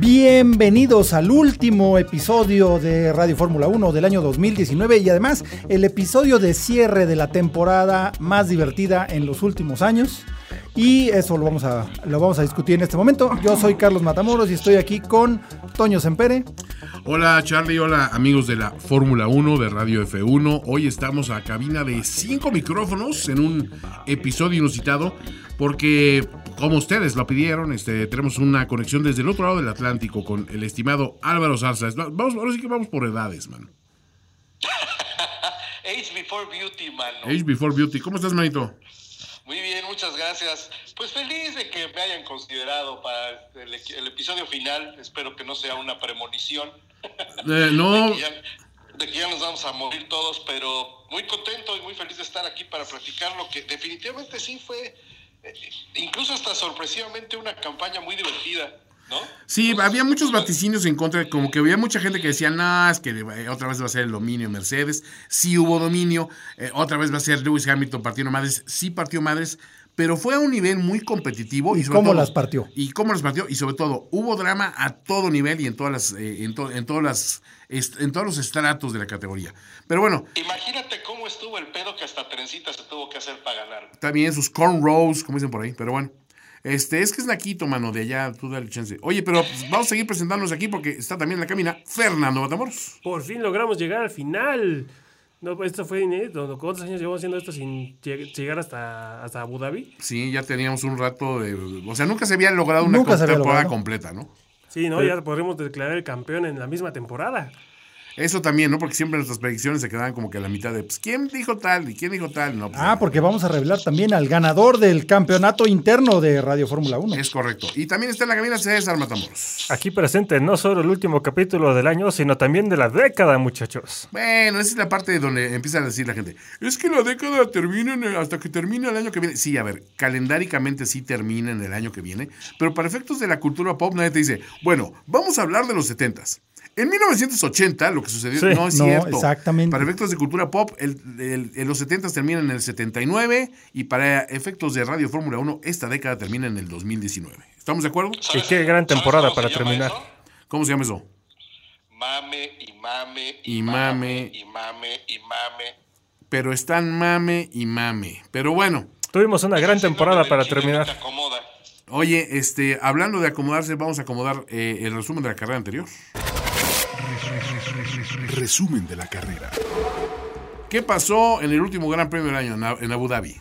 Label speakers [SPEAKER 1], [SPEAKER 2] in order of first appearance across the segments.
[SPEAKER 1] Bienvenidos al último episodio de Radio Fórmula 1 del año 2019 y además el episodio de cierre de la temporada más divertida en los últimos años. Y eso lo vamos a, lo vamos a discutir en este momento. Yo soy Carlos Matamoros y estoy aquí con Toño Sempere.
[SPEAKER 2] Hola Charlie, hola amigos de la Fórmula 1 de Radio F1. Hoy estamos a cabina de cinco micrófonos en un episodio inusitado porque como ustedes lo pidieron, este, tenemos una conexión desde el otro lado del Atlántico con el estimado Álvaro Sarza. Vamos, ahora sí que vamos por edades, man.
[SPEAKER 3] Age Before Beauty, mano.
[SPEAKER 2] Age Before Beauty. ¿Cómo estás, manito?
[SPEAKER 3] Muy bien, muchas gracias. Pues feliz de que me hayan considerado para el, equi- el episodio final. Espero que no sea una premonición.
[SPEAKER 2] Eh, no,
[SPEAKER 3] De que, ya, de que ya nos vamos a morir todos, pero muy contento y muy feliz de estar aquí para platicar lo que definitivamente sí fue, eh, incluso hasta sorpresivamente, una campaña muy divertida, ¿no?
[SPEAKER 2] Sí,
[SPEAKER 3] Entonces,
[SPEAKER 2] había muchos
[SPEAKER 3] pues,
[SPEAKER 2] vaticinios en contra, como que había mucha gente que decía, no, es que eh, otra vez va a ser el dominio Mercedes, sí hubo dominio, eh, otra vez va a ser Lewis Hamilton partiendo madres, sí partió madres, pero fue a un nivel muy competitivo. ¿Y, sobre
[SPEAKER 1] cómo
[SPEAKER 2] todo-
[SPEAKER 1] las partió?
[SPEAKER 2] Y cómo las partió, y sobre todo, hubo drama a todo nivel y en todas las, eh, en, to- en todas las, est- en todos los estratos de la categoría. Pero bueno,
[SPEAKER 3] Imagínate cómo estuvo el pedo que hasta trencita se tuvo que hacer para ganar.
[SPEAKER 2] también sus cornrows, como dicen por ahí, pero bueno. Este, es que es Naquito, mano, de allá, tú dale chance. Oye, pero pues, vamos a seguir presentándonos aquí porque está también en la camina Fernando Matamoros.
[SPEAKER 4] Por fin logramos llegar al final. No, pues, esto fue inédito. ¿no? ¿Cuántos años llevamos haciendo esto sin lleg- llegar hasta, hasta Abu Dhabi?
[SPEAKER 2] Sí, ya teníamos un rato de... O sea, nunca se había logrado una
[SPEAKER 1] Nunca se había
[SPEAKER 2] temporada
[SPEAKER 1] logrado.
[SPEAKER 2] completa, ¿no?
[SPEAKER 4] Sí, ¿no? Ya podremos declarar el campeón en la misma temporada.
[SPEAKER 2] Eso también, ¿no? Porque siempre nuestras predicciones se quedaban como que a la mitad de... Pues, ¿quién dijo tal? ¿Y quién dijo tal? No, pues,
[SPEAKER 1] Ah, porque vamos a revelar también al ganador del campeonato interno de Radio Fórmula 1.
[SPEAKER 2] Es correcto. Y también está en la cabina César Matamoros.
[SPEAKER 5] Aquí presente no solo el último capítulo del año, sino también de la década, muchachos.
[SPEAKER 2] Bueno, esa es la parte donde empiezan a decir la gente, es que la década termina en el- hasta que termina el año que viene. Sí, a ver, calendáricamente sí termina en el año que viene, pero para efectos de la cultura pop nadie te dice, bueno, vamos a hablar de los 70s. En 1980 lo que sucedió
[SPEAKER 5] Sí.
[SPEAKER 2] no es
[SPEAKER 1] No,
[SPEAKER 2] cierto.
[SPEAKER 1] exactamente.
[SPEAKER 2] Para efectos de cultura pop, el- el- el- los 70s terminan en el 79 y para efectos de Radio Fórmula 1 esta década termina en el 2019. ¿Estamos de acuerdo?
[SPEAKER 3] ¿Sabes-
[SPEAKER 5] qué gran
[SPEAKER 3] sabes
[SPEAKER 5] temporada
[SPEAKER 3] cómo se
[SPEAKER 5] para
[SPEAKER 3] llama
[SPEAKER 5] terminar.
[SPEAKER 3] eso?
[SPEAKER 2] ¿Cómo se llama eso?
[SPEAKER 3] Mame y mame
[SPEAKER 2] Y mame.
[SPEAKER 3] y mame y mame.
[SPEAKER 2] Pero están mame y mame. Pero bueno.
[SPEAKER 5] Tuvimos una gran
[SPEAKER 3] Ese
[SPEAKER 5] temporada
[SPEAKER 3] síndrome
[SPEAKER 5] para
[SPEAKER 3] del chile
[SPEAKER 5] terminar.
[SPEAKER 3] no te acomoda.
[SPEAKER 2] Oye, este, hablando de acomodarse, vamos a acomodar eh, el resumen de la carrera anterior.
[SPEAKER 6] Resumen de la carrera.
[SPEAKER 2] ¿Qué pasó en el último Gran Premio del año en A- en Abu Dhabi?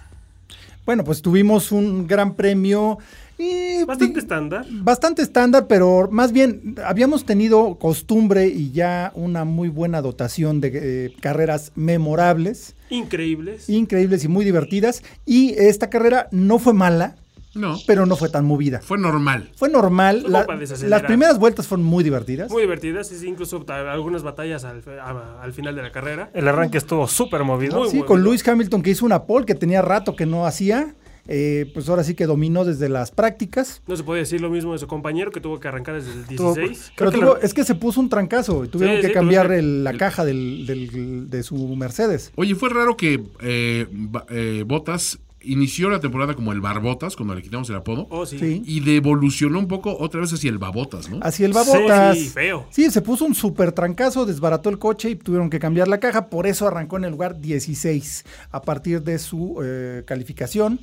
[SPEAKER 1] Bueno, pues tuvimos un gran premio. eh,
[SPEAKER 4] Bastante
[SPEAKER 1] di-
[SPEAKER 4] estándar.
[SPEAKER 1] Bastante estándar, pero más bien habíamos tenido costumbre y ya una muy buena dotación de eh, carreras memorables,
[SPEAKER 4] Increíbles.
[SPEAKER 1] increíbles y muy divertidas. Y esta carrera no fue mala,
[SPEAKER 2] No.
[SPEAKER 1] pero no fue tan movida.
[SPEAKER 2] Fue normal.
[SPEAKER 1] Fue normal.
[SPEAKER 4] Fue
[SPEAKER 1] la-
[SPEAKER 4] para desacelerar.
[SPEAKER 1] las primeras vueltas fueron muy divertidas.
[SPEAKER 4] Muy divertidas. Sí, sí, incluso ta- algunas batallas al, a- al final de la carrera.
[SPEAKER 5] El arranque estuvo súper movido.
[SPEAKER 4] Muy
[SPEAKER 1] sí,
[SPEAKER 4] bueno.
[SPEAKER 1] con Lewis Hamilton que hizo una pole que tenía rato que no hacía. eh, pues ahora sí que dominó desde las prácticas.
[SPEAKER 4] No se puede decir lo mismo de su compañero que tuvo que arrancar desde el
[SPEAKER 5] Tuvo-
[SPEAKER 4] 16.
[SPEAKER 1] Pero
[SPEAKER 5] que
[SPEAKER 1] tuvo-
[SPEAKER 5] la-
[SPEAKER 1] es que se puso un trancazo y tuvieron
[SPEAKER 4] Sí,
[SPEAKER 1] que
[SPEAKER 4] sí,
[SPEAKER 1] cambiar
[SPEAKER 4] tuvieron
[SPEAKER 1] el- la caja del- del- de su Mercedes.
[SPEAKER 2] Oye, fue raro que eh, Ba- eh, Botas inició la temporada como el Barbotas, cuando le quitamos el apodo,
[SPEAKER 4] Oh, sí.
[SPEAKER 1] Sí.
[SPEAKER 2] y devolucionó un poco otra vez hacia el Babotas, ¿no?
[SPEAKER 1] Así el
[SPEAKER 4] Sí,
[SPEAKER 1] babotas.
[SPEAKER 4] sí, feo.
[SPEAKER 1] Sí, se puso un super trancazo, desbarató el coche y tuvieron que cambiar la caja. Por eso arrancó en el lugar 16 a partir de su eh, calificación.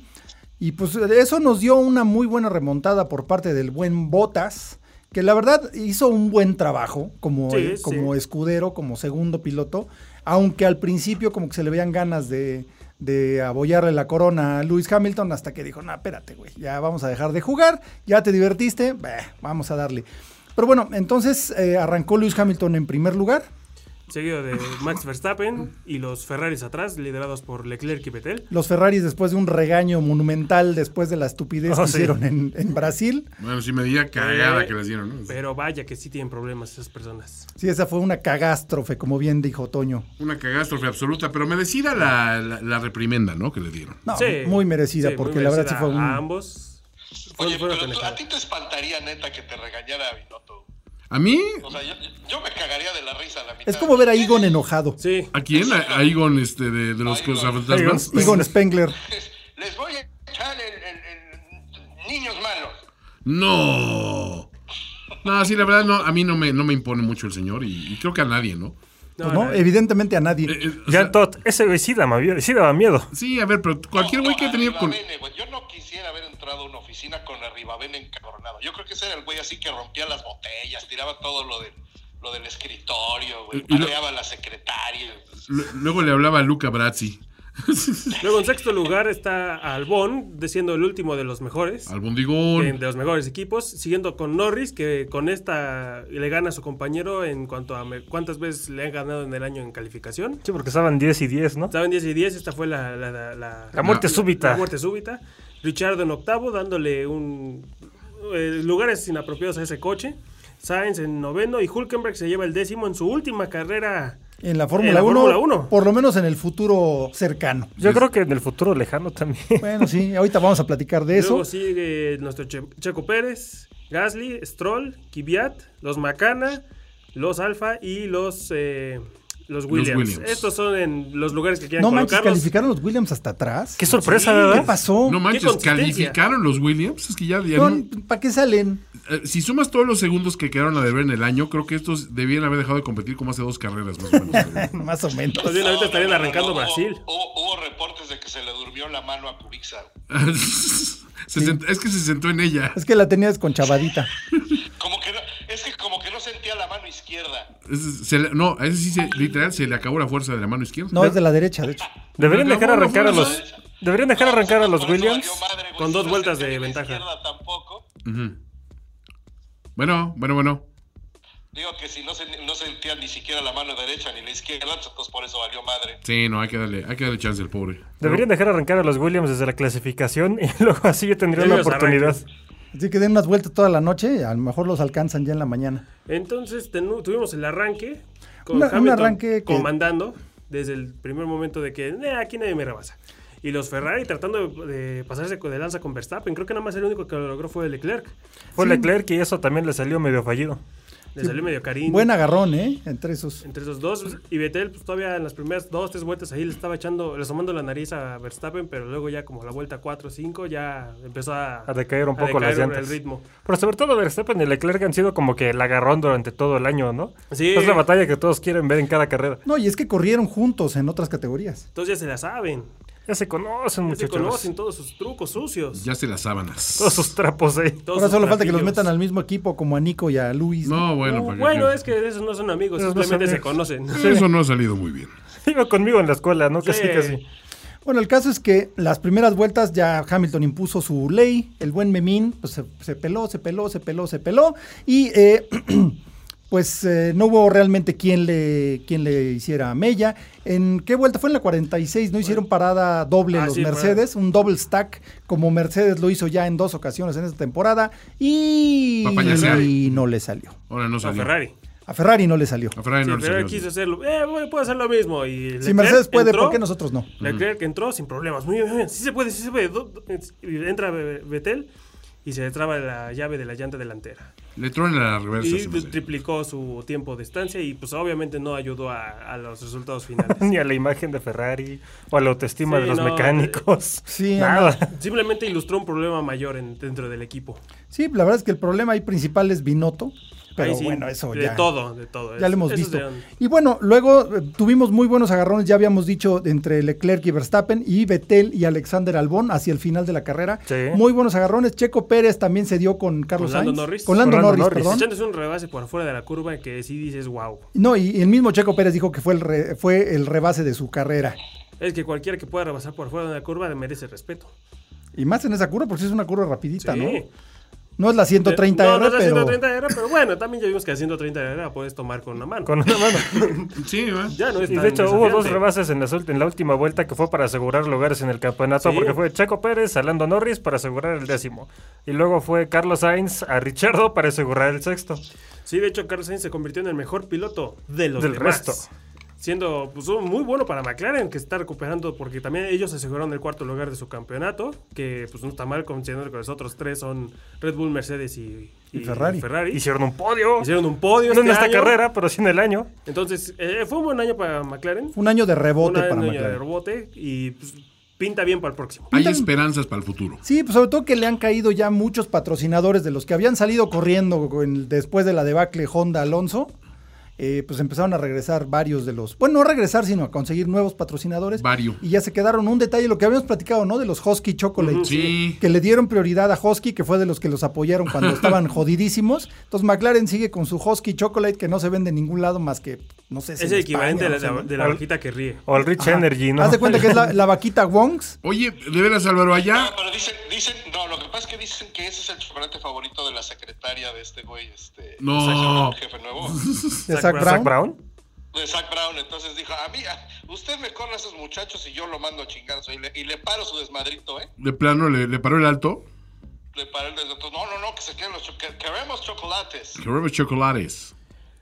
[SPEAKER 1] Y pues eso nos dio una muy buena remontada por parte del buen Botas, que la verdad hizo un buen trabajo como,
[SPEAKER 4] Sí,
[SPEAKER 1] eh,
[SPEAKER 4] sí.
[SPEAKER 1] como escudero, como segundo piloto. Aunque al principio como que se le veían ganas de, de abollarle la corona a Lewis Hamilton hasta que dijo, no, espérate, güey, ya vamos a dejar de jugar, ya te divertiste, bah, vamos a darle. Pero bueno, entonces eh, arrancó Lewis Hamilton en primer lugar.
[SPEAKER 4] seguido de Max Verstappen y los Ferraris atrás, liderados por Leclerc y Vettel.
[SPEAKER 1] Los Ferraris después de un regaño monumental después de la estupidez
[SPEAKER 4] Ah,
[SPEAKER 5] Oh,
[SPEAKER 1] que
[SPEAKER 5] sí.
[SPEAKER 1] hicieron en, en Brasil.
[SPEAKER 2] Bueno, sí, medida cagada que les dieron. ¿no?
[SPEAKER 4] Pero vaya que sí tienen problemas esas personas.
[SPEAKER 1] Sí, esa fue una cagástrofe, como bien dijo Toño.
[SPEAKER 2] Una cagástrofe absoluta, pero merecida la, la, la reprimenda, ¿no? Que le dieron.
[SPEAKER 1] No,
[SPEAKER 4] Sí,
[SPEAKER 1] muy merecida,
[SPEAKER 4] sí, muy
[SPEAKER 1] porque la verdad sí
[SPEAKER 4] merecida Ah,
[SPEAKER 1] fue un...
[SPEAKER 4] A ambos. Fue-
[SPEAKER 3] Oye,
[SPEAKER 4] fue una
[SPEAKER 3] pero tú- a
[SPEAKER 4] pendejada.
[SPEAKER 3] ti te espantaría, neta, que te regañara Binotto.
[SPEAKER 2] ¿A mí?
[SPEAKER 3] O sea, yo, yo me cagaría de la risa a la mitad.
[SPEAKER 1] Es como ver a Egon enojado.
[SPEAKER 4] Sí,
[SPEAKER 2] ¿A quién? ¿A, a Egon, este, de, de los
[SPEAKER 3] Egon.
[SPEAKER 2] cazafantasmas?
[SPEAKER 1] Egon Spengler.
[SPEAKER 3] Les, les voy a echar el, el- el- niños malos.
[SPEAKER 2] No. No, sí, la verdad, no, a mí no me, no me impone mucho el señor y, y creo que a nadie, ¿no?
[SPEAKER 1] Pues no, evidentemente a nadie.
[SPEAKER 2] Eh, eh, o
[SPEAKER 5] Jean
[SPEAKER 2] sea,
[SPEAKER 5] Todt, ese güey sí daba miedo. Sí daba miedo.
[SPEAKER 2] sí, a ver, pero cualquier güey que ha tenido con...
[SPEAKER 3] Arribavene, güey. Yo no quisiera haber entrado a una oficina con Arribavene encabronado. Yo creo que ese era el güey así que rompía las botellas, tiraba todo lo del, lo del escritorio, güey.
[SPEAKER 2] Y- y lo-
[SPEAKER 3] Pateaba a la secretaria.
[SPEAKER 2] Lu- Luego le hablaba a Luca Brazzi.
[SPEAKER 4] Luego en sexto lugar está Albon, de- siendo el último de los mejores.
[SPEAKER 2] Al
[SPEAKER 4] eh,
[SPEAKER 2] bondigón.
[SPEAKER 4] De los mejores equipos, siguiendo con Norris, que con esta le gana a su compañero en cuanto a me- cuántas veces le han ganado en el año en calificación.
[SPEAKER 5] Sí, porque estaban 10 y 10, ¿no?
[SPEAKER 4] Estaban 10 y 10, esta fue la, la, la- la-
[SPEAKER 5] La muerte
[SPEAKER 2] La-
[SPEAKER 5] súbita.
[SPEAKER 4] la muerte súbita. Richardo en octavo, dándole un eh, lugares inapropiados a ese coche. Sainz en noveno y Hulkenberg se lleva el décimo en su última carrera.
[SPEAKER 1] En la
[SPEAKER 4] En
[SPEAKER 1] Fórmula
[SPEAKER 4] la
[SPEAKER 1] 1,
[SPEAKER 4] Fórmula 1.
[SPEAKER 1] por lo menos en el futuro cercano.
[SPEAKER 5] Yo creo que en el futuro lejano también.
[SPEAKER 1] Bueno, sí, ahorita vamos a platicar de eso.
[SPEAKER 4] Luego sigue nuestro Che- Checo Pérez, Gasly, Stroll, Kvyat, los Macana, los Alfa y los, eh, los, Williams.
[SPEAKER 2] Williams.
[SPEAKER 4] Estos son en los lugares que quieren
[SPEAKER 1] No manches,
[SPEAKER 4] colocarlos.
[SPEAKER 1] calificaron los Williams hasta atrás.
[SPEAKER 5] Qué sorpresa,
[SPEAKER 4] Sí,
[SPEAKER 5] ¿verdad?
[SPEAKER 1] ¿Qué pasó?
[SPEAKER 2] No manches,
[SPEAKER 4] consistencia.
[SPEAKER 2] calificaron los Williams. Es que ya, ya no-
[SPEAKER 1] No, ¿Para qué salen?
[SPEAKER 2] Eh, si sumas todos los segundos que quedaron a deber en el año, creo que estos debían haber dejado de competir como hace dos carreras más o menos.
[SPEAKER 1] Más o menos.
[SPEAKER 4] Más bien, ahorita
[SPEAKER 3] No, no,
[SPEAKER 4] estarían
[SPEAKER 3] no, no,
[SPEAKER 4] arrancando
[SPEAKER 3] no, hubo-
[SPEAKER 4] Brasil.
[SPEAKER 3] Hubo, hubo reportes de que se le durmió la mano a Kubica. güey.
[SPEAKER 2] Se sent- es que se sentó en ella.
[SPEAKER 1] Es que la tenía desconchavadita.
[SPEAKER 3] Como que no, es que como que no sentía la mano izquierda.
[SPEAKER 2] Es- se le- no, a ese sí, se, literal, se le acabó la fuerza de la mano izquierda.
[SPEAKER 1] No, es de la derecha, de hecho.
[SPEAKER 5] Deberían
[SPEAKER 2] Pero
[SPEAKER 5] dejar
[SPEAKER 2] no, no
[SPEAKER 5] arrancar a
[SPEAKER 2] fue
[SPEAKER 1] ¿eh?
[SPEAKER 5] los. Deberían dejar arrancar a los
[SPEAKER 3] Por eso valió
[SPEAKER 5] Williams.
[SPEAKER 3] madre, güey,
[SPEAKER 4] con dos
[SPEAKER 3] no
[SPEAKER 4] vueltas
[SPEAKER 3] sentía
[SPEAKER 4] de
[SPEAKER 3] ni la
[SPEAKER 4] ventaja.
[SPEAKER 3] izquierda tampoco.
[SPEAKER 2] Bueno, bueno, bueno.
[SPEAKER 3] Digo que si no, se- no sentía ni siquiera la mano derecha ni la izquierda, entonces por eso valió madre.
[SPEAKER 2] Sí, no, hay que darle, hay que darle chance al pobre.
[SPEAKER 5] Deberían dejar arrancar a los Williams desde la clasificación y luego así yo tendría
[SPEAKER 4] Ya
[SPEAKER 5] una
[SPEAKER 4] los
[SPEAKER 5] oportunidad.
[SPEAKER 4] arranques.
[SPEAKER 1] Así que den unas vueltas toda la noche, a lo mejor los alcanzan ya en la mañana.
[SPEAKER 4] Entonces tenu- tuvimos el arranque con
[SPEAKER 1] Una- un
[SPEAKER 4] Hamilton
[SPEAKER 1] arranque que-
[SPEAKER 4] comandando desde el primer momento de que "Nah, aquí nadie me rebasa. Y los Ferrari tratando de, de pasarse con- de lanza con Verstappen. Creo que nada más el único que lo logró fue Leclerc.
[SPEAKER 5] Fue Leclerc y eso también le salió medio fallido.
[SPEAKER 4] Le salió medio cariño.
[SPEAKER 1] Buen agarrón, ¿eh? Entre esos.
[SPEAKER 4] Entre esos dos. Y Vettel pues, todavía en las primeras dos, tres vueltas ahí le estaba echando, le asomando la nariz a Verstappen, pero luego ya como la vuelta 4 o 5 ya empezó a,
[SPEAKER 5] A decaer un poco las
[SPEAKER 4] decaer
[SPEAKER 5] llantas.
[SPEAKER 4] el ritmo.
[SPEAKER 5] Pero sobre todo Verstappen y Leclerc han sido como que el agarrón durante todo el año, ¿no?
[SPEAKER 4] Sí.
[SPEAKER 5] Es la batalla que todos quieren ver en cada carrera.
[SPEAKER 1] No, y es que corrieron juntos en otras categorías.
[SPEAKER 4] Entonces ya se la saben.
[SPEAKER 5] Ya se conocen,
[SPEAKER 4] Ya se
[SPEAKER 5] muchachos.
[SPEAKER 4] conocen todos sus trucos sucios.
[SPEAKER 2] Ya se las sábanas.
[SPEAKER 5] Todos sus trapos ahí.
[SPEAKER 4] todos
[SPEAKER 1] Ahora
[SPEAKER 4] sus
[SPEAKER 1] solo falta que los
[SPEAKER 4] platillos.
[SPEAKER 1] metan al mismo equipo como a Nico y a Luis. ¿no?
[SPEAKER 2] No, bueno,
[SPEAKER 4] No,
[SPEAKER 2] para que-
[SPEAKER 4] bueno, es que esos no son amigos,
[SPEAKER 5] Esos no son
[SPEAKER 4] simplemente se
[SPEAKER 5] amigos.
[SPEAKER 4] conocen.
[SPEAKER 2] Eso no ha salido muy bien.
[SPEAKER 5] Iba conmigo en la escuela, ¿no? Casi,
[SPEAKER 4] Sí.
[SPEAKER 5] casi.
[SPEAKER 1] Bueno, el caso es que las primeras vueltas ya Hamilton impuso su ley, el buen Memín pues, se, se peló, se peló, se peló, se peló y eh, pues eh, no hubo realmente quien le, quien le hiciera mella. ¿En qué vuelta? Fue en la 46, ¿no? Hicieron parada doble
[SPEAKER 4] Ah,
[SPEAKER 1] los
[SPEAKER 4] sí, fue.
[SPEAKER 1] Mercedes, un double stack como Mercedes lo hizo ya en dos ocasiones en esta temporada y,
[SPEAKER 2] Papayasear.
[SPEAKER 1] y no le salió.
[SPEAKER 2] Ahora no
[SPEAKER 4] A
[SPEAKER 2] salió.
[SPEAKER 4] Ferrari.
[SPEAKER 1] A Ferrari no le salió.
[SPEAKER 2] A Ferrari
[SPEAKER 4] Sí,
[SPEAKER 2] no le
[SPEAKER 4] Ferrari
[SPEAKER 2] salió.
[SPEAKER 4] quiso hacerlo. Eh, bueno, puedo hacer lo mismo. Y
[SPEAKER 1] Si
[SPEAKER 4] Leclerc
[SPEAKER 1] Mercedes puede,
[SPEAKER 4] entró,
[SPEAKER 1] ¿por qué nosotros no?
[SPEAKER 4] Leclerc entró sin problemas. Muy bien, muy bien. Sí se puede, sí se puede. Do- do- y Entra Be- Vettel y se le traba la llave de la llanta delantera.
[SPEAKER 2] Le truena la reversa.
[SPEAKER 4] Y pues
[SPEAKER 2] se me hace.
[SPEAKER 4] triplicó su tiempo de estancia y pues obviamente no ayudó a, a los resultados finales.
[SPEAKER 5] Ni a la imagen de Ferrari o a la autoestima
[SPEAKER 4] Sí,
[SPEAKER 5] de los
[SPEAKER 4] no,
[SPEAKER 5] mecánicos.
[SPEAKER 1] Sí,
[SPEAKER 5] Nada.
[SPEAKER 4] Simplemente ilustró un problema mayor en- dentro del equipo.
[SPEAKER 1] Sí, la verdad es que el problema ahí principal es Binotto. Pero
[SPEAKER 4] Ahí sí,
[SPEAKER 1] bueno, eso
[SPEAKER 4] de
[SPEAKER 1] ya.
[SPEAKER 4] todo, de todo.
[SPEAKER 1] Ya
[SPEAKER 4] Es-
[SPEAKER 1] lo hemos
[SPEAKER 4] eso
[SPEAKER 1] visto.
[SPEAKER 4] es de-
[SPEAKER 1] Y bueno, luego eh, tuvimos muy buenos agarrones, ya habíamos dicho, entre Leclerc y Verstappen y Vettel y Alexander Albón hacia el final de la carrera.
[SPEAKER 5] Sí.
[SPEAKER 1] Muy buenos agarrones. Checo Pérez también se dio con Carlos
[SPEAKER 4] Lando
[SPEAKER 1] Sainz.
[SPEAKER 4] Norris.
[SPEAKER 1] Con Lando
[SPEAKER 5] Con Lando
[SPEAKER 1] Norris,
[SPEAKER 5] Norris.
[SPEAKER 1] perdón.
[SPEAKER 4] Echándose un rebase por afuera de la curva que sí dices, wow.
[SPEAKER 1] No, y, y el mismo Checo Pérez dijo que fue el, re- fue el rebase de su carrera.
[SPEAKER 4] Es que cualquiera que pueda rebasar por fuera de una curva merece respeto.
[SPEAKER 1] Y más en esa curva, porque sí es una curva rapidita,
[SPEAKER 4] Sí.
[SPEAKER 1] ¿no? No es la 130
[SPEAKER 4] Eh, no,
[SPEAKER 1] R,
[SPEAKER 4] no es la
[SPEAKER 1] pero
[SPEAKER 4] 130 R, pero bueno, también ya vimos que la 130 R puedes tomar con una mano.
[SPEAKER 5] Con una mano.
[SPEAKER 2] Sí, güey.
[SPEAKER 4] Ya no es
[SPEAKER 5] Y
[SPEAKER 4] tan
[SPEAKER 5] de hecho hubo dos
[SPEAKER 4] desafiante.
[SPEAKER 5] rebases en la, sol- en la última vuelta que fue para asegurar lugares en el campeonato,
[SPEAKER 4] Sí.
[SPEAKER 5] porque fue Checo Pérez a Lando Norris para asegurar el décimo. Y luego fue Carlos Sainz a Richardo para asegurar el sexto.
[SPEAKER 4] Sí, de hecho, Carlos Sainz se convirtió en el mejor piloto de los
[SPEAKER 5] Del
[SPEAKER 4] demás.
[SPEAKER 5] resto.
[SPEAKER 4] Siendo pues, un muy bueno para McLaren, que está recuperando, porque también ellos aseguraron el cuarto lugar de su campeonato, que pues no está mal considerando que los otros tres son Red Bull, Mercedes y,
[SPEAKER 1] Y Ferrari.
[SPEAKER 5] Hicieron un podio.
[SPEAKER 4] Hicieron un podio.
[SPEAKER 5] no
[SPEAKER 4] este
[SPEAKER 5] en esta
[SPEAKER 4] año.
[SPEAKER 5] carrera, pero sí en el año.
[SPEAKER 4] Entonces, eh, fue un buen año para McLaren.
[SPEAKER 1] un año de
[SPEAKER 4] Un
[SPEAKER 1] rebote para
[SPEAKER 4] año de
[SPEAKER 1] McLaren.
[SPEAKER 4] rebote y pues, pinta bien para el próximo.
[SPEAKER 2] Hay esperanzas para el futuro.
[SPEAKER 1] Sí, pues sobre todo que le han caído ya muchos patrocinadores de los que habían salido corriendo con- después de la debacle Honda Alonso. eh, pues empezaron a regresar varios de los. Bueno, no a regresar, sino a conseguir nuevos patrocinadores.
[SPEAKER 2] Vario.
[SPEAKER 1] Y ya se quedaron un detalle, lo que habíamos platicado, ¿no? De los Hosky Chocolate.
[SPEAKER 2] Sí.
[SPEAKER 1] Que le dieron prioridad a Hosky, que fue de los que los apoyaron cuando estaban jodidísimos. Entonces McLaren sigue con su Hosky Chocolate que no se vende en ningún lado más que, no sé si.
[SPEAKER 4] es
[SPEAKER 1] en
[SPEAKER 4] el equivalente
[SPEAKER 1] España,
[SPEAKER 4] de
[SPEAKER 1] no
[SPEAKER 4] la,
[SPEAKER 1] sé, ¿no?
[SPEAKER 4] de la
[SPEAKER 5] Al-
[SPEAKER 4] vaquita que ríe.
[SPEAKER 5] O el Rich
[SPEAKER 1] Ajá.
[SPEAKER 5] Energy, ¿no?
[SPEAKER 1] Haz de cuenta que es la, la vaquita Wongs.
[SPEAKER 2] Oye, de veras, Álvaro,
[SPEAKER 4] Ah.
[SPEAKER 2] allá.
[SPEAKER 3] No, pero dicen, dicen, no, lo que pasa es que dicen que ese es el chocolate favorito de la secretaria de este güey, este,
[SPEAKER 2] No.
[SPEAKER 3] Zac Brown, el jefe nuevo,
[SPEAKER 1] De
[SPEAKER 4] Zac
[SPEAKER 1] Zac
[SPEAKER 4] Brown.
[SPEAKER 5] Zac
[SPEAKER 1] Brown.
[SPEAKER 5] Brown.
[SPEAKER 3] de Zach Brown. Entonces dijo, a mí, a- usted me corre a esos muchachos y yo lo mando a chingar, y le, y le paro su desmadrito, ¿eh?
[SPEAKER 2] De plano le, le paró el alto.
[SPEAKER 3] Le paro el desmadrito. No, no, no, que se queden los cho- que- queremos chocolates.
[SPEAKER 2] Queremos chocolates.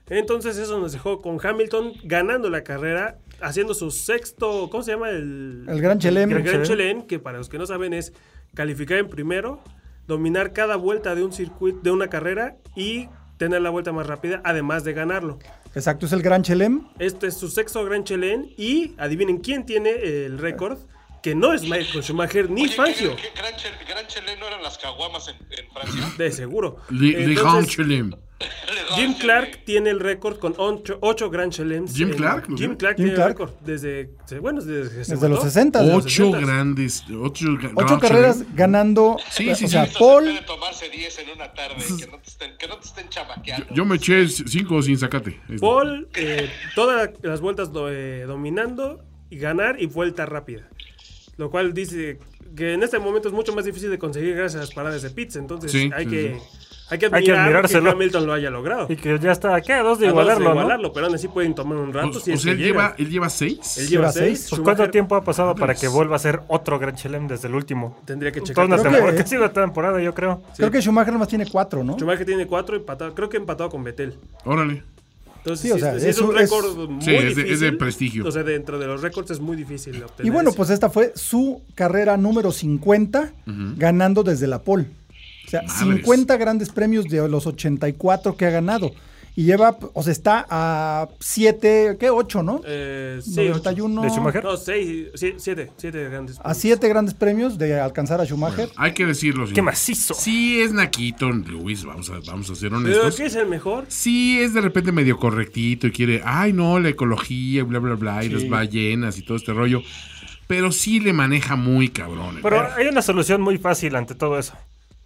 [SPEAKER 4] Entonces eso nos dejó con Hamilton ganando la carrera, haciendo su sexto, ¿cómo se llama? El,
[SPEAKER 1] El Gran Chelem.
[SPEAKER 4] El Gran
[SPEAKER 5] Chelem.
[SPEAKER 4] Chelem, que para los que no saben es calificar en primero, dominar cada vuelta de un circuito, de una carrera y tener la vuelta más rápida, además de ganarlo.
[SPEAKER 1] Exacto, es el Gran Chelem.
[SPEAKER 4] Este es su sexto Gran Chelem y adivinen quién tiene el récord, que no es Michael Schumacher ni
[SPEAKER 3] Oye,
[SPEAKER 4] Fangio,
[SPEAKER 3] ¿qué- qué gran, chel- gran chelé no eran las caguamas en, en Francia?
[SPEAKER 4] de seguro.
[SPEAKER 2] Le, le
[SPEAKER 4] Entonces,
[SPEAKER 2] Grand Chelem.
[SPEAKER 4] Jim Clark tiene el récord con 8 Grand Slams.
[SPEAKER 2] Jim
[SPEAKER 4] en-
[SPEAKER 2] Clark, ¿no?
[SPEAKER 4] Jim Clark
[SPEAKER 1] Jim
[SPEAKER 4] tiene el
[SPEAKER 1] Clark.
[SPEAKER 4] récord desde, se- bueno, desde, que se
[SPEAKER 1] Desde los
[SPEAKER 4] mató.
[SPEAKER 1] 60. desde los
[SPEAKER 2] Ocho
[SPEAKER 4] 60s.
[SPEAKER 2] grandes. Ocho, ga-
[SPEAKER 1] Ocho
[SPEAKER 2] Grand
[SPEAKER 1] carreras
[SPEAKER 2] Chelem.
[SPEAKER 1] ganando. eh,
[SPEAKER 2] Sí,
[SPEAKER 1] o
[SPEAKER 2] sí,
[SPEAKER 1] sea,
[SPEAKER 2] sí.
[SPEAKER 3] Paul.
[SPEAKER 1] Paul,
[SPEAKER 3] tomarse 10 en una tarde, que no te estén, que no te estén
[SPEAKER 2] Yo,
[SPEAKER 3] chamaqueando.
[SPEAKER 2] yo me eché cinco sin sacate.
[SPEAKER 4] Paul, eh, todas las vueltas do- eh, dominando y ganar y vuelta rápida. Lo cual dice que en este momento es mucho más difícil de conseguir gracias a las paradas de pits. Entonces
[SPEAKER 2] Sí,
[SPEAKER 4] hay,
[SPEAKER 2] sí,
[SPEAKER 4] que, hay que
[SPEAKER 5] que
[SPEAKER 4] admirar que
[SPEAKER 5] admirárselo.
[SPEAKER 4] Hamilton lo haya logrado.
[SPEAKER 5] Y que ya está aquí a dos de
[SPEAKER 4] A dos de
[SPEAKER 5] igualarlo, ¿no?
[SPEAKER 4] igualarlo, pero aún así pueden tomar un rato.
[SPEAKER 2] O,
[SPEAKER 4] si
[SPEAKER 2] Pues, o
[SPEAKER 4] es
[SPEAKER 2] sea,
[SPEAKER 4] que
[SPEAKER 2] él lleva,
[SPEAKER 4] llegan.
[SPEAKER 2] él lleva seis.
[SPEAKER 4] Él lleva
[SPEAKER 1] lleva
[SPEAKER 4] seis.
[SPEAKER 1] seis.
[SPEAKER 5] Pues, ¿Cuánto
[SPEAKER 4] Schumacher Pues.
[SPEAKER 5] tiempo ha pasado para que vuelva a ser otro Gran Chelem desde el último?
[SPEAKER 4] Tendría que
[SPEAKER 5] Toda
[SPEAKER 4] checar.
[SPEAKER 5] una
[SPEAKER 1] Creo que-
[SPEAKER 5] temporada, casi una temporada, yo creo.
[SPEAKER 1] creo que Schumacher nomás tiene cuatro, ¿no?
[SPEAKER 4] Schumacher tiene cuatro, empatado, creo que empatado con Vettel.
[SPEAKER 2] Órale.
[SPEAKER 4] Entonces,
[SPEAKER 1] Sí,
[SPEAKER 4] sí,
[SPEAKER 1] o sea,
[SPEAKER 4] es, sí es
[SPEAKER 1] es
[SPEAKER 4] un
[SPEAKER 1] un- es-
[SPEAKER 4] récord muy
[SPEAKER 2] Sí, es de- es de
[SPEAKER 4] difícil.
[SPEAKER 2] prestigio.
[SPEAKER 4] O sea, dentro de los récords es muy difícil obtener.
[SPEAKER 1] Y bueno,
[SPEAKER 4] eso.
[SPEAKER 1] pues esta fue su carrera número 50, ganando desde la Paul. O sea,
[SPEAKER 2] Madres.
[SPEAKER 1] 50 grandes premios de los 84 que ha ganado. Y lleva, o sea, está a 7, ¿qué? 8, ¿no?
[SPEAKER 4] Eh, sí, ocho.
[SPEAKER 1] 91.
[SPEAKER 5] ¿De Schumacher?
[SPEAKER 4] No, seis, sí, siete, siete grandes.
[SPEAKER 1] A 7 grandes premios de alcanzar a Schumacher.
[SPEAKER 2] Hay que decirlo. sí.
[SPEAKER 5] ¡Qué macizo!
[SPEAKER 2] Sí es naquito, Luis. Vamos a, vamos a ser
[SPEAKER 4] Pero
[SPEAKER 2] honestos.
[SPEAKER 4] ¿qué es el mejor?
[SPEAKER 2] Sí es de repente medio correctito y quiere, ay no, la ecología, bla, bla, bla, y las ballenas y todo este rollo. Pero sí le maneja muy cabrón. ¿eh? el
[SPEAKER 5] Pero
[SPEAKER 2] perro.
[SPEAKER 5] hay una solución muy fácil ante todo eso.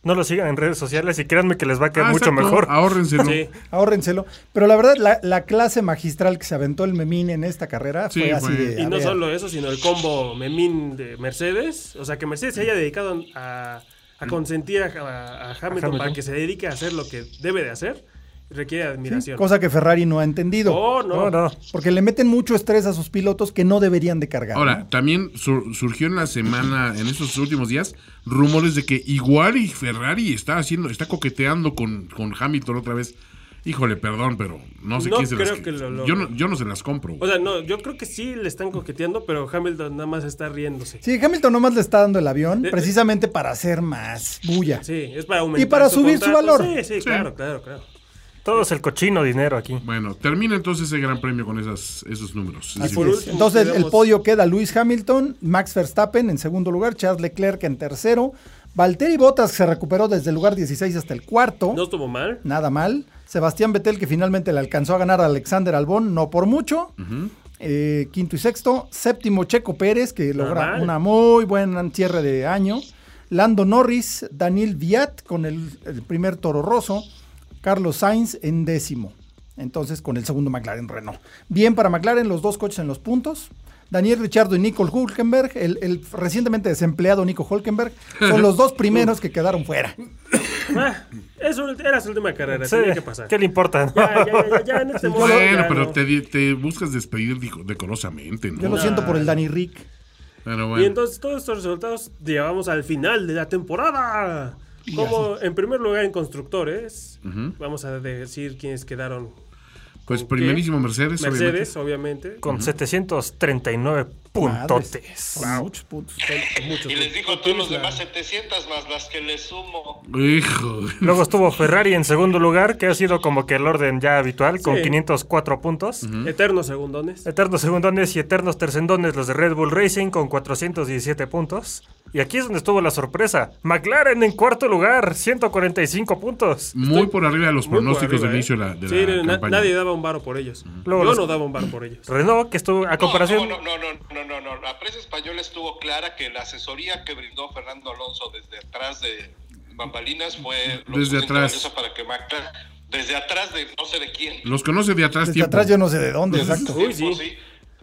[SPEAKER 5] No lo sigan en redes sociales y créanme que les va a quedar
[SPEAKER 2] Ah,
[SPEAKER 5] mucho
[SPEAKER 2] exacto,
[SPEAKER 5] mejor.
[SPEAKER 2] Ahórrenselo.
[SPEAKER 4] Sí.
[SPEAKER 1] Ahórrenselo. Pero la verdad, la, la clase magistral que se aventó el Memín en esta carrera
[SPEAKER 2] Sí,
[SPEAKER 1] fue así
[SPEAKER 2] fue-
[SPEAKER 1] de.
[SPEAKER 4] Y
[SPEAKER 1] a
[SPEAKER 4] no
[SPEAKER 1] ver.
[SPEAKER 4] solo eso, sino el combo Memín de Mercedes. O sea, que Mercedes se haya dedicado a, a
[SPEAKER 2] Mm.
[SPEAKER 4] consentir a, a- a Hamilton, para
[SPEAKER 5] Hamilton.
[SPEAKER 4] que se dedique a hacer lo que debe de hacer. Requiere admiración.
[SPEAKER 1] Cosa que Ferrari no ha entendido.
[SPEAKER 4] Oh, no.
[SPEAKER 5] No, no.
[SPEAKER 1] Porque le meten mucho estrés a sus pilotos que no deberían de cargar.
[SPEAKER 2] Ahora, también sur- surgió en la semana, en estos últimos días, rumores de que igual y Ferrari está haciendo, está coqueteando con, con Hamilton otra vez. Híjole, perdón, pero no sé
[SPEAKER 4] No
[SPEAKER 2] quién se las
[SPEAKER 4] creo que lo logre.
[SPEAKER 2] yo, no, yo no se las compro.
[SPEAKER 4] O sea, no, yo creo que sí le están coqueteando, pero Hamilton nada más está riéndose.
[SPEAKER 1] Sí, Hamilton nomás le está dando el avión
[SPEAKER 4] Eh,
[SPEAKER 1] precisamente para hacer más bulla.
[SPEAKER 4] Sí, es para aumentar.
[SPEAKER 1] Y para subir su valor.
[SPEAKER 4] Sí, sí, claro, claro, claro.
[SPEAKER 5] Todo es el cochino dinero aquí.
[SPEAKER 2] Bueno, termina entonces ese gran premio con esas, esos números.
[SPEAKER 1] Así
[SPEAKER 4] por
[SPEAKER 1] es.
[SPEAKER 4] último,
[SPEAKER 1] Entonces el
[SPEAKER 4] digamos-
[SPEAKER 1] podio queda Luis Hamilton, Max Verstappen en segundo lugar, Charles Leclerc en tercero, Valtteri Bottas que se recuperó desde el lugar 16 hasta el cuarto,
[SPEAKER 4] No estuvo mal.
[SPEAKER 1] nada mal, Sebastián Vettel que finalmente le alcanzó a ganar a Alexander Albón, no por mucho, Eh, quinto y sexto, séptimo Checo Pérez que
[SPEAKER 4] Nada
[SPEAKER 1] logra
[SPEAKER 4] mal.
[SPEAKER 1] una muy buena cierre de año, Lando Norris, Daniel Viat con el, el primer Toro Rosso, Carlos Sainz en décimo. Entonces con el segundo McLaren Renault. Bien para McLaren, los dos coches en los puntos. Daniel Richardo y Nico Hulkenberg, el, el recientemente desempleado Nico Hulkenberg, son los dos primeros que quedaron fuera.
[SPEAKER 4] Ah, es su- era su última carrera,
[SPEAKER 5] Sí,
[SPEAKER 4] tenía que pasar.
[SPEAKER 5] ¿Qué le importa? no?
[SPEAKER 4] Ya, ya, ya, ya en este momento.
[SPEAKER 2] Bueno,
[SPEAKER 4] ya
[SPEAKER 2] pero
[SPEAKER 4] no.
[SPEAKER 2] te, di- te buscas despedir dico- decorosamente, ¿no?
[SPEAKER 1] Yo lo siento por el Danny Rick.
[SPEAKER 2] Pero
[SPEAKER 4] Y
[SPEAKER 2] bueno.
[SPEAKER 4] entonces todos estos resultados llevamos al final de la temporada. Como en primer lugar en constructores, vamos a decir quiénes quedaron.
[SPEAKER 2] pues
[SPEAKER 4] ¿con qué?
[SPEAKER 2] primerísimo Mercedes,
[SPEAKER 4] Mercedes, obviamente.
[SPEAKER 5] Con 739 puntotes.
[SPEAKER 1] Con muchos puntos.
[SPEAKER 4] muchos.
[SPEAKER 3] Y les dijo a todos los demás 700 más las que les sumo.
[SPEAKER 2] obviamente. Hijo.
[SPEAKER 5] Luego estuvo Ferrari en segundo lugar, que ha sido como que el orden ya habitual, con
[SPEAKER 4] Sí.
[SPEAKER 5] 504 puntos.
[SPEAKER 4] Eternos segundones.
[SPEAKER 5] Eternos segundones y eternos tercendones los de Red Bull Racing con 417 puntos. Y aquí es donde estuvo la sorpresa. McLaren en cuarto lugar, 145 puntos.
[SPEAKER 2] Muy por arriba de los
[SPEAKER 4] Muy por
[SPEAKER 2] pronósticos
[SPEAKER 4] arriba,
[SPEAKER 2] del
[SPEAKER 4] ¿eh?
[SPEAKER 2] inicio de la, de
[SPEAKER 4] Sí,
[SPEAKER 2] la
[SPEAKER 4] na-
[SPEAKER 2] campaña.
[SPEAKER 4] nadie daba un varo por ellos.
[SPEAKER 5] Luego
[SPEAKER 4] Yo
[SPEAKER 5] los-
[SPEAKER 4] no daba un varo por ellos.
[SPEAKER 5] Renault, que estuvo a comparación...
[SPEAKER 3] No, no, no, no, no, no, no. La prensa española estuvo clara que la asesoría que brindó Fernando Alonso desde atrás de bambalinas fue lo
[SPEAKER 2] Desde
[SPEAKER 3] suficiente
[SPEAKER 2] atrás.
[SPEAKER 3] valiosa para que McLaren, desde atrás de no sé de quién.
[SPEAKER 2] Los conoce de atrás
[SPEAKER 1] Desde
[SPEAKER 2] tiempo.
[SPEAKER 1] atrás yo no sé de dónde, exacto.
[SPEAKER 4] Uy,
[SPEAKER 3] tiempo,
[SPEAKER 4] sí.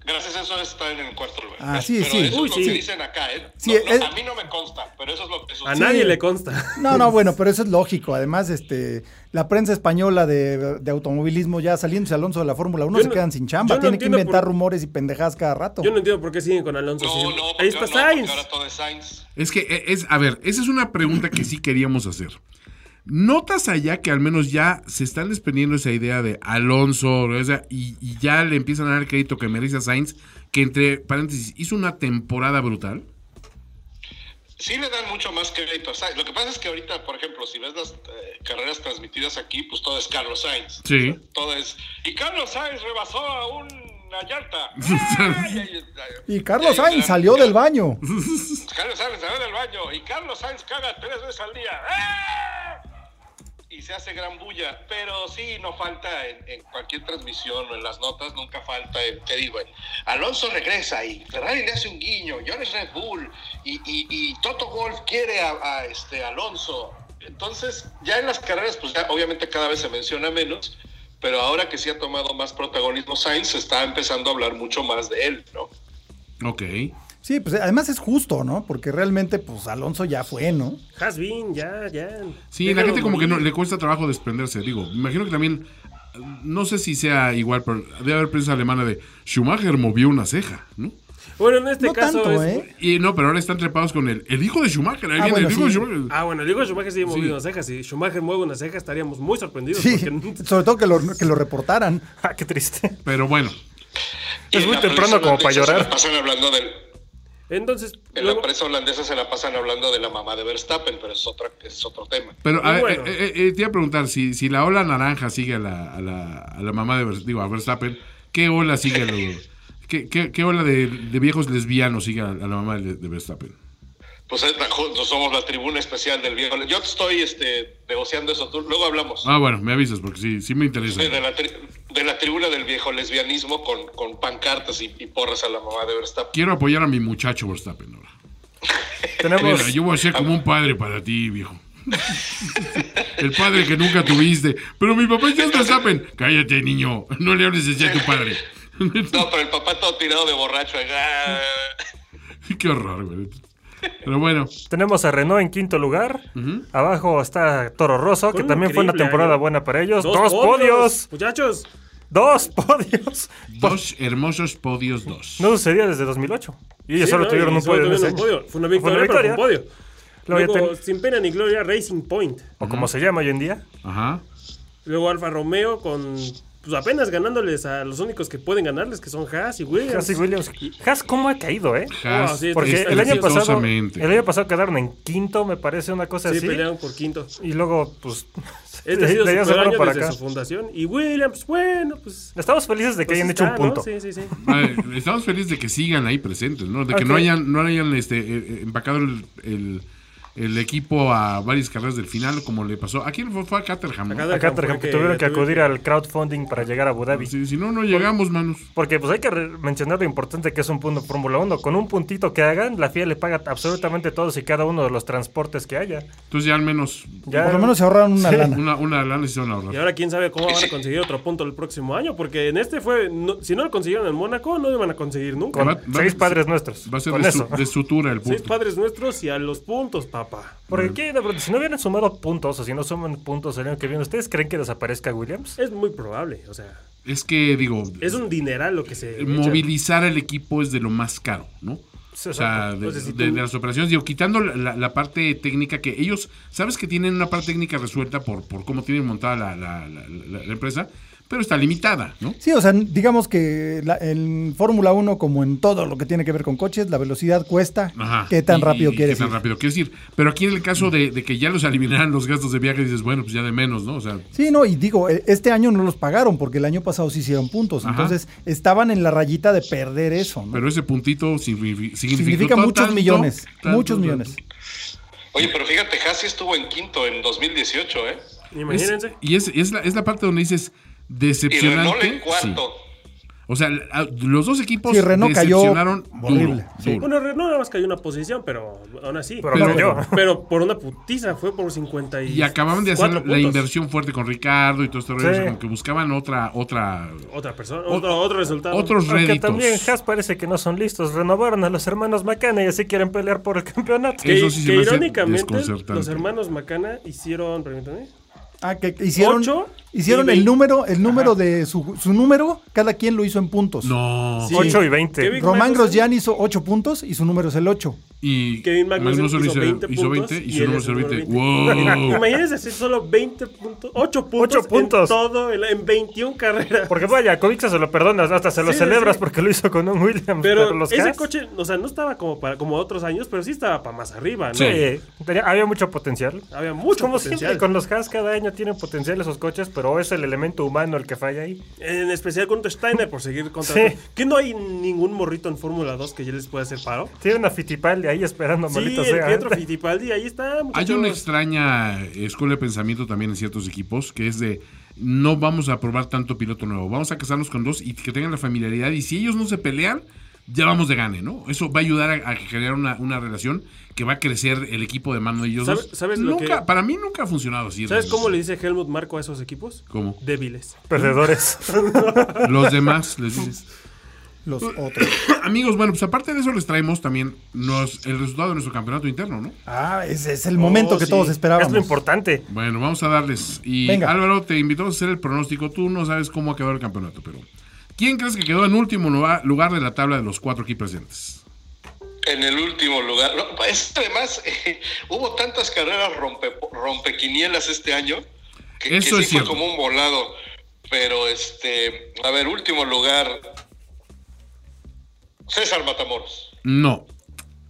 [SPEAKER 3] Gracias a eso están en el cuarto lugar.
[SPEAKER 1] Ah, sí,
[SPEAKER 3] pero
[SPEAKER 1] sí.
[SPEAKER 3] Eso
[SPEAKER 4] Uy,
[SPEAKER 3] es lo
[SPEAKER 4] sí.
[SPEAKER 3] que dicen acá, ¿eh?
[SPEAKER 1] Sí,
[SPEAKER 3] No, no,
[SPEAKER 1] es-
[SPEAKER 3] A mí no me consta, pero eso es lo que
[SPEAKER 4] A
[SPEAKER 3] sucede.
[SPEAKER 4] nadie le consta.
[SPEAKER 1] No, no, bueno, pero eso es lógico. Además, este, la prensa española de, de automovilismo ya saliéndose Alonso de la Fórmula 1
[SPEAKER 4] Yo
[SPEAKER 1] se
[SPEAKER 4] no-
[SPEAKER 1] quedan sin
[SPEAKER 4] yo
[SPEAKER 1] chamba.
[SPEAKER 4] no
[SPEAKER 1] Tienen que
[SPEAKER 4] entiendo
[SPEAKER 1] inventar
[SPEAKER 4] por-
[SPEAKER 1] rumores y pendejadas cada rato.
[SPEAKER 4] Yo no entiendo por qué siguen con Alonso.
[SPEAKER 3] No,
[SPEAKER 4] si-
[SPEAKER 3] no, porque,
[SPEAKER 4] Ahí está
[SPEAKER 3] no, porque
[SPEAKER 4] Sainz.
[SPEAKER 3] ahora todo es Sainz.
[SPEAKER 2] Es que eh, es, a ver, esa es una pregunta que sí queríamos hacer. ¿Notas allá que al menos ya se están desprendiendo esa idea de Alonso o sea, y, y ya le empiezan a dar el crédito que merece a Sainz, que entre paréntesis hizo una temporada brutal?
[SPEAKER 3] Sí le dan mucho más crédito a Sainz. Lo que pasa es que ahorita, por ejemplo, si ves las eh, carreras transmitidas aquí, pues todo es Carlos Sainz.
[SPEAKER 2] Sí.
[SPEAKER 3] Todo es... Y Carlos Sainz rebasó a una llanta. Ay, ay, ay.
[SPEAKER 1] Y Carlos Sainz
[SPEAKER 3] ya,
[SPEAKER 1] salió
[SPEAKER 3] ya.
[SPEAKER 1] del baño.
[SPEAKER 3] Carlos Sainz salió del baño. Y Carlos Sainz caga tres veces al día. ¡Ah! Y se hace gran bulla. Pero sí, no falta en, en cualquier transmisión o en las notas, nunca falta. el te digo, el Alonso regresa y Ferrari le hace un guiño. John es Red Bull. Y, y- y Toto Golf quiere a, a, este Alonso. Entonces, ya en las carreras, pues ya obviamente cada vez se menciona menos. Pero ahora que sí ha tomado más protagonismo Sainz, se está empezando a hablar mucho más de él, ¿no?
[SPEAKER 2] Ok.
[SPEAKER 1] Sí, pues además es justo, ¿no? Porque realmente, pues Alonso ya fue, ¿no?
[SPEAKER 4] Has been, ya, ya.
[SPEAKER 2] Sí, la
[SPEAKER 4] Déjalo
[SPEAKER 2] gente como que no,
[SPEAKER 4] morir.
[SPEAKER 2] le cuesta trabajo desprenderse. Digo, me imagino que también, no sé si sea igual, pero debe haber prensa alemana de Schumacher movió una ceja, ¿no?
[SPEAKER 4] Bueno, en este
[SPEAKER 1] no
[SPEAKER 4] caso.
[SPEAKER 1] tanto,
[SPEAKER 4] es-
[SPEAKER 1] ¿eh?
[SPEAKER 2] Y no, pero ahora están trepados con el, el hijo de Schumacher. Ahí
[SPEAKER 1] Ah,
[SPEAKER 2] viene
[SPEAKER 1] bueno,
[SPEAKER 2] el hijo
[SPEAKER 1] sí.
[SPEAKER 2] de Schumacher.
[SPEAKER 4] Ah, bueno, digo Schumacher sigue moviendo las cejas. Si Schumacher mueve una ceja, estaríamos muy sorprendidos.
[SPEAKER 1] Sí,
[SPEAKER 4] Porque...
[SPEAKER 1] sobre todo que lo, que lo reportaran.
[SPEAKER 5] Ah, qué triste.
[SPEAKER 2] Pero bueno,
[SPEAKER 3] Y
[SPEAKER 5] Es
[SPEAKER 3] en
[SPEAKER 5] muy
[SPEAKER 3] la
[SPEAKER 5] temprano
[SPEAKER 3] prensa
[SPEAKER 5] como para
[SPEAKER 3] holandesa se la
[SPEAKER 5] llorar.
[SPEAKER 3] Pasan hablando del,
[SPEAKER 4] Entonces,
[SPEAKER 3] En la
[SPEAKER 4] luego-
[SPEAKER 3] prensa holandesa se la pasan hablando de la mamá de Verstappen, pero es otro, es otro tema.
[SPEAKER 2] Pero a
[SPEAKER 4] Y
[SPEAKER 2] ver,
[SPEAKER 4] bueno.
[SPEAKER 2] eh, eh, eh, te iba a preguntar, si, si la ola naranja sigue a la, a la, a la mamá de Vers- digo, a Verstappen, ¿qué ola sigue a los- ¿Qué, qué, qué ola de, de viejos lesbianos sigue a, a la mamá de, de Verstappen?
[SPEAKER 3] Pues es la- juntos somos la tribuna especial del viejo. Yo estoy este, negociando eso, tú- luego hablamos.
[SPEAKER 2] Ah, bueno, me avisas porque sí, sí me interesa.
[SPEAKER 3] De la, tri- de la tribuna del viejo lesbianismo con, con pancartas y, y porras a la mamá de Verstappen.
[SPEAKER 2] Quiero apoyar a mi muchacho Verstappen ahora.
[SPEAKER 5] Tenemos,
[SPEAKER 2] Mira, yo voy a ser como un padre para ti, viejo. El padre que nunca tuviste. Pero mi papá ya es Verstappen. Cállate, niño. No le hables así a tu padre.
[SPEAKER 3] No, pero el papá todo tirado de borracho. ahí, ah.
[SPEAKER 2] Qué horror, güey. Pero bueno.
[SPEAKER 3] Pues
[SPEAKER 5] tenemos a Renault en quinto lugar. Abajo está Toro Rosso, que
[SPEAKER 4] Con un
[SPEAKER 5] también fue una
[SPEAKER 4] increíble
[SPEAKER 5] temporada
[SPEAKER 4] año.
[SPEAKER 5] buena para ellos. Dos, podios.
[SPEAKER 4] Muchachos,
[SPEAKER 5] Dos podios.
[SPEAKER 2] Dos hermosos podios, dos.
[SPEAKER 5] No sucedía desde 2008. Y ellos
[SPEAKER 4] Sí,
[SPEAKER 5] solo
[SPEAKER 4] ¿no?
[SPEAKER 5] tuvieron
[SPEAKER 4] Y
[SPEAKER 5] un
[SPEAKER 4] solo
[SPEAKER 5] podio. en
[SPEAKER 4] tuvieron un
[SPEAKER 5] ese año.
[SPEAKER 4] podio. Fue una victoria,
[SPEAKER 5] Fue una victoria.
[SPEAKER 4] pero fue un podio.
[SPEAKER 5] Luego ya
[SPEAKER 4] Luego,
[SPEAKER 5] ten-
[SPEAKER 4] sin pena ni gloria, Racing Point.
[SPEAKER 5] O como se llama hoy en día.
[SPEAKER 2] Ajá.
[SPEAKER 4] Luego Alfa Romeo con... Pues apenas ganándoles a los únicos que pueden ganarles, que son Haas y Williams.
[SPEAKER 5] Haas y Williams. Haas, ¿cómo ha caído, eh?
[SPEAKER 2] Haas,
[SPEAKER 4] Ah, sí,
[SPEAKER 5] Porque
[SPEAKER 4] Triste,
[SPEAKER 5] el año, pasado,
[SPEAKER 2] estrepitosamente.
[SPEAKER 5] el año pasado quedaron en quinto, me parece, una cosa
[SPEAKER 4] Sí,
[SPEAKER 5] así.
[SPEAKER 4] pelearon por quinto.
[SPEAKER 5] Y luego, pues.
[SPEAKER 4] Este ha sido
[SPEAKER 5] de
[SPEAKER 4] su peor
[SPEAKER 5] allá se fueron
[SPEAKER 4] año
[SPEAKER 5] para
[SPEAKER 4] desde
[SPEAKER 5] acá.
[SPEAKER 4] su fundación. Y Williams, bueno, pues...
[SPEAKER 5] Estamos felices de que
[SPEAKER 4] pues
[SPEAKER 5] hayan
[SPEAKER 4] sí
[SPEAKER 5] hecho un
[SPEAKER 4] está, ¿no?
[SPEAKER 5] punto.
[SPEAKER 4] Sí, sí, sí.
[SPEAKER 2] A ver, Ah, estamos felices de que sigan ahí presentes, ¿no? De que
[SPEAKER 5] Ok.
[SPEAKER 2] no hayan, no hayan este, eh, empacado el, el- el equipo a varias carreras del final, como le pasó. ¿A quién fue? Fue a Caterham. ¿no?
[SPEAKER 4] A Caterham.
[SPEAKER 5] Acá
[SPEAKER 4] Fue
[SPEAKER 5] Tarjam, que
[SPEAKER 4] que
[SPEAKER 5] tuvieron que
[SPEAKER 4] tuve-
[SPEAKER 5] acudir al crowdfunding para llegar a Abu Dhabi.
[SPEAKER 2] Si, si no, no llegamos, manos.
[SPEAKER 5] Porque pues hay que re- mencionar lo importante que es un punto Fórmula 1. Con un puntito que hagan, la FIA le paga absolutamente todos y cada uno de los transportes que haya.
[SPEAKER 2] Entonces ya al menos
[SPEAKER 5] Ya-
[SPEAKER 1] Por lo menos se ahorraron una lana.
[SPEAKER 2] una, una lana se van a
[SPEAKER 4] Y
[SPEAKER 2] ahorrar.
[SPEAKER 4] ahora quién sabe cómo van a conseguir otro punto el próximo año, porque en este fue, no- si no lo consiguieron en Mónaco, no lo van a conseguir nunca.
[SPEAKER 5] Con
[SPEAKER 2] Va- va-
[SPEAKER 5] seis padres nuestros.
[SPEAKER 2] Va a ser
[SPEAKER 5] con
[SPEAKER 2] de,
[SPEAKER 5] eso.
[SPEAKER 2] su- de sutura el
[SPEAKER 4] Seis
[SPEAKER 2] punto.
[SPEAKER 4] padres nuestros y a los puntos, papá.
[SPEAKER 5] papá. Porque aquí, la verdad, si no hubieran sumado puntos o si no suman puntos el año que viene, ¿ustedes creen que desaparezca Williams?
[SPEAKER 4] Es muy probable, o sea,
[SPEAKER 2] Es que, digo,
[SPEAKER 4] es un dineral lo que se... echa.
[SPEAKER 2] movilizar al equipo es de lo más caro, ¿no?
[SPEAKER 5] Sí,
[SPEAKER 2] O sea,
[SPEAKER 1] pues,
[SPEAKER 5] exacto.
[SPEAKER 2] de,
[SPEAKER 4] Entonces, si
[SPEAKER 2] de-
[SPEAKER 4] tú-
[SPEAKER 2] de las operaciones, digo, quitando la, la- la parte técnica que ellos, sabes que tienen una parte técnica resuelta por, por cómo tienen montada la, la- la- la- la empresa, pero está limitada, ¿no?
[SPEAKER 1] Sí, o sea, digamos que la- en Fórmula 1, como en todo lo que tiene que ver con coches, la velocidad cuesta.
[SPEAKER 2] Ajá.
[SPEAKER 1] ¿Qué tan
[SPEAKER 2] Y-
[SPEAKER 1] rápido
[SPEAKER 2] y- y
[SPEAKER 1] quieres
[SPEAKER 2] ¿Qué tan
[SPEAKER 1] ir?
[SPEAKER 2] rápido quieres ir? Pero aquí en el caso de, de que ya los eliminaran los gastos de viaje, dices, bueno, pues ya de menos, ¿no? O sea,
[SPEAKER 1] Sí, no, y digo, e- este año no los pagaron porque el año pasado sí hicieron puntos.
[SPEAKER 2] Ajá.
[SPEAKER 1] Entonces estaban en la rayita de perder eso, ¿no?
[SPEAKER 2] pero ese puntito signifi- significó
[SPEAKER 1] Significa
[SPEAKER 2] tan-
[SPEAKER 1] muchos
[SPEAKER 2] tanto,
[SPEAKER 1] millones,
[SPEAKER 2] tanto,
[SPEAKER 1] muchos
[SPEAKER 2] tanto.
[SPEAKER 1] millones.
[SPEAKER 3] Oye, pero fíjate, Hassi estuvo en quinto en 2018, ¿eh?
[SPEAKER 4] Imagínense.
[SPEAKER 2] Es- y es, es la, es la parte donde dices
[SPEAKER 3] Y Renault
[SPEAKER 2] decepcionante.
[SPEAKER 3] en cuarto.
[SPEAKER 2] sí. O sea, la- los dos equipos
[SPEAKER 1] Sí, Renault cayó
[SPEAKER 2] decepcionaron
[SPEAKER 1] horrible,
[SPEAKER 2] duro,
[SPEAKER 1] sí.
[SPEAKER 2] duro.
[SPEAKER 4] Bueno, no nada más cayó una posición, pero aún así.
[SPEAKER 5] Pero
[SPEAKER 2] Pero-
[SPEAKER 5] cayó.
[SPEAKER 4] Pero por una putiza fue por 50 y
[SPEAKER 2] Y acababan de hacer
[SPEAKER 4] cuatro
[SPEAKER 2] la
[SPEAKER 4] puntos.
[SPEAKER 2] inversión fuerte con Ricardo y todo este rollo,
[SPEAKER 5] Sí.
[SPEAKER 2] o sea, como que buscaban otra, otra,
[SPEAKER 4] Otra persona, otro, otro resultado.
[SPEAKER 2] otros
[SPEAKER 5] Aunque
[SPEAKER 2] réditos.
[SPEAKER 5] también Haas parece que no son listos. Renovaron a los hermanos Macana y así quieren pelear por el campeonato.
[SPEAKER 4] Que,
[SPEAKER 2] Eso sí se
[SPEAKER 4] que
[SPEAKER 2] me hace
[SPEAKER 4] irónicamente
[SPEAKER 2] desconcertante.
[SPEAKER 4] los hermanos Macana hicieron, permítame,
[SPEAKER 1] Ah, que hicieron,
[SPEAKER 4] Ocho
[SPEAKER 1] hicieron
[SPEAKER 4] y
[SPEAKER 1] el
[SPEAKER 4] veinte.
[SPEAKER 1] número, el número de su, su número, cada quien lo hizo en puntos.
[SPEAKER 2] No.
[SPEAKER 4] Sí.
[SPEAKER 5] 8 y
[SPEAKER 4] Kevin
[SPEAKER 5] 20.
[SPEAKER 1] Román
[SPEAKER 4] Magnussen-
[SPEAKER 1] Grosjean hizo 8 puntos y su número es el 8.
[SPEAKER 2] Y
[SPEAKER 4] Kevin Magnussen
[SPEAKER 2] Magnussen
[SPEAKER 4] hizo
[SPEAKER 2] hizo
[SPEAKER 4] 20
[SPEAKER 2] hizo
[SPEAKER 4] puntos
[SPEAKER 2] 20 y
[SPEAKER 4] y
[SPEAKER 2] su
[SPEAKER 4] él
[SPEAKER 2] número
[SPEAKER 4] es
[SPEAKER 2] es
[SPEAKER 4] el
[SPEAKER 2] el 20.
[SPEAKER 4] número
[SPEAKER 2] ¡Wow!
[SPEAKER 4] Imagínense hacer solo 20 puntos, 8 puntos,
[SPEAKER 5] Ocho puntos.
[SPEAKER 4] en todo, el- en 21 carreras.
[SPEAKER 5] Porque vaya, Kovica se lo perdonas, hasta se lo
[SPEAKER 4] Sí, sí,
[SPEAKER 5] celebras
[SPEAKER 4] sí.
[SPEAKER 5] porque lo hizo con un Williams.
[SPEAKER 4] Pero
[SPEAKER 5] los
[SPEAKER 4] ese
[SPEAKER 5] Haas-
[SPEAKER 4] coche, o sea, no estaba como para como otros años, pero sí estaba para más arriba, ¿no?
[SPEAKER 2] Sí.
[SPEAKER 5] Sí, eh, tenía- había mucho potencial.
[SPEAKER 4] Había mucho
[SPEAKER 5] Como
[SPEAKER 4] potencial.
[SPEAKER 5] siempre, con los Haas cada año tienen potencial esos coches, pero es el elemento humano el que falla ahí.
[SPEAKER 4] En especial contra Steiner por seguir contra.
[SPEAKER 5] Sí.
[SPEAKER 4] Que no hay ningún morrito en Fórmula 2 que ya les pueda hacer paro.
[SPEAKER 5] Tienen a Fittipaldi ahí esperando,
[SPEAKER 4] Sí,
[SPEAKER 5] maldita
[SPEAKER 4] el
[SPEAKER 5] sea. ¿eh?
[SPEAKER 4] Pietro Fittipaldi, ahí está.
[SPEAKER 2] Hay
[SPEAKER 4] muchachos.
[SPEAKER 2] una extraña escuela de pensamiento también en ciertos equipos que es de no vamos a probar tanto piloto nuevo, vamos a casarnos con dos y que tengan la familiaridad y si ellos no se pelean, ya vamos de gane, ¿no? Eso va a ayudar a, a generar una, una relación que va a crecer el equipo de mano de ellos.
[SPEAKER 4] ¿Sabe-
[SPEAKER 2] dos.
[SPEAKER 4] sabes lo
[SPEAKER 2] nunca,
[SPEAKER 4] que-
[SPEAKER 2] Para mí nunca ha funcionado así.
[SPEAKER 4] ¿Sabes
[SPEAKER 2] realmente.
[SPEAKER 4] cómo le dice Helmut Marco a esos equipos?
[SPEAKER 2] ¿Cómo?
[SPEAKER 4] Débiles.
[SPEAKER 5] Perdedores.
[SPEAKER 2] Los demás les dices.
[SPEAKER 1] Los
[SPEAKER 2] Uh.
[SPEAKER 1] otros.
[SPEAKER 2] Amigos, bueno, pues aparte de eso les traemos también nos- el resultado de nuestro campeonato interno, ¿no?
[SPEAKER 1] Ah, ese es el momento que
[SPEAKER 4] sí.
[SPEAKER 1] todos esperábamos.
[SPEAKER 5] Oh, es lo importante.
[SPEAKER 2] Bueno, vamos a darles. Y
[SPEAKER 1] Venga.
[SPEAKER 2] Álvaro, te invitamos a hacer el pronóstico. Tú no sabes cómo ha quedado el campeonato, pero ¿quién crees que quedó en último lugar lugar de la tabla de los cuatro aquí presentes?
[SPEAKER 3] En el último lugar. No, es, además, eh, hubo tantas carreras rompe, rompequinielas este año que,
[SPEAKER 2] Eso
[SPEAKER 3] que sí
[SPEAKER 2] es cierto.
[SPEAKER 3] fue como un volado. Pero, este, a ver, último lugar. César Matamoros.
[SPEAKER 2] No.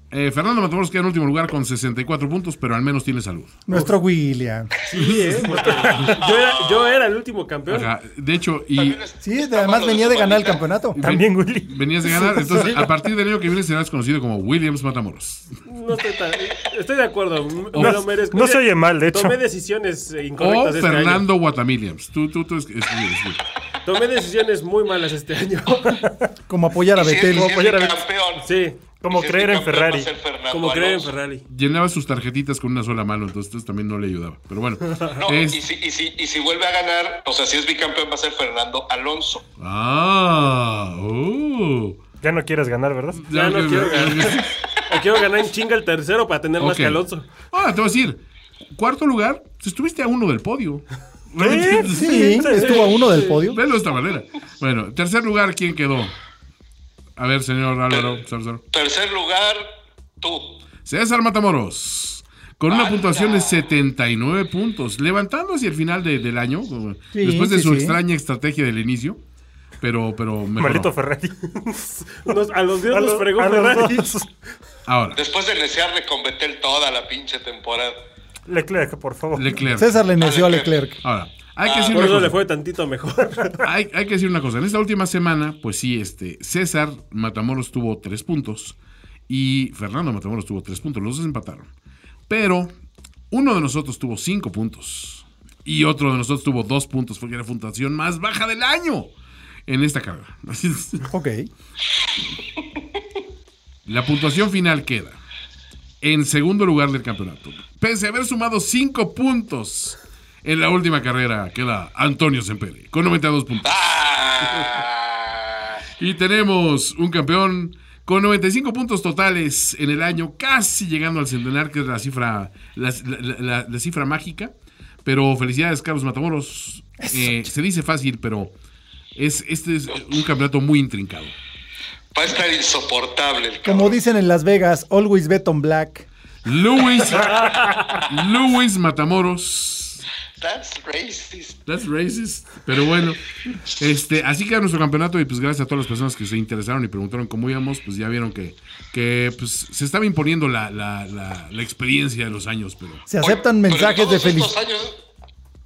[SPEAKER 2] Eh, Fernando Matamoros queda en último lugar con 64 puntos, pero al menos tiene salud.
[SPEAKER 1] Nuestro William.
[SPEAKER 4] Sí, ¿eh? Porque yo, era, yo era el último campeón.
[SPEAKER 2] Ajá. De hecho, y
[SPEAKER 3] También es-
[SPEAKER 1] Sí,
[SPEAKER 3] está
[SPEAKER 1] además
[SPEAKER 3] malo
[SPEAKER 1] venía
[SPEAKER 3] su
[SPEAKER 1] de ganar el
[SPEAKER 3] bandita.
[SPEAKER 1] campeonato.
[SPEAKER 5] También Willy.
[SPEAKER 2] venías de ganar. Entonces, a partir del año que viene serás conocido como Williams Matamoros.
[SPEAKER 4] No estoy tan. Estoy de acuerdo. m-
[SPEAKER 2] O-
[SPEAKER 4] me lo merezco.
[SPEAKER 5] no se oye mal, de hecho.
[SPEAKER 4] Tomé decisiones eh,
[SPEAKER 2] O
[SPEAKER 4] incorrectas este año.
[SPEAKER 2] Oh, Fernando Guatamilliams. Tú, tú, tú. es- es- es- es-
[SPEAKER 4] Tomé decisiones muy malas este año.
[SPEAKER 1] Como apoyar a
[SPEAKER 3] Y si es-
[SPEAKER 1] Betel.
[SPEAKER 3] y si es
[SPEAKER 5] apoyar a
[SPEAKER 3] mi
[SPEAKER 5] Betel.
[SPEAKER 3] campeón.
[SPEAKER 4] Sí.
[SPEAKER 5] Como
[SPEAKER 3] Y si es
[SPEAKER 5] creer
[SPEAKER 3] mi
[SPEAKER 5] en
[SPEAKER 3] campeón, va a
[SPEAKER 5] Ferrari.
[SPEAKER 3] ser Fernando
[SPEAKER 4] Como creer en
[SPEAKER 3] Alonso.
[SPEAKER 4] Ferrari.
[SPEAKER 2] Llenaba sus tarjetitas con una sola mano, entonces esto también no le ayudaba. Pero bueno.
[SPEAKER 3] No,
[SPEAKER 2] es-
[SPEAKER 3] y, si, y, si, y si vuelve a ganar, o sea, si es bicampeón va a ser Fernando Alonso.
[SPEAKER 2] Ah, oh.
[SPEAKER 5] Ya no quieres ganar, ¿verdad?
[SPEAKER 4] Ya no quiero ganar. O quiero ganar en chinga el tercero para tener más
[SPEAKER 2] Ok.
[SPEAKER 4] que Alonso.
[SPEAKER 2] Ahora te voy a decir, cuarto lugar, pues, estuviste a uno del podio.
[SPEAKER 1] Sí, estuvo a uno del podio.
[SPEAKER 2] Velo de esta manera. Bueno, tercer lugar, ¿quién quedó? A ver, señor Álvaro, Salazar.
[SPEAKER 3] Tercer lugar, tú.
[SPEAKER 2] César Matamoros. Con una
[SPEAKER 3] Anda.
[SPEAKER 2] puntuación de 79 puntos, levantando hacia el final de- del año,
[SPEAKER 1] Sí,
[SPEAKER 2] después de
[SPEAKER 1] sí,
[SPEAKER 2] su
[SPEAKER 1] sí.
[SPEAKER 2] extraña estrategia del inicio, pero, pero mejoró.
[SPEAKER 5] Maldito Ferrari.
[SPEAKER 4] Nos- a los dios
[SPEAKER 5] A
[SPEAKER 4] nos
[SPEAKER 5] los-
[SPEAKER 4] fregó
[SPEAKER 5] a los
[SPEAKER 4] Ferrari.
[SPEAKER 5] dos.
[SPEAKER 2] Ahora,
[SPEAKER 3] Después de desearle con Betel toda la pinche temporada.
[SPEAKER 5] Leclerc, por favor.
[SPEAKER 2] Leclerc.
[SPEAKER 1] César le inició a Leclerc.
[SPEAKER 2] Ahora, hay que decir
[SPEAKER 4] Ah,
[SPEAKER 2] una
[SPEAKER 4] Por eso
[SPEAKER 2] cosa.
[SPEAKER 4] le fue tantito mejor.
[SPEAKER 2] hay, hay que decir una cosa. En esta última semana, pues sí, este César Matamoros tuvo tres puntos y Fernando Matamoros tuvo tres puntos. Los dos empataron. Pero uno de nosotros tuvo cinco puntos y otro de nosotros tuvo dos puntos porque era la puntuación más baja del año en esta carrera. Así es.
[SPEAKER 1] Ok.
[SPEAKER 2] La puntuación final queda en segundo lugar del campeonato. Pese a haber sumado cinco puntos en la última carrera, queda Antonio Sempere con 92 puntos.
[SPEAKER 3] ¡Ah!
[SPEAKER 2] Y tenemos un campeón Con 95 puntos totales en el año, casi llegando al centenar, que es la cifra, la, la- la- la cifra mágica. Pero felicidades, Carlos Matamoros. Eh, se dice fácil, pero es, este es un campeonato muy intrincado.
[SPEAKER 3] Va a estar insoportable el
[SPEAKER 1] Como
[SPEAKER 3] cabrón.
[SPEAKER 1] dicen en Las Vegas, always bet on black.
[SPEAKER 2] Luis, Luis Matamoros.
[SPEAKER 3] That's racist.
[SPEAKER 2] That's racist. Pero bueno, este, así queda nuestro campeonato y pues gracias a todas las personas que se interesaron y preguntaron cómo íbamos, pues ya vieron que, que pues, se estaba imponiendo la, la- la- la experiencia de los años, pero
[SPEAKER 1] Se aceptan
[SPEAKER 3] Oye,
[SPEAKER 1] mensajes
[SPEAKER 3] pero
[SPEAKER 1] de
[SPEAKER 3] en todos
[SPEAKER 1] felicidad.
[SPEAKER 3] estos años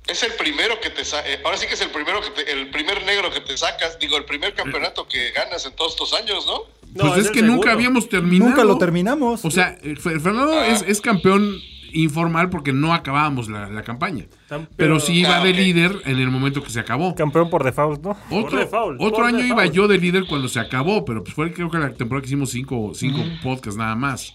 [SPEAKER 3] es el primero que te sa- eh, ahora sí que es el primero que te- el primer negro que te sacas, digo, el primer campeonato que ganas en todos estos años, ¿no?
[SPEAKER 4] No,
[SPEAKER 2] pues es,
[SPEAKER 4] el
[SPEAKER 2] que nunca
[SPEAKER 4] segundo.
[SPEAKER 2] habíamos terminado.
[SPEAKER 1] Nunca lo terminamos.
[SPEAKER 2] O sea, eh, Fer- Fernando es, es campeón informal porque no acabábamos la, la campaña.
[SPEAKER 4] Campeón.
[SPEAKER 2] Pero sí iba
[SPEAKER 3] Ah,
[SPEAKER 2] de
[SPEAKER 3] ok.
[SPEAKER 2] líder en el momento que se acabó.
[SPEAKER 5] Campeón por default, ¿no?
[SPEAKER 2] Otro,
[SPEAKER 4] default,
[SPEAKER 2] otro
[SPEAKER 4] por
[SPEAKER 2] año iba
[SPEAKER 4] default.
[SPEAKER 2] yo de líder cuando se acabó, pero pues fue creo que la temporada que hicimos cinco, cinco podcasts nada más.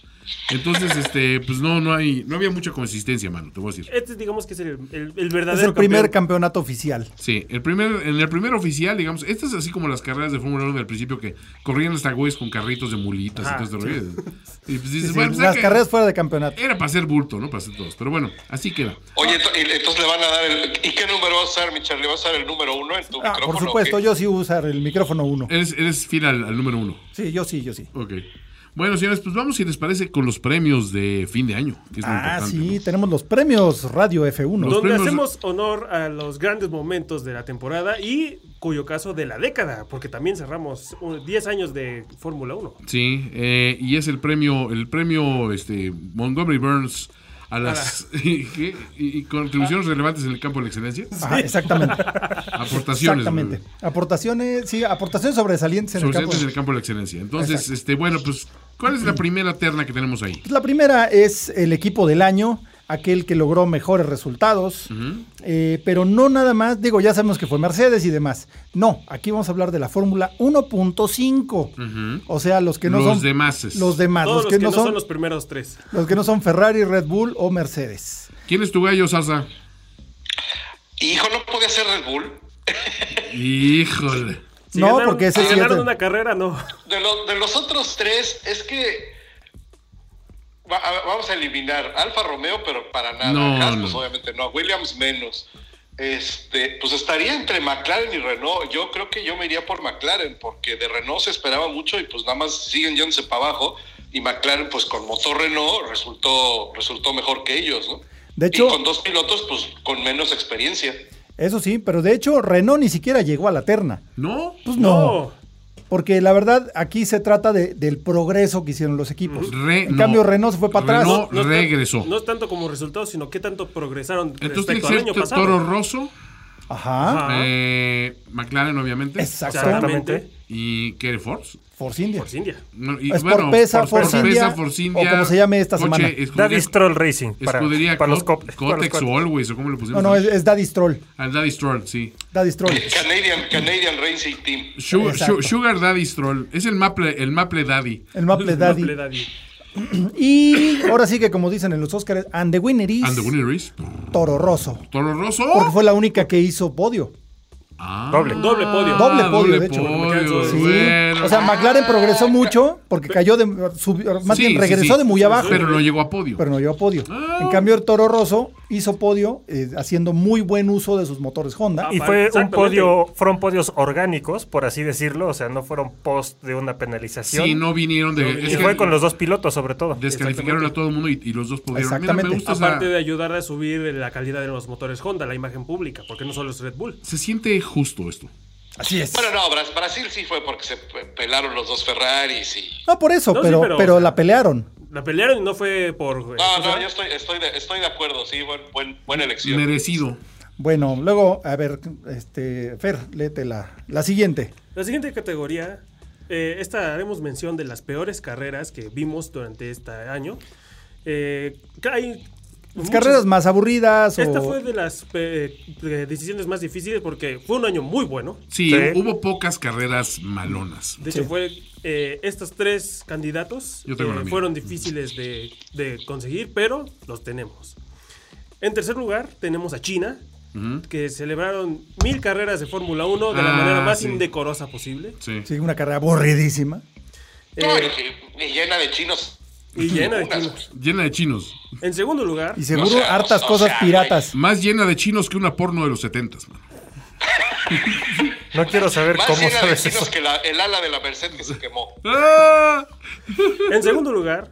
[SPEAKER 2] Entonces, este, pues no, no hay, no había mucha consistencia, mano, te voy a decir.
[SPEAKER 4] Este digamos que es el, el- el verdadero
[SPEAKER 1] es el primer
[SPEAKER 4] campeón.
[SPEAKER 1] campeonato oficial.
[SPEAKER 2] Sí, el primer, en el primer oficial, digamos, estas es así como las carreras de Fórmula 1 del principio que corrían hasta güeyes con carritos de mulitas
[SPEAKER 4] Ajá,
[SPEAKER 2] y todo esto. Y pues dices,
[SPEAKER 1] Ah, Sí, sí,
[SPEAKER 2] bueno, pues, hay
[SPEAKER 1] las
[SPEAKER 2] que-
[SPEAKER 1] carreras fuera de campeonato.
[SPEAKER 2] era para hacer bulto, ¿no? Para hacer todos. Pero bueno, así queda.
[SPEAKER 3] Oye, ento- y- entonces le van a dar el ¿Y qué número vas a usar, mi Charlie? ¿Vas a usar el número uno en tu
[SPEAKER 1] Ah, por
[SPEAKER 3] micrófono?
[SPEAKER 1] supuesto,
[SPEAKER 3] o qué?
[SPEAKER 1] yo sí usar el micrófono uno.
[SPEAKER 2] Eres, eres fiel al, al número uno.
[SPEAKER 1] Sí, yo sí, yo sí.
[SPEAKER 2] Ok. Bueno, señores, pues vamos, si les parece, con los premios de fin de año. Que es lo
[SPEAKER 1] Ah,
[SPEAKER 2] importante,
[SPEAKER 1] sí,
[SPEAKER 2] ¿no?
[SPEAKER 1] tenemos los premios Radio F1.
[SPEAKER 2] Los
[SPEAKER 4] Donde
[SPEAKER 2] premios-
[SPEAKER 4] hacemos honor a los grandes momentos de la temporada y cuyo caso de la década, porque también cerramos un- 10 años de Fórmula 1.
[SPEAKER 2] Sí, eh, y es el premio, el premio este, Montgomery Burns a las ¿qué? y, y
[SPEAKER 4] Ah.
[SPEAKER 2] contribuciones relevantes en el campo de la excelencia.
[SPEAKER 1] Ajá, exactamente.
[SPEAKER 2] Aportaciones.
[SPEAKER 1] exactamente. Aportaciones, sí, aportaciones sobresalientes en el campo.
[SPEAKER 2] Suficientes en el campo de la excelencia. Entonces,
[SPEAKER 1] Exacto.
[SPEAKER 2] este, bueno, pues, ¿cuál es la primera terna que tenemos ahí?
[SPEAKER 1] Pues La primera es el equipo del año, aquel que logró mejores resultados, eh, pero no nada más, digo, ya sabemos que fue Mercedes y demás. No, aquí vamos a hablar de la Fórmula 1.5, o sea, los que no
[SPEAKER 2] Los
[SPEAKER 1] son...
[SPEAKER 2] demases.
[SPEAKER 1] Los demás, Ah,
[SPEAKER 4] Todos
[SPEAKER 1] los que, no, son,
[SPEAKER 4] los primeros tres.
[SPEAKER 1] los que no son Ferrari, Red Bull o Mercedes.
[SPEAKER 2] ¿Quién es tu gallo, Sasa?
[SPEAKER 3] Hijo, no podía ser Red Bull.
[SPEAKER 2] Híjole.
[SPEAKER 4] Si
[SPEAKER 1] no,
[SPEAKER 4] ganaron-
[SPEAKER 1] porque ese
[SPEAKER 4] si
[SPEAKER 1] sí es
[SPEAKER 4] ganaron
[SPEAKER 1] de-
[SPEAKER 4] una carrera, no.
[SPEAKER 3] De, lo- de los otros tres, es que. va- a- vamos a eliminar Alfa Romeo, pero para nada.
[SPEAKER 2] No,
[SPEAKER 3] Haas, pues
[SPEAKER 2] no.
[SPEAKER 3] obviamente no. Williams menos. Este, pues estaría entre McLaren y Renault. Yo creo que yo me iría por McLaren, porque de Renault se esperaba mucho y pues nada más siguen yéndose para abajo. Y McLaren, pues con motor Renault, resultó, resultó mejor que ellos, ¿no?
[SPEAKER 1] De
[SPEAKER 3] y
[SPEAKER 1] hecho-
[SPEAKER 3] con dos pilotos, pues con menos experiencia.
[SPEAKER 1] Eso sí, pero de hecho Renault ni siquiera llegó a la terna.
[SPEAKER 2] ¿No?
[SPEAKER 1] Pues no. Porque la verdad, aquí se trata de- del progreso que hicieron los equipos.
[SPEAKER 2] Re-
[SPEAKER 1] en
[SPEAKER 2] no.
[SPEAKER 1] cambio, Renault se fue para atrás.
[SPEAKER 2] Renault-
[SPEAKER 4] No es tan-
[SPEAKER 2] Regresó.
[SPEAKER 4] No es tanto como resultado, sino qué tanto progresaron
[SPEAKER 2] Entonces tiene
[SPEAKER 4] respecto
[SPEAKER 2] que
[SPEAKER 4] al
[SPEAKER 2] ser
[SPEAKER 4] año
[SPEAKER 2] to-
[SPEAKER 4] pasado.
[SPEAKER 2] Toro Rosso,
[SPEAKER 1] Ajá.
[SPEAKER 4] Ajá.
[SPEAKER 2] eh, McLaren, obviamente,
[SPEAKER 1] Exacto.
[SPEAKER 4] Exactamente.
[SPEAKER 2] y Kerry Force.
[SPEAKER 1] Force India.
[SPEAKER 4] Force India.
[SPEAKER 2] No, y
[SPEAKER 1] Es por pesa,
[SPEAKER 2] por
[SPEAKER 1] Force
[SPEAKER 2] pesa,
[SPEAKER 1] India,
[SPEAKER 2] Force India,
[SPEAKER 1] o como se llame esta
[SPEAKER 2] coche,
[SPEAKER 1] semana.
[SPEAKER 2] escudería-
[SPEAKER 5] Daddy's Troll Racing. Para,
[SPEAKER 2] Escudería
[SPEAKER 5] para los
[SPEAKER 2] Cot-
[SPEAKER 5] cop- para los
[SPEAKER 2] Cotex
[SPEAKER 5] cop-
[SPEAKER 2] o Always, o cómo le
[SPEAKER 1] No,
[SPEAKER 2] pusimos.
[SPEAKER 1] no, es, es Daddy Stroll.
[SPEAKER 2] Al Daddy Stroll, sí.
[SPEAKER 1] Daddy Stroll.
[SPEAKER 3] Canadian, Canadian Racing Team.
[SPEAKER 2] Sugar,
[SPEAKER 1] Exacto.
[SPEAKER 2] Su- Sugar Daddy Stroll. Es el Maple, el Maple Daddy.
[SPEAKER 1] El Maple
[SPEAKER 4] Maple
[SPEAKER 1] Daddy.
[SPEAKER 4] Daddy.
[SPEAKER 1] Y ahora sí que, como dicen en los Oscars, and the winner is
[SPEAKER 2] And the winner is
[SPEAKER 1] Toro Rosso.
[SPEAKER 2] Toro Rosso.
[SPEAKER 1] Porque fue la única que hizo podio.
[SPEAKER 2] Ah,
[SPEAKER 5] Doble.
[SPEAKER 4] Doble podio.
[SPEAKER 1] Doble podio, de hecho.
[SPEAKER 2] podio,
[SPEAKER 4] Sí.
[SPEAKER 2] Pues bueno.
[SPEAKER 1] O sea, McLaren progresó mucho porque cayó de. subió- más
[SPEAKER 2] Sí, sí,
[SPEAKER 1] bien regresó
[SPEAKER 2] sí.
[SPEAKER 1] de muy abajo.
[SPEAKER 2] Pero no llegó a podio.
[SPEAKER 1] pero no llegó a podio. En cambio, el Toro Rosso hizo podio eh, haciendo muy buen uso de sus motores Honda.
[SPEAKER 5] Y
[SPEAKER 4] Ah,
[SPEAKER 5] fue un
[SPEAKER 4] exactamente.
[SPEAKER 5] podio, fueron podios orgánicos, por así decirlo, o sea, no fueron post de una penalización.
[SPEAKER 2] sí, no vinieron de.
[SPEAKER 4] No
[SPEAKER 2] es
[SPEAKER 5] y
[SPEAKER 4] vinieron.
[SPEAKER 2] que
[SPEAKER 5] fue con los dos pilotos, sobre todo.
[SPEAKER 2] Descalificaron a todo el mundo y, y los dos pudieron. Mira,
[SPEAKER 1] Exactamente.
[SPEAKER 2] me gusta esa-
[SPEAKER 4] Aparte de ayudar a subir la calidad de los motores Honda, la imagen pública, porque no solo es Red Bull.
[SPEAKER 2] Se siente justo esto.
[SPEAKER 1] Así es.
[SPEAKER 3] Bueno, no, Bras- Brasil sí fue porque se pe- pelaron los dos Ferraris y
[SPEAKER 1] No, por eso,
[SPEAKER 4] No, sí,
[SPEAKER 1] pero, pero,
[SPEAKER 4] pero- o sea-
[SPEAKER 1] la pelearon.
[SPEAKER 4] La pelearon y no fue por. eh,
[SPEAKER 3] No,
[SPEAKER 4] cosa-
[SPEAKER 3] no, yo estoy, estoy, de, estoy de acuerdo, sí, buen, buen, buena elección.
[SPEAKER 2] Merecido.
[SPEAKER 1] Bueno, luego, a ver, este, Fer, léete la, la siguiente.
[SPEAKER 4] La siguiente categoría, eh, esta haremos mención de las peores carreras que vimos durante este año. Eh, que hay
[SPEAKER 1] Las
[SPEAKER 4] muchas-
[SPEAKER 1] Pues carreras más aburridas.
[SPEAKER 4] Esta
[SPEAKER 1] o-
[SPEAKER 4] fue de las eh, de decisiones más difíciles porque fue un año muy bueno.
[SPEAKER 2] Sí,
[SPEAKER 5] Sí.
[SPEAKER 2] hubo pocas carreras malonas.
[SPEAKER 4] De hecho, fue eh, estos tres candidatos eh,
[SPEAKER 2] Yo tengo la mía.
[SPEAKER 4] fueron difíciles de, de conseguir, pero los tenemos. En tercer lugar, tenemos a China, que celebraron mil carreras de Fórmula 1 de la
[SPEAKER 2] Ah,
[SPEAKER 4] manera más
[SPEAKER 2] sí.
[SPEAKER 4] indecorosa posible.
[SPEAKER 2] Sí.
[SPEAKER 1] Sí, una carrera aburridísima.
[SPEAKER 3] No, y,
[SPEAKER 4] Eh,
[SPEAKER 3] que- y llena de chinos.
[SPEAKER 4] y llena de
[SPEAKER 3] Unas,
[SPEAKER 4] chinos.
[SPEAKER 2] Llena de chinos.
[SPEAKER 4] En segundo lugar,
[SPEAKER 1] Y seguro
[SPEAKER 3] O sea,
[SPEAKER 1] hartas
[SPEAKER 3] o
[SPEAKER 1] cosas
[SPEAKER 3] sea,
[SPEAKER 1] piratas.
[SPEAKER 2] Más llena de chinos que una porno de los setentas, mano.
[SPEAKER 5] No quiero saber
[SPEAKER 3] Más
[SPEAKER 5] cómo
[SPEAKER 3] llena de
[SPEAKER 5] sabes
[SPEAKER 3] chinos
[SPEAKER 5] eso.
[SPEAKER 3] que la- el ala de la Merced que se quemó.
[SPEAKER 2] ¡Ah!
[SPEAKER 4] en segundo lugar,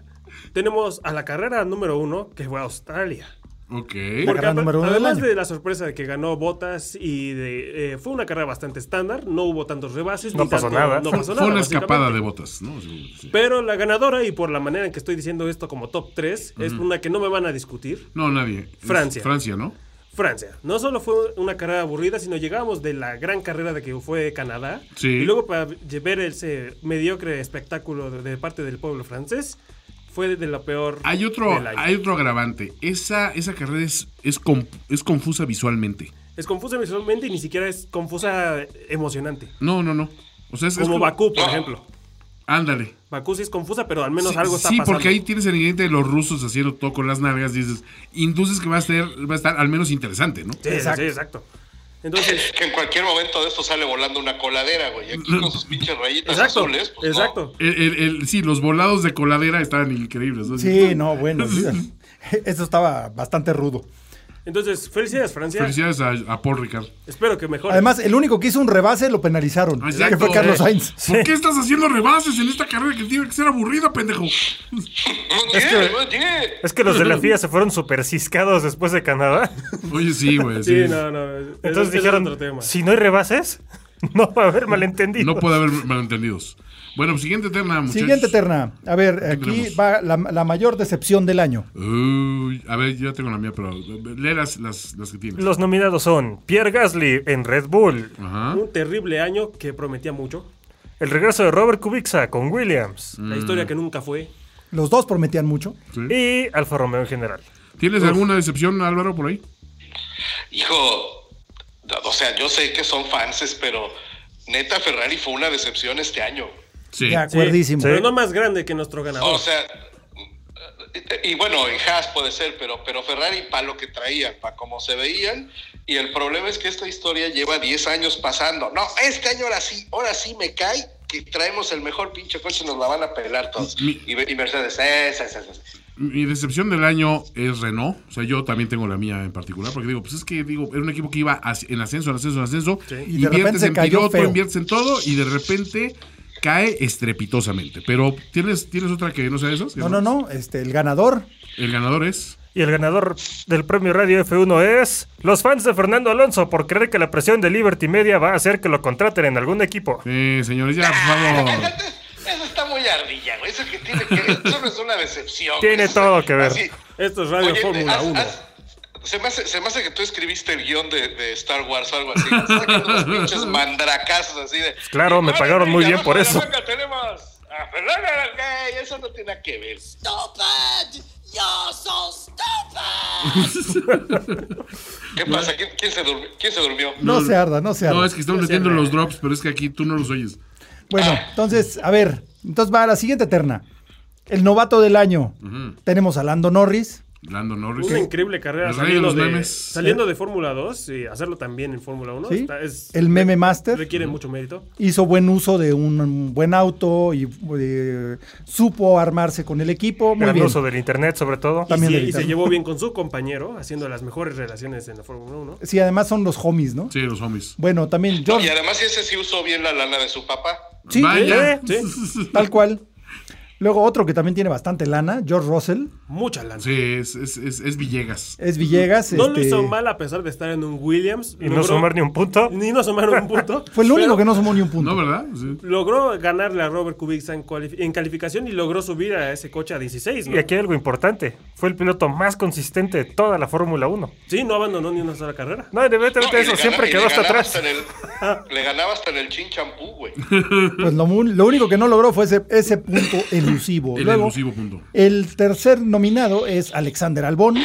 [SPEAKER 4] tenemos a la carrera número uno, que fue Australia.
[SPEAKER 2] Ok.
[SPEAKER 1] La
[SPEAKER 4] Porque
[SPEAKER 1] carrera
[SPEAKER 4] adem-
[SPEAKER 1] número uno del
[SPEAKER 4] además
[SPEAKER 1] año.
[SPEAKER 4] de la sorpresa de que ganó Botas y de, eh, fue una carrera bastante estándar, no hubo tantos rebases.
[SPEAKER 5] No
[SPEAKER 4] ni
[SPEAKER 5] pasó
[SPEAKER 4] tanto-
[SPEAKER 5] nada.
[SPEAKER 4] No
[SPEAKER 5] Fue-
[SPEAKER 4] pasó
[SPEAKER 2] Fue
[SPEAKER 4] nada,
[SPEAKER 2] una escapada
[SPEAKER 4] básicamente.
[SPEAKER 2] de botas, ¿no? Sí, sí.
[SPEAKER 4] Pero la ganadora, y por la manera en que estoy diciendo esto como top 3, es una que no me van a discutir,
[SPEAKER 2] No, nadie. Es
[SPEAKER 4] Francia.
[SPEAKER 2] Francia, ¿no?
[SPEAKER 4] Francia. No solo fue una carrera aburrida, sino llegamos de la gran carrera de que fue Canadá.
[SPEAKER 2] Sí.
[SPEAKER 4] Y luego para ver ese mediocre espectáculo de, de parte del pueblo francés, fue de la peor
[SPEAKER 2] Hay otro,
[SPEAKER 4] del año.
[SPEAKER 2] hay otro agravante. Esa, esa carrera es, es, com- es confusa visualmente.
[SPEAKER 4] Es confusa visualmente y ni siquiera es confusa emocionante.
[SPEAKER 2] No, no, no. O sea, es, es
[SPEAKER 4] Como Bakú, por
[SPEAKER 3] No.
[SPEAKER 4] ejemplo.
[SPEAKER 2] Ándale.
[SPEAKER 4] Bakú sí es confusa, pero al menos
[SPEAKER 2] sí,
[SPEAKER 4] algo está
[SPEAKER 2] sí,
[SPEAKER 4] pasando.
[SPEAKER 2] porque ahí tienes el ingrediente de los rusos haciendo todo con las nalgas. Dices, induces que va a, ser, va a estar al menos interesante, ¿no?
[SPEAKER 4] Sí, exacto. sí, exacto. Entonces,
[SPEAKER 3] Que en cualquier momento de esto sale volando una coladera, güey. Aquí con sus pinches rayitas
[SPEAKER 4] exacto,
[SPEAKER 3] azules. Pues no.
[SPEAKER 4] exacto.
[SPEAKER 2] El- el- el- sí, los volados de coladera estaban increíbles. ¿no?
[SPEAKER 1] Sí, no, bueno. olvídalo. Eso estaba bastante rudo.
[SPEAKER 4] Entonces, felicidades, Francia.
[SPEAKER 2] Felicidades a, a Paul Ricard.
[SPEAKER 4] Espero que mejore.
[SPEAKER 1] Además, el único que hizo un rebase lo penalizaron.
[SPEAKER 2] Ah, Exacto.
[SPEAKER 1] Que fue Carlos
[SPEAKER 2] Sí.
[SPEAKER 1] Sainz.
[SPEAKER 2] ¿Por qué estás haciendo rebases en esta carrera que tiene que ser aburrida, pendejo?
[SPEAKER 3] No tiene, no tiene.
[SPEAKER 5] Es que los de la FIA se fueron super ciscados después de Canadá.
[SPEAKER 2] Oye, sí, güey.
[SPEAKER 4] sí,
[SPEAKER 2] sí.
[SPEAKER 4] no, no. es-
[SPEAKER 5] Entonces
[SPEAKER 4] es otro tema.
[SPEAKER 5] dijeron, si no hay rebases, no va a haber malentendido.
[SPEAKER 2] No puede haber malentendidos. Bueno, pues, siguiente tema, muchachos.
[SPEAKER 1] Siguiente terna. A ver, aquí
[SPEAKER 2] tenemos?
[SPEAKER 1] va la, la mayor decepción del año.
[SPEAKER 2] Uy, a ver, yo tengo la mía, pero lee las, las, las que tienes.
[SPEAKER 5] Los nominados son Pierre Gasly en Red Bull,
[SPEAKER 2] Ajá.
[SPEAKER 4] Un terrible año que prometía mucho.
[SPEAKER 5] el regreso de Robert Kubica con Williams
[SPEAKER 4] La historia que nunca fue.
[SPEAKER 1] Los dos prometían mucho.
[SPEAKER 2] Mm.
[SPEAKER 5] y Alfa Romeo en general.
[SPEAKER 2] ¿Tienes alguna decepción, Álvaro, por ahí?
[SPEAKER 3] Hijo, o sea, yo sé que son fanses, pero neta Ferrari fue una decepción este año.
[SPEAKER 2] Sí.
[SPEAKER 1] De acuerdísimo.
[SPEAKER 5] Sí.
[SPEAKER 4] Pero no más grande que nuestro
[SPEAKER 3] O
[SPEAKER 4] ganador.
[SPEAKER 3] sea, y y bueno, en Haas puede ser, pero, pero Ferrari para lo que traían, para cómo se veían. Y el problema es que esta historia lleva 10 años pasando. No, este año ahora sí, ahora sí me cae que traemos el mejor pinche coche, nos la van a pelar todos.
[SPEAKER 2] Mi-
[SPEAKER 3] Y, y Mercedes, esa, esa, esa.
[SPEAKER 2] Mi decepción del año es Renault. O sea, yo también tengo la mía en particular, porque digo, pues es que digo, era un equipo que iba as- en ascenso, en ascenso, en ascenso.
[SPEAKER 1] Y de repente se
[SPEAKER 2] en
[SPEAKER 1] cayó
[SPEAKER 2] piloto,
[SPEAKER 1] feo.
[SPEAKER 2] inviertes en todo y de repente cae estrepitosamente. Pero ¿tienes, tienes otra que no sea de esas?
[SPEAKER 1] No, no, no. Este, el ganador.
[SPEAKER 2] El ganador es.
[SPEAKER 5] Y el ganador del premio Radio F1 es los fans de Fernando Alonso por creer que la presión de Liberty Media va a hacer que lo contraten en algún equipo.
[SPEAKER 2] Eh, señores, ya, por favor.
[SPEAKER 3] Ah, Eso está muy ardilla, güey. Eso que tiene que ver, eso no es una decepción.
[SPEAKER 5] Tiene
[SPEAKER 3] Eso-
[SPEAKER 5] todo que ver.
[SPEAKER 4] Esto es Radio
[SPEAKER 3] Oye,
[SPEAKER 4] Fórmula
[SPEAKER 3] haz-
[SPEAKER 4] 1.
[SPEAKER 3] haz- se, me hace, se me hace que tú escribiste el guión de, de Star Wars o algo así. Sacas unos pinches mandracazos así de.
[SPEAKER 5] Pues claro, me
[SPEAKER 3] "Ay,
[SPEAKER 5] pagaron muy
[SPEAKER 3] y
[SPEAKER 5] bien
[SPEAKER 3] abajo
[SPEAKER 5] por
[SPEAKER 3] de
[SPEAKER 5] eso".
[SPEAKER 3] La manga tenemos a Fernando Arangay, eso no tiene nada que ver.
[SPEAKER 7] stupid! You're so stupid!
[SPEAKER 3] ¿Qué pasa? ¿Quién, quién se, durmi- quién se durmió?
[SPEAKER 1] No, se arda, no se arda.
[SPEAKER 2] No, es que estamos metiendo los drops, pero es que aquí tú no los oyes.
[SPEAKER 1] Bueno, entonces, a ver. Entonces va a la siguiente terna. El novato del año. Tenemos a Lando Norris.
[SPEAKER 2] Lando Norris.
[SPEAKER 4] Una increíble carrera
[SPEAKER 2] El rey de
[SPEAKER 4] saliendo
[SPEAKER 2] los
[SPEAKER 4] de,
[SPEAKER 2] memes.
[SPEAKER 4] saliendo de Fórmula 2 y hacerlo también en Fórmula 1.
[SPEAKER 1] ¿sí?
[SPEAKER 4] está- es-
[SPEAKER 1] el meme master.
[SPEAKER 4] requiere mucho mérito.
[SPEAKER 1] Hizo buen uso de un buen auto y eh, supo armarse con el equipo. Muy
[SPEAKER 5] Gran
[SPEAKER 1] bien.
[SPEAKER 5] uso del internet sobre todo.
[SPEAKER 4] Y,
[SPEAKER 1] También
[SPEAKER 4] sí-
[SPEAKER 1] del
[SPEAKER 4] y se
[SPEAKER 1] internet.
[SPEAKER 4] llevó bien con su compañero, haciendo las mejores relaciones en la Fórmula 1.
[SPEAKER 1] Sí, además son los homies, ¿no?
[SPEAKER 2] Sí, los homies.
[SPEAKER 1] Bueno, también
[SPEAKER 3] Y
[SPEAKER 1] George.
[SPEAKER 3] además ese sí usó bien la lana de su papá.
[SPEAKER 1] Sí, eh,
[SPEAKER 2] Vaya.
[SPEAKER 4] Sí,
[SPEAKER 1] Tal cual. Luego otro que también tiene bastante lana, George Russell,
[SPEAKER 4] Mucha lana.
[SPEAKER 2] Sí, es, es, es, es Villegas.
[SPEAKER 1] es Villegas.
[SPEAKER 4] No
[SPEAKER 1] este,
[SPEAKER 4] lo hizo mal a pesar de estar en un Williams.
[SPEAKER 5] Y no sumar ni un punto.
[SPEAKER 4] ni no sumar un punto.
[SPEAKER 1] Fue el único
[SPEAKER 4] pero
[SPEAKER 1] que no sumó ni un punto.
[SPEAKER 2] ¿No, verdad? Sí.
[SPEAKER 4] Logró ganarle a Robert Kubica en, cualif- en calificación y logró subir a ese coche a 16. ¿no?
[SPEAKER 5] Y aquí hay algo importante. Fue el piloto más consistente de toda la Fórmula 1.
[SPEAKER 4] Sí, no abandonó ni una sola carrera.
[SPEAKER 5] No,
[SPEAKER 3] No,
[SPEAKER 5] independientemente
[SPEAKER 3] y
[SPEAKER 5] de
[SPEAKER 3] le
[SPEAKER 5] eso,
[SPEAKER 3] gana-
[SPEAKER 5] siempre
[SPEAKER 3] y
[SPEAKER 5] quedó
[SPEAKER 3] le
[SPEAKER 5] hasta
[SPEAKER 3] ganaba
[SPEAKER 5] atrás.
[SPEAKER 3] en el- le ganaba hasta en el chin champú, güey.
[SPEAKER 1] Pues lo, mu- lo único que no logró fue ese, ese punto elusivo.
[SPEAKER 2] El
[SPEAKER 1] Luego,
[SPEAKER 2] elusivo punto.
[SPEAKER 1] el tercer nominado es Alexander Albón,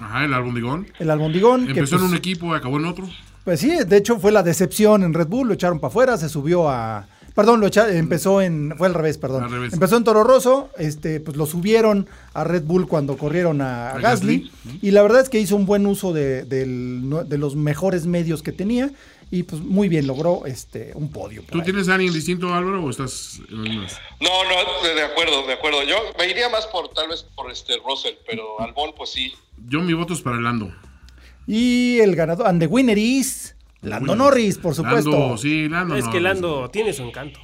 [SPEAKER 2] Ajá, el albondigón.
[SPEAKER 1] el albondigón. que,
[SPEAKER 2] Empezó en
[SPEAKER 1] pues,
[SPEAKER 2] un equipo, acabó en otro.
[SPEAKER 1] Pues sí, de hecho fue la decepción en Red Bull, lo echaron para afuera, se subió a... Perdón, lo echa- empezó en... Fue al revés, perdón.
[SPEAKER 2] Al revés.
[SPEAKER 1] Empezó en Toro Rosso, este, pues lo subieron a Red Bull cuando corrieron a,
[SPEAKER 2] A
[SPEAKER 1] Gasly.
[SPEAKER 2] Gasly,
[SPEAKER 1] Y la verdad es que hizo un buen uso de, del- de los mejores medios que tenía. y pues muy bien logró este un podio. por
[SPEAKER 2] ¿Tú
[SPEAKER 1] ahí.
[SPEAKER 2] tienes a alguien distinto, Álvaro, o estás en las mismas?
[SPEAKER 3] No, no, de de acuerdo, de acuerdo. Yo me iría más por tal vez por este Russell, pero Albon pues sí.
[SPEAKER 2] Yo mi voto es para Lando.
[SPEAKER 1] Y el ganador, and the winner is Lando Norris, por supuesto.
[SPEAKER 2] Lando,
[SPEAKER 1] sí.
[SPEAKER 2] sí, Lando.
[SPEAKER 4] es que
[SPEAKER 2] Norris.
[SPEAKER 4] Lando tiene su encanto.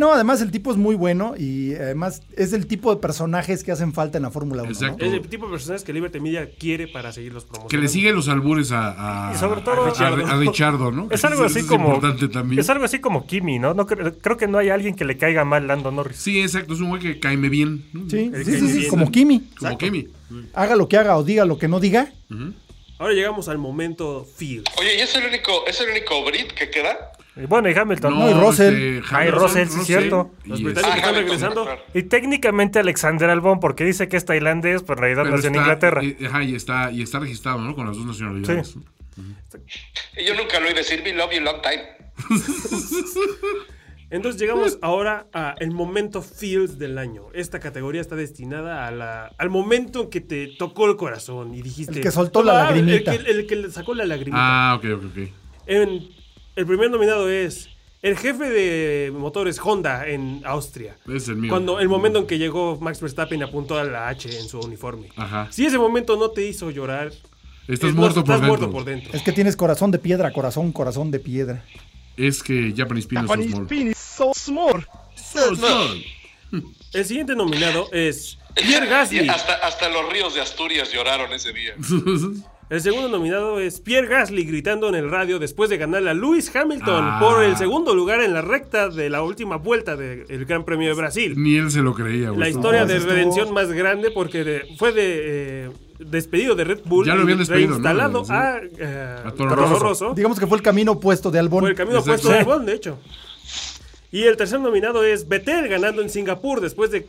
[SPEAKER 1] no, además el tipo es muy bueno y además es el tipo de personajes que hacen falta en la Fórmula 1.
[SPEAKER 2] Exacto.
[SPEAKER 4] Es el tipo de personas que Liberty Media quiere para seguir los promocionando.
[SPEAKER 2] Que le sigue los albures a, a,
[SPEAKER 5] Y sobre todo-
[SPEAKER 2] a, Richardo. a Richardo, ¿no?
[SPEAKER 5] Es algo
[SPEAKER 2] Eso
[SPEAKER 5] así como.
[SPEAKER 2] importante también.
[SPEAKER 5] Es algo así como Kimi, ¿no? no creo, creo que no hay alguien que le caiga mal Lando Norris.
[SPEAKER 2] Sí, exacto, es un güey que caeme bien. ¿no?
[SPEAKER 1] Sí, sí,
[SPEAKER 4] El que
[SPEAKER 1] sí, sí,
[SPEAKER 4] entienda.
[SPEAKER 1] como Kimi.
[SPEAKER 2] Como Kemi.
[SPEAKER 1] Haga lo que haga o diga lo que no diga.
[SPEAKER 4] Ahora llegamos al momento Fear.
[SPEAKER 3] Oye, ¿y es el único, es el único Brit que queda?
[SPEAKER 5] Y bueno, y Hamilton.
[SPEAKER 1] No, y
[SPEAKER 2] este,
[SPEAKER 1] Russell.
[SPEAKER 5] Ah, y Russell, sí, cierto.
[SPEAKER 2] y
[SPEAKER 4] Los
[SPEAKER 2] este-
[SPEAKER 4] británicos
[SPEAKER 3] Hamilton,
[SPEAKER 4] están regresando.
[SPEAKER 3] claro.
[SPEAKER 5] Y técnicamente Alexander Albon, porque dice que es tailandés, pero en realidad
[SPEAKER 2] pero
[SPEAKER 5] nació en
[SPEAKER 2] está- eh,
[SPEAKER 5] Inglaterra.
[SPEAKER 2] y- ajá, y está, y está registrado, ¿no? Con las dos nacionalidades.
[SPEAKER 5] Sí.
[SPEAKER 3] Y Yo nunca lo oí decir, we love you long time.
[SPEAKER 4] Entonces llegamos ahora a el momento feels del año. Esta categoría está destinada a la- al momento en que te tocó el corazón y dijiste...
[SPEAKER 1] El que soltó la
[SPEAKER 4] "Ah,
[SPEAKER 1] lagrimita".
[SPEAKER 4] El que, el que le sacó la lagrimita.
[SPEAKER 2] Ah, ok, ok, ok.
[SPEAKER 4] En- el primer nominado es el jefe de motores Honda en Austria.
[SPEAKER 2] Es el mío.
[SPEAKER 4] Cuando el momento en que llegó Max Verstappen apuntó a la H en su uniforme.
[SPEAKER 2] Ajá.
[SPEAKER 4] Si ese momento no te hizo llorar...
[SPEAKER 2] Estás
[SPEAKER 4] es-
[SPEAKER 2] muerto
[SPEAKER 4] estás
[SPEAKER 2] por
[SPEAKER 4] muerto
[SPEAKER 2] dentro.
[SPEAKER 4] por dentro.
[SPEAKER 1] Es que tienes corazón de piedra, corazón, corazón de piedra.
[SPEAKER 2] Es que Japanese Pin es
[SPEAKER 8] Japanese
[SPEAKER 2] small.
[SPEAKER 8] pin is so small.
[SPEAKER 2] So small.
[SPEAKER 4] El siguiente nominado es Pierre Gasly.
[SPEAKER 3] Y hasta, hasta los ríos de Asturias lloraron ese día.
[SPEAKER 4] El segundo nominado es Pierre Gasly gritando en el radio después de ganarle a Lewis Hamilton
[SPEAKER 2] Ah.
[SPEAKER 4] por el segundo lugar en la recta de la última vuelta del Gran Premio de Brasil.
[SPEAKER 2] Ni él se lo creía, güey.
[SPEAKER 4] La historia
[SPEAKER 1] no,
[SPEAKER 4] de
[SPEAKER 1] eso estuvo-
[SPEAKER 4] redención más grande porque de- fue de, eh, despedido de Red Bull
[SPEAKER 2] Ya lo habían
[SPEAKER 4] y
[SPEAKER 2] despedido, ¿no?
[SPEAKER 4] reinstalado
[SPEAKER 2] Sí.
[SPEAKER 4] a, eh,
[SPEAKER 2] A Toro
[SPEAKER 4] Toro
[SPEAKER 2] Rosso.
[SPEAKER 4] Rosso
[SPEAKER 1] Digamos que fue el camino opuesto de Albon.
[SPEAKER 4] por el camino
[SPEAKER 2] Exacto.
[SPEAKER 4] opuesto de Albon, de hecho. Y el tercer nominado es Vettel ganando en Singapur después de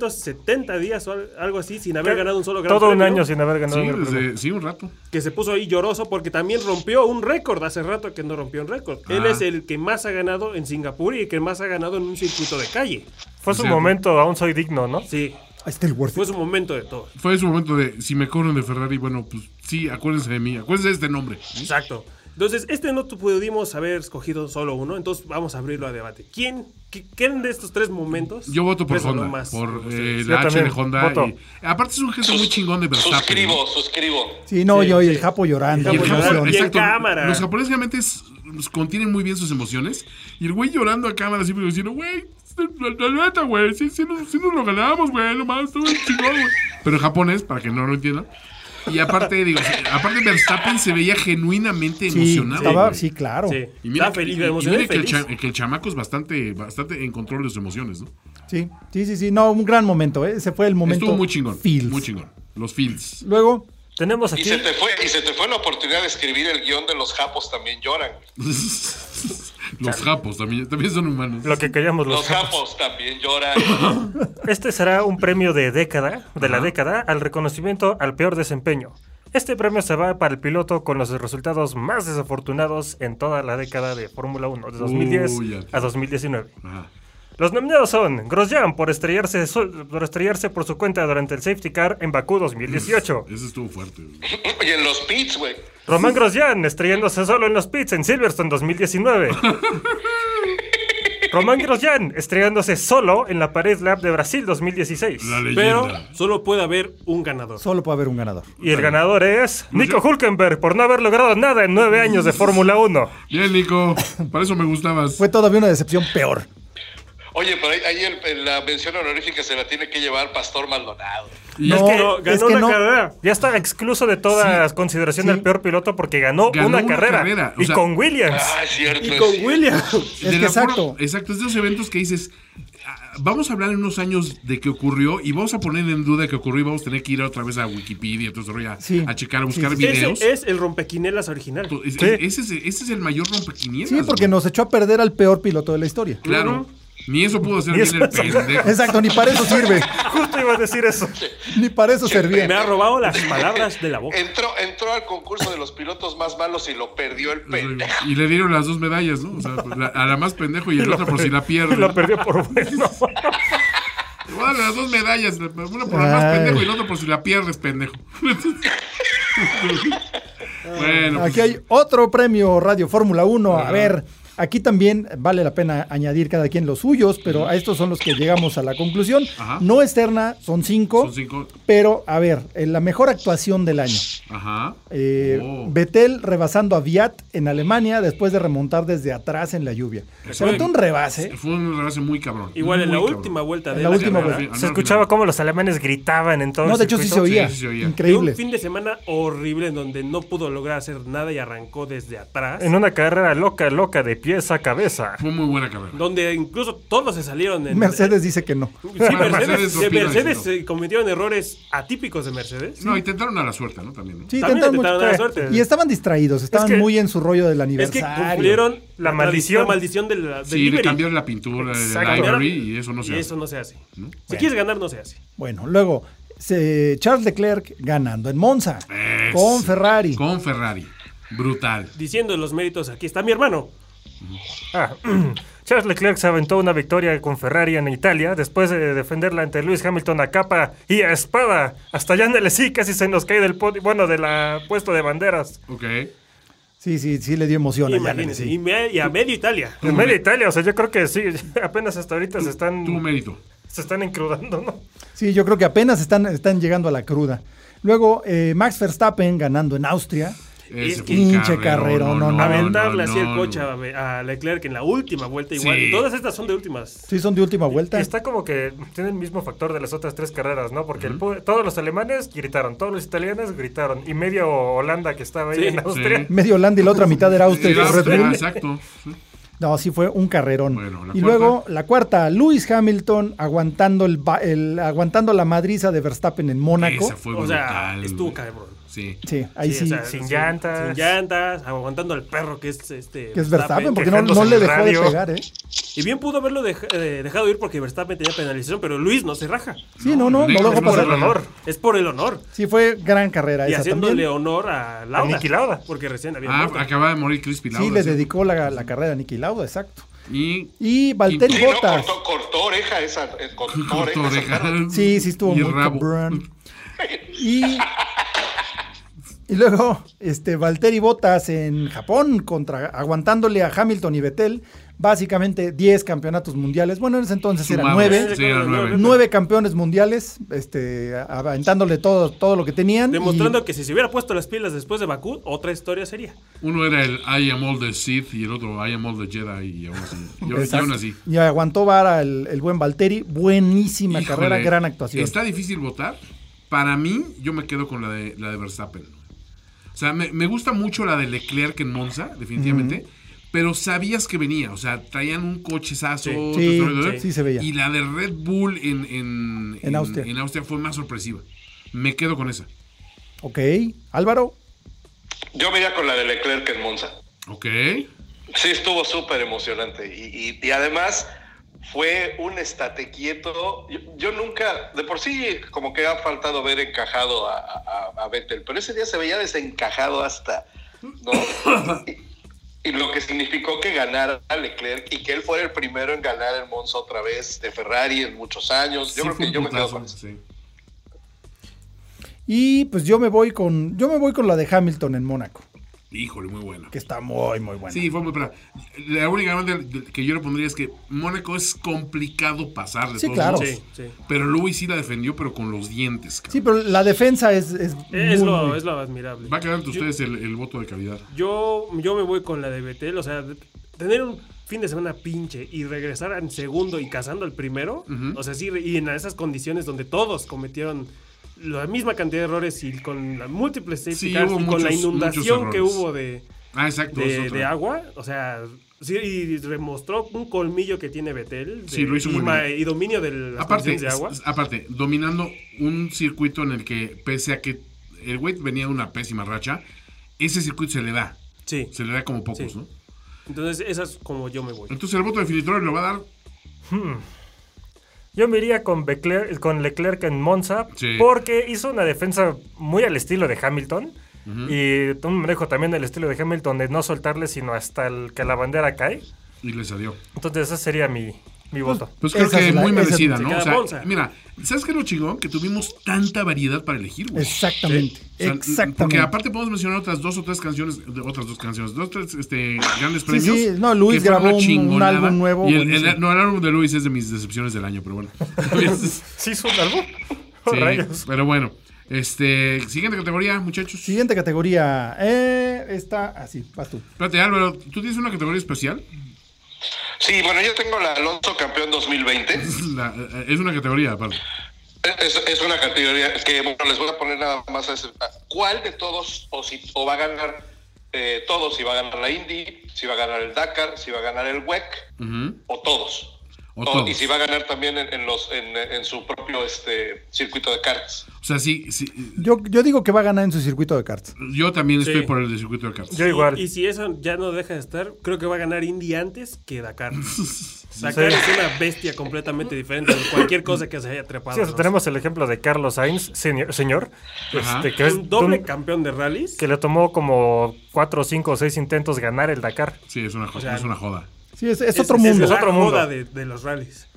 [SPEAKER 4] 370 días o al- algo así sin haber ganado un solo Gran
[SPEAKER 5] Todo un
[SPEAKER 4] Premio.
[SPEAKER 5] año sin haber ganado
[SPEAKER 2] Sí,
[SPEAKER 5] un Gran
[SPEAKER 2] desde-
[SPEAKER 5] Premio.
[SPEAKER 2] sí, un rato.
[SPEAKER 4] que se puso ahí lloroso porque también rompió un récord. Hace rato que no rompió un récord. Él
[SPEAKER 2] Ah.
[SPEAKER 4] es el que más ha ganado en Singapur y el que más ha ganado en un circuito de calle.
[SPEAKER 5] Fue su
[SPEAKER 2] Cierto.
[SPEAKER 5] momento, aún soy digno, ¿no?
[SPEAKER 4] Sí,
[SPEAKER 1] I still worth
[SPEAKER 4] fue
[SPEAKER 1] it.
[SPEAKER 4] su momento de todo.
[SPEAKER 2] Fue su momento de, si me corren de Ferrari, bueno, pues sí, acuérdense de mí, acuérdense de este nombre.
[SPEAKER 4] Exacto. Entonces, este no tu- pudimos haber escogido solo uno, entonces vamos a abrirlo a debate. ¿Quién, qué- quién de estos tres momentos?
[SPEAKER 2] Yo voto por
[SPEAKER 4] resonó
[SPEAKER 2] Honda,
[SPEAKER 4] más
[SPEAKER 2] por
[SPEAKER 4] con
[SPEAKER 2] eh,
[SPEAKER 4] ustedes?
[SPEAKER 2] la
[SPEAKER 5] Yo
[SPEAKER 2] H de
[SPEAKER 5] también,
[SPEAKER 2] Honda.
[SPEAKER 5] voto.
[SPEAKER 2] y- aparte es un gesto muy chingón de Verstappen. ¿no?
[SPEAKER 3] Suscribo, suscribo.
[SPEAKER 1] Sí, no,
[SPEAKER 4] Sí,
[SPEAKER 1] yo y el
[SPEAKER 4] sí.
[SPEAKER 1] Japo llorando.
[SPEAKER 4] Y el
[SPEAKER 1] güey,
[SPEAKER 4] Japo,
[SPEAKER 1] emoción.
[SPEAKER 4] y en cámara.
[SPEAKER 2] Los japoneses realmente es- contienen muy bien sus emociones. Y el güey llorando a cámara siempre diciendo, güey, la la neta, güey, sí, sí, nos, sí nos lo ganamos, güey, nomás, estuvo bien chingón, güey. Pero en japonés, para que no lo entiendan. Y aparte, digo, aparte Verstappen se veía genuinamente
[SPEAKER 1] Sí,
[SPEAKER 2] emocionado.
[SPEAKER 1] estaba,
[SPEAKER 2] güey.
[SPEAKER 1] sí, claro.
[SPEAKER 4] Sí,
[SPEAKER 2] Y mira,
[SPEAKER 4] está feliz,
[SPEAKER 2] y- y
[SPEAKER 4] la emoción
[SPEAKER 2] mira
[SPEAKER 4] es
[SPEAKER 2] que, el
[SPEAKER 4] feliz.
[SPEAKER 2] cha- que el chamaco es bastante, bastante en control de sus emociones, ¿no?
[SPEAKER 1] Sí, sí, sí, sí. No, un gran momento. ¿eh? Ese fue el momento.
[SPEAKER 2] Estuvo muy chingón.
[SPEAKER 1] feels.
[SPEAKER 2] Muy chingón. Los Fields.
[SPEAKER 1] Luego,
[SPEAKER 5] Tenemos
[SPEAKER 3] Y
[SPEAKER 5] aquí.
[SPEAKER 3] se te fue, y se te fue la oportunidad de escribir el guión de los japos también lloran.
[SPEAKER 2] Los japos también, también son humanos.
[SPEAKER 5] Lo que queríamos los
[SPEAKER 3] Los japos también lloran.
[SPEAKER 5] Este será un premio de década, de la década, al reconocimiento al peor desempeño. Este premio se va para el piloto con los resultados más desafortunados en toda la década de Fórmula 1, de 2010
[SPEAKER 2] Uy, ya.
[SPEAKER 5] a 2019.
[SPEAKER 2] Ajá.
[SPEAKER 5] Los nominados son Grosjean por estrellarse, sol- por estrellarse por su cuenta durante el safety car en Bakú 2018.
[SPEAKER 2] Ese estuvo fuerte. güey.
[SPEAKER 3] y en los pits, güey.
[SPEAKER 5] Román Grosjean estrellándose solo en los pits en Silverstone 2019. Román Grosjean estrellándose solo en la Pared Lab de Brasil 2016.
[SPEAKER 2] La
[SPEAKER 4] Pero
[SPEAKER 2] leyenda.
[SPEAKER 4] solo puede haber un ganador.
[SPEAKER 1] solo puede haber un ganador.
[SPEAKER 5] Y el ganador es Nico Hulkenberg por no haber logrado nada en nueve años de Fórmula 1.
[SPEAKER 2] Bien, Nico. Para eso me gustabas.
[SPEAKER 1] Fue todavía una decepción peor.
[SPEAKER 3] Oye, pero ahí, ahí el- el- la mención honorífica se la tiene que llevar Pastor Maldonado.
[SPEAKER 2] Y
[SPEAKER 1] No,
[SPEAKER 2] es que
[SPEAKER 4] No, ganó
[SPEAKER 1] es que
[SPEAKER 4] una
[SPEAKER 1] no.
[SPEAKER 4] carrera.
[SPEAKER 5] Ya está excluso de toda consideración del peor piloto porque ganó,
[SPEAKER 2] Ganó
[SPEAKER 5] una,
[SPEAKER 2] una
[SPEAKER 5] carrera.
[SPEAKER 2] carrera, o
[SPEAKER 5] Y
[SPEAKER 2] sea-
[SPEAKER 5] con Williams.
[SPEAKER 3] Ah, es cierto.
[SPEAKER 4] Y
[SPEAKER 3] es
[SPEAKER 4] con
[SPEAKER 3] cierto.
[SPEAKER 4] William.
[SPEAKER 2] de
[SPEAKER 1] que
[SPEAKER 2] la forma-
[SPEAKER 1] exacto.
[SPEAKER 2] exacto, es de esos eventos que dices, ah, vamos a hablar en unos años de qué ocurrió y vamos a poner en duda qué ocurrió y vamos a tener que ir otra vez a Wikipedia, todo ese rollo, a,
[SPEAKER 1] Sí.
[SPEAKER 2] a checar, a buscar
[SPEAKER 1] Sí,
[SPEAKER 2] videos.
[SPEAKER 4] Ese es el rompequinelas original.
[SPEAKER 2] Pues, es- es- ese, es, ese es el mayor rompequinielas.
[SPEAKER 1] Sí, porque
[SPEAKER 2] güey.
[SPEAKER 1] nos echó a perder al peor piloto de la historia.
[SPEAKER 2] Claro. Ni eso pudo hacer
[SPEAKER 5] Ni
[SPEAKER 2] bien el
[SPEAKER 5] eso-
[SPEAKER 2] pendejo.
[SPEAKER 1] Exacto, ni para eso sirve.
[SPEAKER 5] Justo iba a decir eso.
[SPEAKER 1] Ni para eso servía.
[SPEAKER 4] Me ha robado las palabras de la boca.
[SPEAKER 3] Entró, entró al concurso de los pilotos más malos y lo perdió
[SPEAKER 4] Mm.
[SPEAKER 3] el pendejo.
[SPEAKER 2] Y le dieron las dos medallas, ¿no? O sea, pues, la- a la más pendejo y a la otra por si la pierde.
[SPEAKER 5] Lo
[SPEAKER 2] ¿no?
[SPEAKER 5] perdió por bueno.
[SPEAKER 2] Te voy a dar las dos medallas, una por la más
[SPEAKER 1] Ay.
[SPEAKER 2] pendejo y la otra por si la pierdes, pendejo. Bueno, pues,
[SPEAKER 1] Aquí hay otro premio Radio Fórmula 1. A ver, aquí también vale la pena añadir cada quien los suyos, pero a estos son los que llegamos a la conclusión.
[SPEAKER 2] Ajá.
[SPEAKER 1] No externa, son cinco.
[SPEAKER 2] Son cinco.
[SPEAKER 1] Pero, a ver, eh, la mejor actuación del año.
[SPEAKER 2] Ajá.
[SPEAKER 1] Eh,
[SPEAKER 2] Oh.
[SPEAKER 1] Vettel rebasando a Viat en Alemania después de remontar desde atrás en la lluvia. Se aventó un rebase. ¿eh?
[SPEAKER 2] Eh, Fue un rebase muy cabrón.
[SPEAKER 4] Igual en
[SPEAKER 2] muy
[SPEAKER 4] la
[SPEAKER 2] cabrón.
[SPEAKER 4] última vuelta
[SPEAKER 1] En
[SPEAKER 4] de
[SPEAKER 1] la última
[SPEAKER 4] carrera,
[SPEAKER 2] vuelta.
[SPEAKER 5] Se escuchaba cómo los alemanes gritaban en todo
[SPEAKER 1] No,
[SPEAKER 5] el
[SPEAKER 1] de hecho sí se
[SPEAKER 5] circuito.
[SPEAKER 1] oía.
[SPEAKER 2] Sí, sí se oía.
[SPEAKER 4] y Un
[SPEAKER 1] Increíble.
[SPEAKER 4] fin de semana horrible en donde no pudo lograr hacer nada y arrancó desde atrás.
[SPEAKER 5] En una carrera loca, loca, de pies a cabeza.
[SPEAKER 2] Fue muy buena carrera.
[SPEAKER 4] Donde incluso todos se salieron en.
[SPEAKER 1] Mercedes dice que no.
[SPEAKER 4] Sí,
[SPEAKER 2] Bueno,
[SPEAKER 4] Mercedes.
[SPEAKER 2] Mercedes
[SPEAKER 4] que
[SPEAKER 2] opina
[SPEAKER 4] Mercedes
[SPEAKER 2] eso.
[SPEAKER 4] eh, cometieron errores atípicos de Mercedes.
[SPEAKER 2] No, intentaron a la suerte, ¿no? También. ¿no?
[SPEAKER 1] Sí,
[SPEAKER 4] También
[SPEAKER 1] tentaron
[SPEAKER 4] intentaron
[SPEAKER 1] mucho-
[SPEAKER 4] dar suerte.
[SPEAKER 1] Y estaban distraídos, estaban
[SPEAKER 5] que-
[SPEAKER 1] muy en su rollo del
[SPEAKER 4] Es que
[SPEAKER 1] aniversario.
[SPEAKER 4] cumplieron
[SPEAKER 5] La
[SPEAKER 4] tradi-
[SPEAKER 5] maldición.
[SPEAKER 4] La maldición de la, del
[SPEAKER 2] Sí, le
[SPEAKER 4] livery.
[SPEAKER 2] cambiaron la pintura, el
[SPEAKER 5] Exacto.
[SPEAKER 2] library y eso no se
[SPEAKER 4] y
[SPEAKER 2] hace.
[SPEAKER 4] eso no se hace. Si quieres ganar, no se hace.
[SPEAKER 1] Bueno, luego se- Charles Leclerc ganando en Monza
[SPEAKER 2] Es-
[SPEAKER 1] con Ferrari.
[SPEAKER 2] Con Ferrari. Brutal.
[SPEAKER 4] Diciendo los méritos, aquí está mi hermano.
[SPEAKER 5] Ah, Charles Leclerc se aventó una victoria con Ferrari en Italia después de defenderla ante Lewis Hamilton a capa y a espada. Hasta allá en el sí casi se nos cae del podio, bueno, de la puesto de banderas.
[SPEAKER 2] Ok.
[SPEAKER 1] Sí, sí, sí le dio emoción. a Janet,
[SPEAKER 4] Imagínense.
[SPEAKER 1] sí.
[SPEAKER 4] Y, me- y a medio Italia.
[SPEAKER 5] En media Italia, o sea, yo creo que sí, apenas hasta ahorita se
[SPEAKER 2] Tu
[SPEAKER 5] están,
[SPEAKER 2] mérito.
[SPEAKER 5] se están encrudando, ¿no?
[SPEAKER 1] Sí, yo creo que apenas están, están llegando a la cruda. Luego eh, Max Verstappen ganando en Austria.
[SPEAKER 2] Ese
[SPEAKER 4] que-
[SPEAKER 2] fue un
[SPEAKER 1] Pinche
[SPEAKER 2] carrerón,
[SPEAKER 1] carrerón, no, no,
[SPEAKER 4] Aventarle así
[SPEAKER 2] no,
[SPEAKER 4] el coche
[SPEAKER 2] no.
[SPEAKER 4] a, a Leclerc en la última vuelta igual.
[SPEAKER 2] Sí.
[SPEAKER 4] Todas estas son de últimas.
[SPEAKER 1] Sí, son de última vuelta.
[SPEAKER 5] Está como que tiene el mismo factor de las otras tres carreras, ¿no? Porque el pu- todos los alemanes gritaron, todos los italianos gritaron, y medio Holanda que estaba ahí
[SPEAKER 4] Sí.
[SPEAKER 5] en Austria.
[SPEAKER 1] Medio Holanda y la otra mitad era Austria. y
[SPEAKER 2] Sí,
[SPEAKER 1] Red
[SPEAKER 2] Austria,
[SPEAKER 1] Bull.
[SPEAKER 2] exacto. Sí.
[SPEAKER 1] No, sí fue un carrerón.
[SPEAKER 2] Bueno, la
[SPEAKER 1] y
[SPEAKER 2] cuarta.
[SPEAKER 1] luego la cuarta, Lewis Hamilton aguantando el, ba- el- aguantando la madriza de Verstappen en Mónaco.
[SPEAKER 2] Esa fue
[SPEAKER 4] O sea,
[SPEAKER 2] brutal.
[SPEAKER 4] estuvo
[SPEAKER 2] güey.
[SPEAKER 4] cabrón.
[SPEAKER 2] Sí.
[SPEAKER 1] Sí, ahí sí.
[SPEAKER 4] o sea,
[SPEAKER 5] sin llantas.
[SPEAKER 4] Sin llantas, aguantando al perro que es este.
[SPEAKER 1] que es Verstappen, porque no,
[SPEAKER 5] quejándose
[SPEAKER 1] no le
[SPEAKER 5] en
[SPEAKER 1] dejó
[SPEAKER 5] el radio.
[SPEAKER 1] de pegar, ¿eh?
[SPEAKER 4] Y bien pudo haberlo dej- eh, dejado ir porque Verstappen tenía penalización, pero Luis no se raja.
[SPEAKER 1] Sí, no, no, no,
[SPEAKER 2] Nico
[SPEAKER 1] lo
[SPEAKER 2] es
[SPEAKER 1] dejó
[SPEAKER 2] por
[SPEAKER 5] Por
[SPEAKER 1] pasar.
[SPEAKER 5] el honor.
[SPEAKER 4] Es por el honor.
[SPEAKER 1] Sí, fue gran carrera
[SPEAKER 4] Y
[SPEAKER 1] esa
[SPEAKER 4] haciéndole
[SPEAKER 1] también.
[SPEAKER 4] honor a Lauda.
[SPEAKER 5] A Niki Lauda.
[SPEAKER 4] Porque recién había
[SPEAKER 2] Ah,
[SPEAKER 4] muerto.
[SPEAKER 2] acaba de morir Crispy Lauda.
[SPEAKER 1] Sí, le
[SPEAKER 2] sí.
[SPEAKER 1] dedicó la, la carrera a Niki Lauda, exacto.
[SPEAKER 2] Y
[SPEAKER 1] Y Valtteri
[SPEAKER 2] Sí,
[SPEAKER 3] Sí, no,
[SPEAKER 1] Bottas.
[SPEAKER 3] cortó, cortó oreja esa. eh, Cortó,
[SPEAKER 2] cortó
[SPEAKER 3] oreja. esa
[SPEAKER 2] oreja.
[SPEAKER 3] cara.
[SPEAKER 1] Sí, sí estuvo
[SPEAKER 2] Y
[SPEAKER 1] muy
[SPEAKER 2] rabo.
[SPEAKER 1] cabrón. Y, y luego, este, Valtteri Bottas en Japón, contra, aguantándole a Hamilton y Vettel, básicamente 10 campeonatos mundiales. Bueno, en ese entonces eran
[SPEAKER 2] Sumados.
[SPEAKER 1] 9.
[SPEAKER 2] Sí, era nueve.
[SPEAKER 1] Nueve campeones mundiales, este, aventándole todo, todo lo que tenían. y-
[SPEAKER 4] Demostrando que si se hubiera puesto las pilas después de Bakú, otra historia sería.
[SPEAKER 2] Uno era el I am all the Sith y el otro I am all the Jedi. Y aún así. Y aún- y
[SPEAKER 1] Exacto.
[SPEAKER 2] aún así.
[SPEAKER 1] Y aguantó vara el, el buen Valtteri. Buenísima
[SPEAKER 2] Híjole,
[SPEAKER 1] carrera, gran actuación.
[SPEAKER 2] Está difícil votar. Para mí, yo me quedo con la de, la de Verstappen. O sea, me, me gusta mucho la de Leclerc en Monza, definitivamente. Pero sabías que venía. O sea, traían un cochezazo.
[SPEAKER 4] Sí.
[SPEAKER 2] otro,
[SPEAKER 1] Sí,
[SPEAKER 2] otro, otro,
[SPEAKER 1] sí se veía.
[SPEAKER 2] Y la de Red Bull en, en,
[SPEAKER 1] En Austria.
[SPEAKER 2] en Austria fue más sorpresiva. Me quedo con esa.
[SPEAKER 1] Ok, Álvaro.
[SPEAKER 3] Yo me iría con la de Leclerc en Monza.
[SPEAKER 2] Ok.
[SPEAKER 3] Sí, estuvo súper emocionante. Y, y- y además fue un estate quieto. Yo, yo nunca, de por sí, como que ha faltado ver encajado a, a, a Vettel, pero ese día se veía desencajado hasta, ¿no? Y, y lo que significó que ganara Leclerc y que él fuera el primero en ganar el Monza otra vez de Ferrari en muchos años.
[SPEAKER 2] Sí
[SPEAKER 3] Yo creo
[SPEAKER 2] fue
[SPEAKER 3] que
[SPEAKER 2] un
[SPEAKER 3] yo me quedo
[SPEAKER 2] putazo,
[SPEAKER 3] con eso.
[SPEAKER 2] sí.
[SPEAKER 1] Y pues yo me voy con, yo me voy con la de Hamilton en Mónaco,
[SPEAKER 2] Híjole, muy buena.
[SPEAKER 1] que está muy, muy buena.
[SPEAKER 2] Sí, fue muy buena. La única grande que yo le pondría es que Mónaco es complicado pasar de
[SPEAKER 1] Sí,
[SPEAKER 2] todos
[SPEAKER 1] claro.
[SPEAKER 2] modos.
[SPEAKER 4] Sí, sí.
[SPEAKER 2] Pero Luis sí la defendió, pero con los dientes. cabrón.
[SPEAKER 1] Sí, pero la defensa es, es
[SPEAKER 4] Es
[SPEAKER 1] muy-
[SPEAKER 4] lo,
[SPEAKER 1] muy-
[SPEAKER 4] es lo admirable.
[SPEAKER 2] Va a quedar ante ustedes el, el voto de calidad.
[SPEAKER 4] Yo, yo me voy con la de Betel. O sea, de- tener un fin de semana pinche y regresar en segundo y cazando al primero. O sea, sí, y en esas condiciones donde todos cometieron la misma cantidad de errores y con las múltiples safety
[SPEAKER 2] Sí,
[SPEAKER 4] cars
[SPEAKER 2] hubo
[SPEAKER 4] y con la
[SPEAKER 2] muchos-
[SPEAKER 4] inundación
[SPEAKER 2] muchos
[SPEAKER 4] que
[SPEAKER 2] errores.
[SPEAKER 4] hubo de,
[SPEAKER 2] Ah, exacto. es
[SPEAKER 4] de,
[SPEAKER 2] otra.
[SPEAKER 4] de agua. O sea, sí, y demostró un colmillo que tiene Betel. de-
[SPEAKER 2] Sí, lo hizo
[SPEAKER 4] y,
[SPEAKER 2] muy
[SPEAKER 4] ma-
[SPEAKER 2] bien.
[SPEAKER 4] y dominio de las
[SPEAKER 2] aparte,
[SPEAKER 4] condiciones de agua.
[SPEAKER 2] s- aparte, dominando un circuito en el que, pese a que el güey venía de una pésima racha, ese circuito se le da.
[SPEAKER 4] Sí.
[SPEAKER 2] Se le da como pocos,
[SPEAKER 4] Sí.
[SPEAKER 2] ¿no?
[SPEAKER 4] Entonces, esas como yo me voy.
[SPEAKER 2] Entonces el voto definitorio lo va a dar.
[SPEAKER 5] Yo me iría con, Becler- con Leclerc en Monza
[SPEAKER 2] Sí.
[SPEAKER 5] porque hizo una defensa muy al estilo de Hamilton y un manejo también al estilo de Hamilton de no soltarle sino hasta el que la bandera cae.
[SPEAKER 2] Y le salió.
[SPEAKER 5] Entonces esa sería mi, mi voto.
[SPEAKER 2] Pues creo
[SPEAKER 1] Esa
[SPEAKER 2] que
[SPEAKER 1] es la-
[SPEAKER 2] muy
[SPEAKER 1] esa es
[SPEAKER 2] merecida,
[SPEAKER 4] de
[SPEAKER 2] ¿no?
[SPEAKER 4] cada
[SPEAKER 2] O sea,
[SPEAKER 4] bolsa.
[SPEAKER 2] mira, ¿sabes qué es lo chingón? Que tuvimos tanta variedad para elegir, güey.
[SPEAKER 1] Exactamente,
[SPEAKER 2] O sea, Porque
[SPEAKER 1] exactamente.
[SPEAKER 2] aparte podemos mencionar otras dos o tres canciones, de- otras dos canciones, dos o tres este, grandes
[SPEAKER 1] Sí,
[SPEAKER 2] premios.
[SPEAKER 1] sí, no, Luis
[SPEAKER 2] que fueron
[SPEAKER 1] grabó
[SPEAKER 2] una
[SPEAKER 1] un- un
[SPEAKER 2] chingonada.
[SPEAKER 1] álbum nuevo,
[SPEAKER 2] Y el, el-
[SPEAKER 1] buenísimo.
[SPEAKER 2] no, el álbum de Luis es de mis decepciones del año, pero bueno. Sí,
[SPEAKER 5] ¿Sí es un álbum? Oh, Rayos.
[SPEAKER 2] pero bueno. Este, siguiente categoría, muchachos.
[SPEAKER 1] Siguiente categoría. Eh, está así, vas tú.
[SPEAKER 2] Espérate, Álvaro, ¿tú tienes una categoría especial?
[SPEAKER 3] Sí, bueno, yo tengo la Alonso Campeón 2020.
[SPEAKER 2] La- eh, es una categoría, aparte.
[SPEAKER 3] Es, es una categoría que, bueno, les voy a poner nada más a ese- a ¿Cuál de todos, o, si, o va a ganar eh, todos? Si va a ganar la Indy, si va a ganar el Dakar, si va a ganar el WEC,
[SPEAKER 2] Ujú.
[SPEAKER 3] o todos.
[SPEAKER 2] O
[SPEAKER 3] O-
[SPEAKER 2] todos.
[SPEAKER 3] Y si va a ganar también en, en los, en, en su propio este, circuito de cartas.
[SPEAKER 2] O sea, sí, sí,
[SPEAKER 1] Yo, yo digo que va a ganar en su circuito de cartas.
[SPEAKER 2] yo también estoy
[SPEAKER 4] Sí.
[SPEAKER 2] por el de circuito de cartas.
[SPEAKER 5] Yo igual.
[SPEAKER 4] Y, y si eso ya no deja de estar, creo que va a ganar Indy antes que Dakar. Dakar
[SPEAKER 5] Sí.
[SPEAKER 4] es una bestia completamente diferente de cualquier cosa que se haya trepado.
[SPEAKER 5] Sí, o sea,
[SPEAKER 4] ¿no?
[SPEAKER 5] tenemos el ejemplo de Carlos Sainz, señor, señor,
[SPEAKER 2] Ajá.
[SPEAKER 5] este, que, es
[SPEAKER 4] un doble
[SPEAKER 5] un-
[SPEAKER 4] campeón de rallies.
[SPEAKER 5] que le tomó como 4, 5, 6 intentos ganar el Dakar.
[SPEAKER 2] Sí, es una, jo-
[SPEAKER 4] sea,
[SPEAKER 2] es una joda.
[SPEAKER 1] Sí, es, es otro mundo.
[SPEAKER 4] Es
[SPEAKER 5] Otro
[SPEAKER 4] otro
[SPEAKER 5] mundo.
[SPEAKER 4] mundo. De, de los rallies.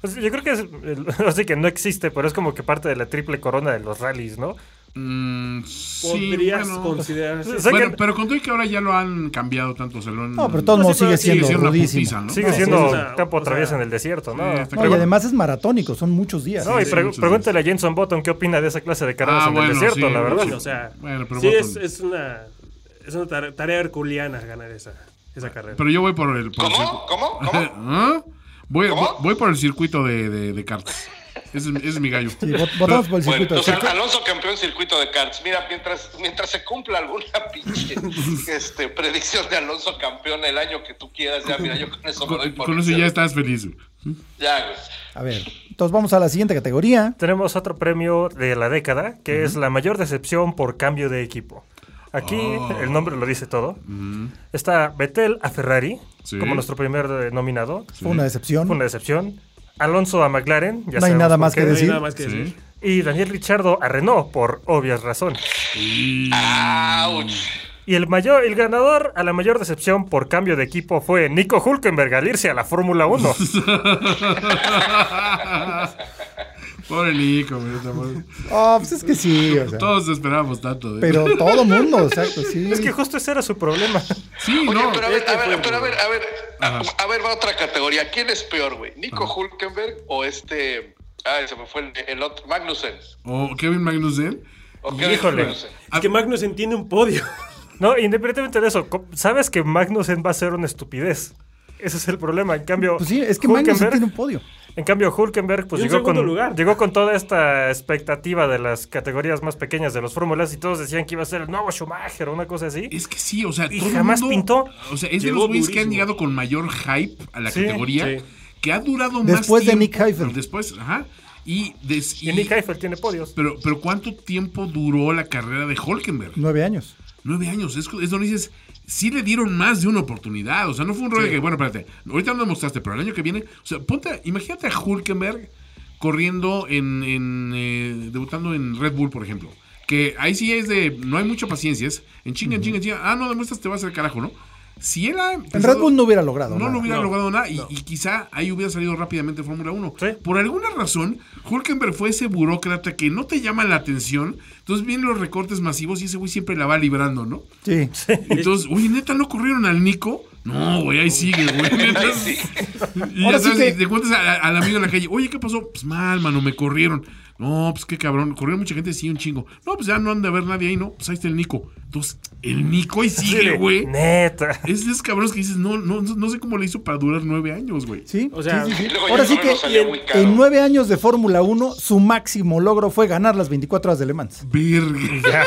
[SPEAKER 5] O sea, yo creo que es, el- así que no existe, pero es como que parte de la triple corona de los rallies, ¿no?
[SPEAKER 2] Mm, sí,
[SPEAKER 4] Podrías
[SPEAKER 2] bueno.
[SPEAKER 4] considerarse.
[SPEAKER 5] Sé
[SPEAKER 2] Bueno,
[SPEAKER 5] que-
[SPEAKER 2] pero con todo y que ahora ya lo han cambiado tanto, se lo han- Pues
[SPEAKER 1] No, pero de todos
[SPEAKER 4] No, sí,
[SPEAKER 1] modos
[SPEAKER 4] pero
[SPEAKER 1] sigue
[SPEAKER 4] sigue
[SPEAKER 1] siendo
[SPEAKER 2] siendo una
[SPEAKER 1] rudísimo.
[SPEAKER 2] putiza, Ah, ¿no?
[SPEAKER 5] Sigue
[SPEAKER 4] No,
[SPEAKER 5] siendo
[SPEAKER 4] sí, o sea,
[SPEAKER 5] campo
[SPEAKER 4] o sea,
[SPEAKER 5] traviesa en el desierto, ¿no?
[SPEAKER 2] Sí, está
[SPEAKER 1] No, y además es maratónico, son muchos días.
[SPEAKER 5] No, y
[SPEAKER 4] Sí,
[SPEAKER 5] pre-
[SPEAKER 2] muchas
[SPEAKER 5] pregúntale a Jenson Button qué opina de esa clase de carreras
[SPEAKER 2] Ah,
[SPEAKER 5] en
[SPEAKER 2] bueno,
[SPEAKER 5] el desierto,
[SPEAKER 2] sí,
[SPEAKER 5] la verdad.
[SPEAKER 4] Bueno, o sea,
[SPEAKER 2] Bueno, pero
[SPEAKER 4] sí
[SPEAKER 2] voto.
[SPEAKER 4] es, es una, es una tare- tarea herculeana ganar esa, esa carrera.
[SPEAKER 2] Pero yo voy por el. por el circu-
[SPEAKER 3] ¿Cómo? ¿Cómo? ¿Cómo?
[SPEAKER 2] ¿Ah? Voy,
[SPEAKER 3] ¿Cómo?
[SPEAKER 2] voy por el circuito de, de- de cartas. Ese es, ese es mi gallo.
[SPEAKER 1] Sí, vot- votamos por el
[SPEAKER 3] Bueno,
[SPEAKER 1] circuito. de
[SPEAKER 3] entonces
[SPEAKER 1] cartas.
[SPEAKER 3] Alonso campeón circuito de karts. Mira, mientras, mientras se cumpla alguna pinche este, predicción de Alonso campeón el año que tú quieras, ya mira, yo con eso me doy
[SPEAKER 2] Con,
[SPEAKER 3] por
[SPEAKER 2] con eso
[SPEAKER 3] vencido.
[SPEAKER 2] ya estás feliz. güey.
[SPEAKER 3] Ya, güey.
[SPEAKER 1] A ver, entonces vamos a la siguiente categoría.
[SPEAKER 5] Tenemos otro premio de la década, que es la mayor decepción por cambio de equipo. Aquí
[SPEAKER 2] Oh.
[SPEAKER 5] el nombre lo dice todo. Está Betel a Ferrari,
[SPEAKER 2] Sí.
[SPEAKER 5] como nuestro primer eh, nominado.
[SPEAKER 1] Fue una decepción.
[SPEAKER 5] Fue una decepción. Alonso a McLaren. ya
[SPEAKER 1] No hay
[SPEAKER 5] sabemos
[SPEAKER 1] nada
[SPEAKER 5] por
[SPEAKER 1] más que
[SPEAKER 5] qué.
[SPEAKER 4] No hay
[SPEAKER 1] decir.
[SPEAKER 4] nada más que
[SPEAKER 2] Sí.
[SPEAKER 4] decir.
[SPEAKER 5] Y Daniel Richardo a Renault, por obvias razones.
[SPEAKER 2] Mm.
[SPEAKER 3] Ouch.
[SPEAKER 5] Y el, mayor, el ganador a la mayor decepción por cambio de equipo fue Nico Hulkenberg al irse a la Fórmula 1.
[SPEAKER 2] Pobre Nico, güey, está bueno.
[SPEAKER 1] Oh, pues es que sí, o sea.
[SPEAKER 2] Todos esperábamos tanto. de-
[SPEAKER 1] Pero todo mundo, exacto, sí.
[SPEAKER 5] es que justo ese era su problema.
[SPEAKER 2] Sí,
[SPEAKER 3] Oye,
[SPEAKER 2] no.
[SPEAKER 3] pero a ver,
[SPEAKER 4] este
[SPEAKER 3] a ver,
[SPEAKER 4] fue-
[SPEAKER 3] pero a ver, a ver, a,
[SPEAKER 2] Ajá.
[SPEAKER 3] a ver, va otra categoría. ¿Quién es peor, güey? ¿Nico Hulkenberg o este. Ay, se me fue el, el otro. Magnussen.
[SPEAKER 2] O Kevin Magnussen.
[SPEAKER 3] ¿O Kevin
[SPEAKER 5] Híjole.
[SPEAKER 3] Magnussen?
[SPEAKER 4] Es que Magnus entiende un podio.
[SPEAKER 5] No, independientemente de eso, co- sabes que Magnussen va a ser una estupidez. Ese es el problema. En cambio,
[SPEAKER 1] Pues sí, es que Magnus
[SPEAKER 5] Hülkenberg-
[SPEAKER 1] tiene un podio.
[SPEAKER 5] en cambio Hulkenberg pues
[SPEAKER 4] Y un
[SPEAKER 5] llegó con,
[SPEAKER 4] segundo lugar.
[SPEAKER 5] llegó con toda esta expectativa de las categorías más pequeñas de los fórmulas y todos decían que iba a ser el nuevo Schumacher o una cosa así.
[SPEAKER 2] Es que sí, o sea,
[SPEAKER 5] Y
[SPEAKER 2] todo el
[SPEAKER 5] jamás
[SPEAKER 2] mundo-
[SPEAKER 5] pintó.
[SPEAKER 2] O sea, es de
[SPEAKER 4] Llegó
[SPEAKER 2] los güeyes que han
[SPEAKER 4] durísimo.
[SPEAKER 2] llegado con mayor hype a la
[SPEAKER 5] Sí,
[SPEAKER 2] categoría.
[SPEAKER 4] sí.
[SPEAKER 2] Que ha durado más
[SPEAKER 1] Después de
[SPEAKER 2] tiempo-
[SPEAKER 1] Nick Heidfeld.
[SPEAKER 2] Después, ajá. Y, des-
[SPEAKER 5] Y Nick Heifel tiene podios.
[SPEAKER 2] Pero, pero ¿cuánto tiempo duró la carrera de Holkenberg?
[SPEAKER 1] Nueve años.
[SPEAKER 2] Nueve años. Es, es donde dices, sí le dieron más de una oportunidad. O sea, no fue un rollo que, bueno, espérate, ahorita no lo mostraste, pero el año que viene. O sea, ponte, imagínate a Hulkenberg corriendo en. en, eh, debutando en Red Bull, por ejemplo. Que ahí sí es de. No hay mucha paciencia. Es en chinga, en chinga, en chinga. Ah, no demuestras, te vas al carajo, ¿no? Si él ha
[SPEAKER 1] En
[SPEAKER 2] empezado-
[SPEAKER 1] Red Bull no hubiera logrado.
[SPEAKER 2] no
[SPEAKER 1] nada.
[SPEAKER 2] lo hubiera
[SPEAKER 4] No,
[SPEAKER 2] logrado nada y, y quizá ahí hubiera salido rápidamente Fórmula 1.
[SPEAKER 5] Sí.
[SPEAKER 2] Por alguna razón, Hulkenberg fue ese burócrata que no te llama la atención. Entonces vienen los recortes masivos y ese güey siempre la va librando, ¿no?
[SPEAKER 1] Sí.
[SPEAKER 2] Entonces, oye, neta, ¿no corrieron al Nico? No, güey, ahí sigue, güey. neta. Y ya
[SPEAKER 1] Ahora sí
[SPEAKER 2] sabes,
[SPEAKER 1] que-
[SPEAKER 2] y te cuentas a- a- al amigo en la calle, oye, ¿qué pasó? Pues mal, mano, me corrieron. No, pues qué cabrón, corrieron mucha gente, sí, un chingo. No, pues ya no han de haber nadie ahí, ¿no? Pues ahí está el Nico. Entonces, el Nico ahí sigue, güey.
[SPEAKER 5] Neta.
[SPEAKER 2] Es de esos cabrones que dices, no, no, no sé cómo le hizo para durar nueve años, güey.
[SPEAKER 1] Sí,
[SPEAKER 4] O sea,
[SPEAKER 1] sí, sí, sí.
[SPEAKER 3] y luego
[SPEAKER 1] Ahora
[SPEAKER 3] ya
[SPEAKER 1] sí
[SPEAKER 3] no
[SPEAKER 1] que
[SPEAKER 3] nos salió muy
[SPEAKER 1] en-
[SPEAKER 3] caro.
[SPEAKER 1] en nueve años de Fórmula 1, su máximo logro fue ganar las 24 horas de Le Mans.
[SPEAKER 2] Verga.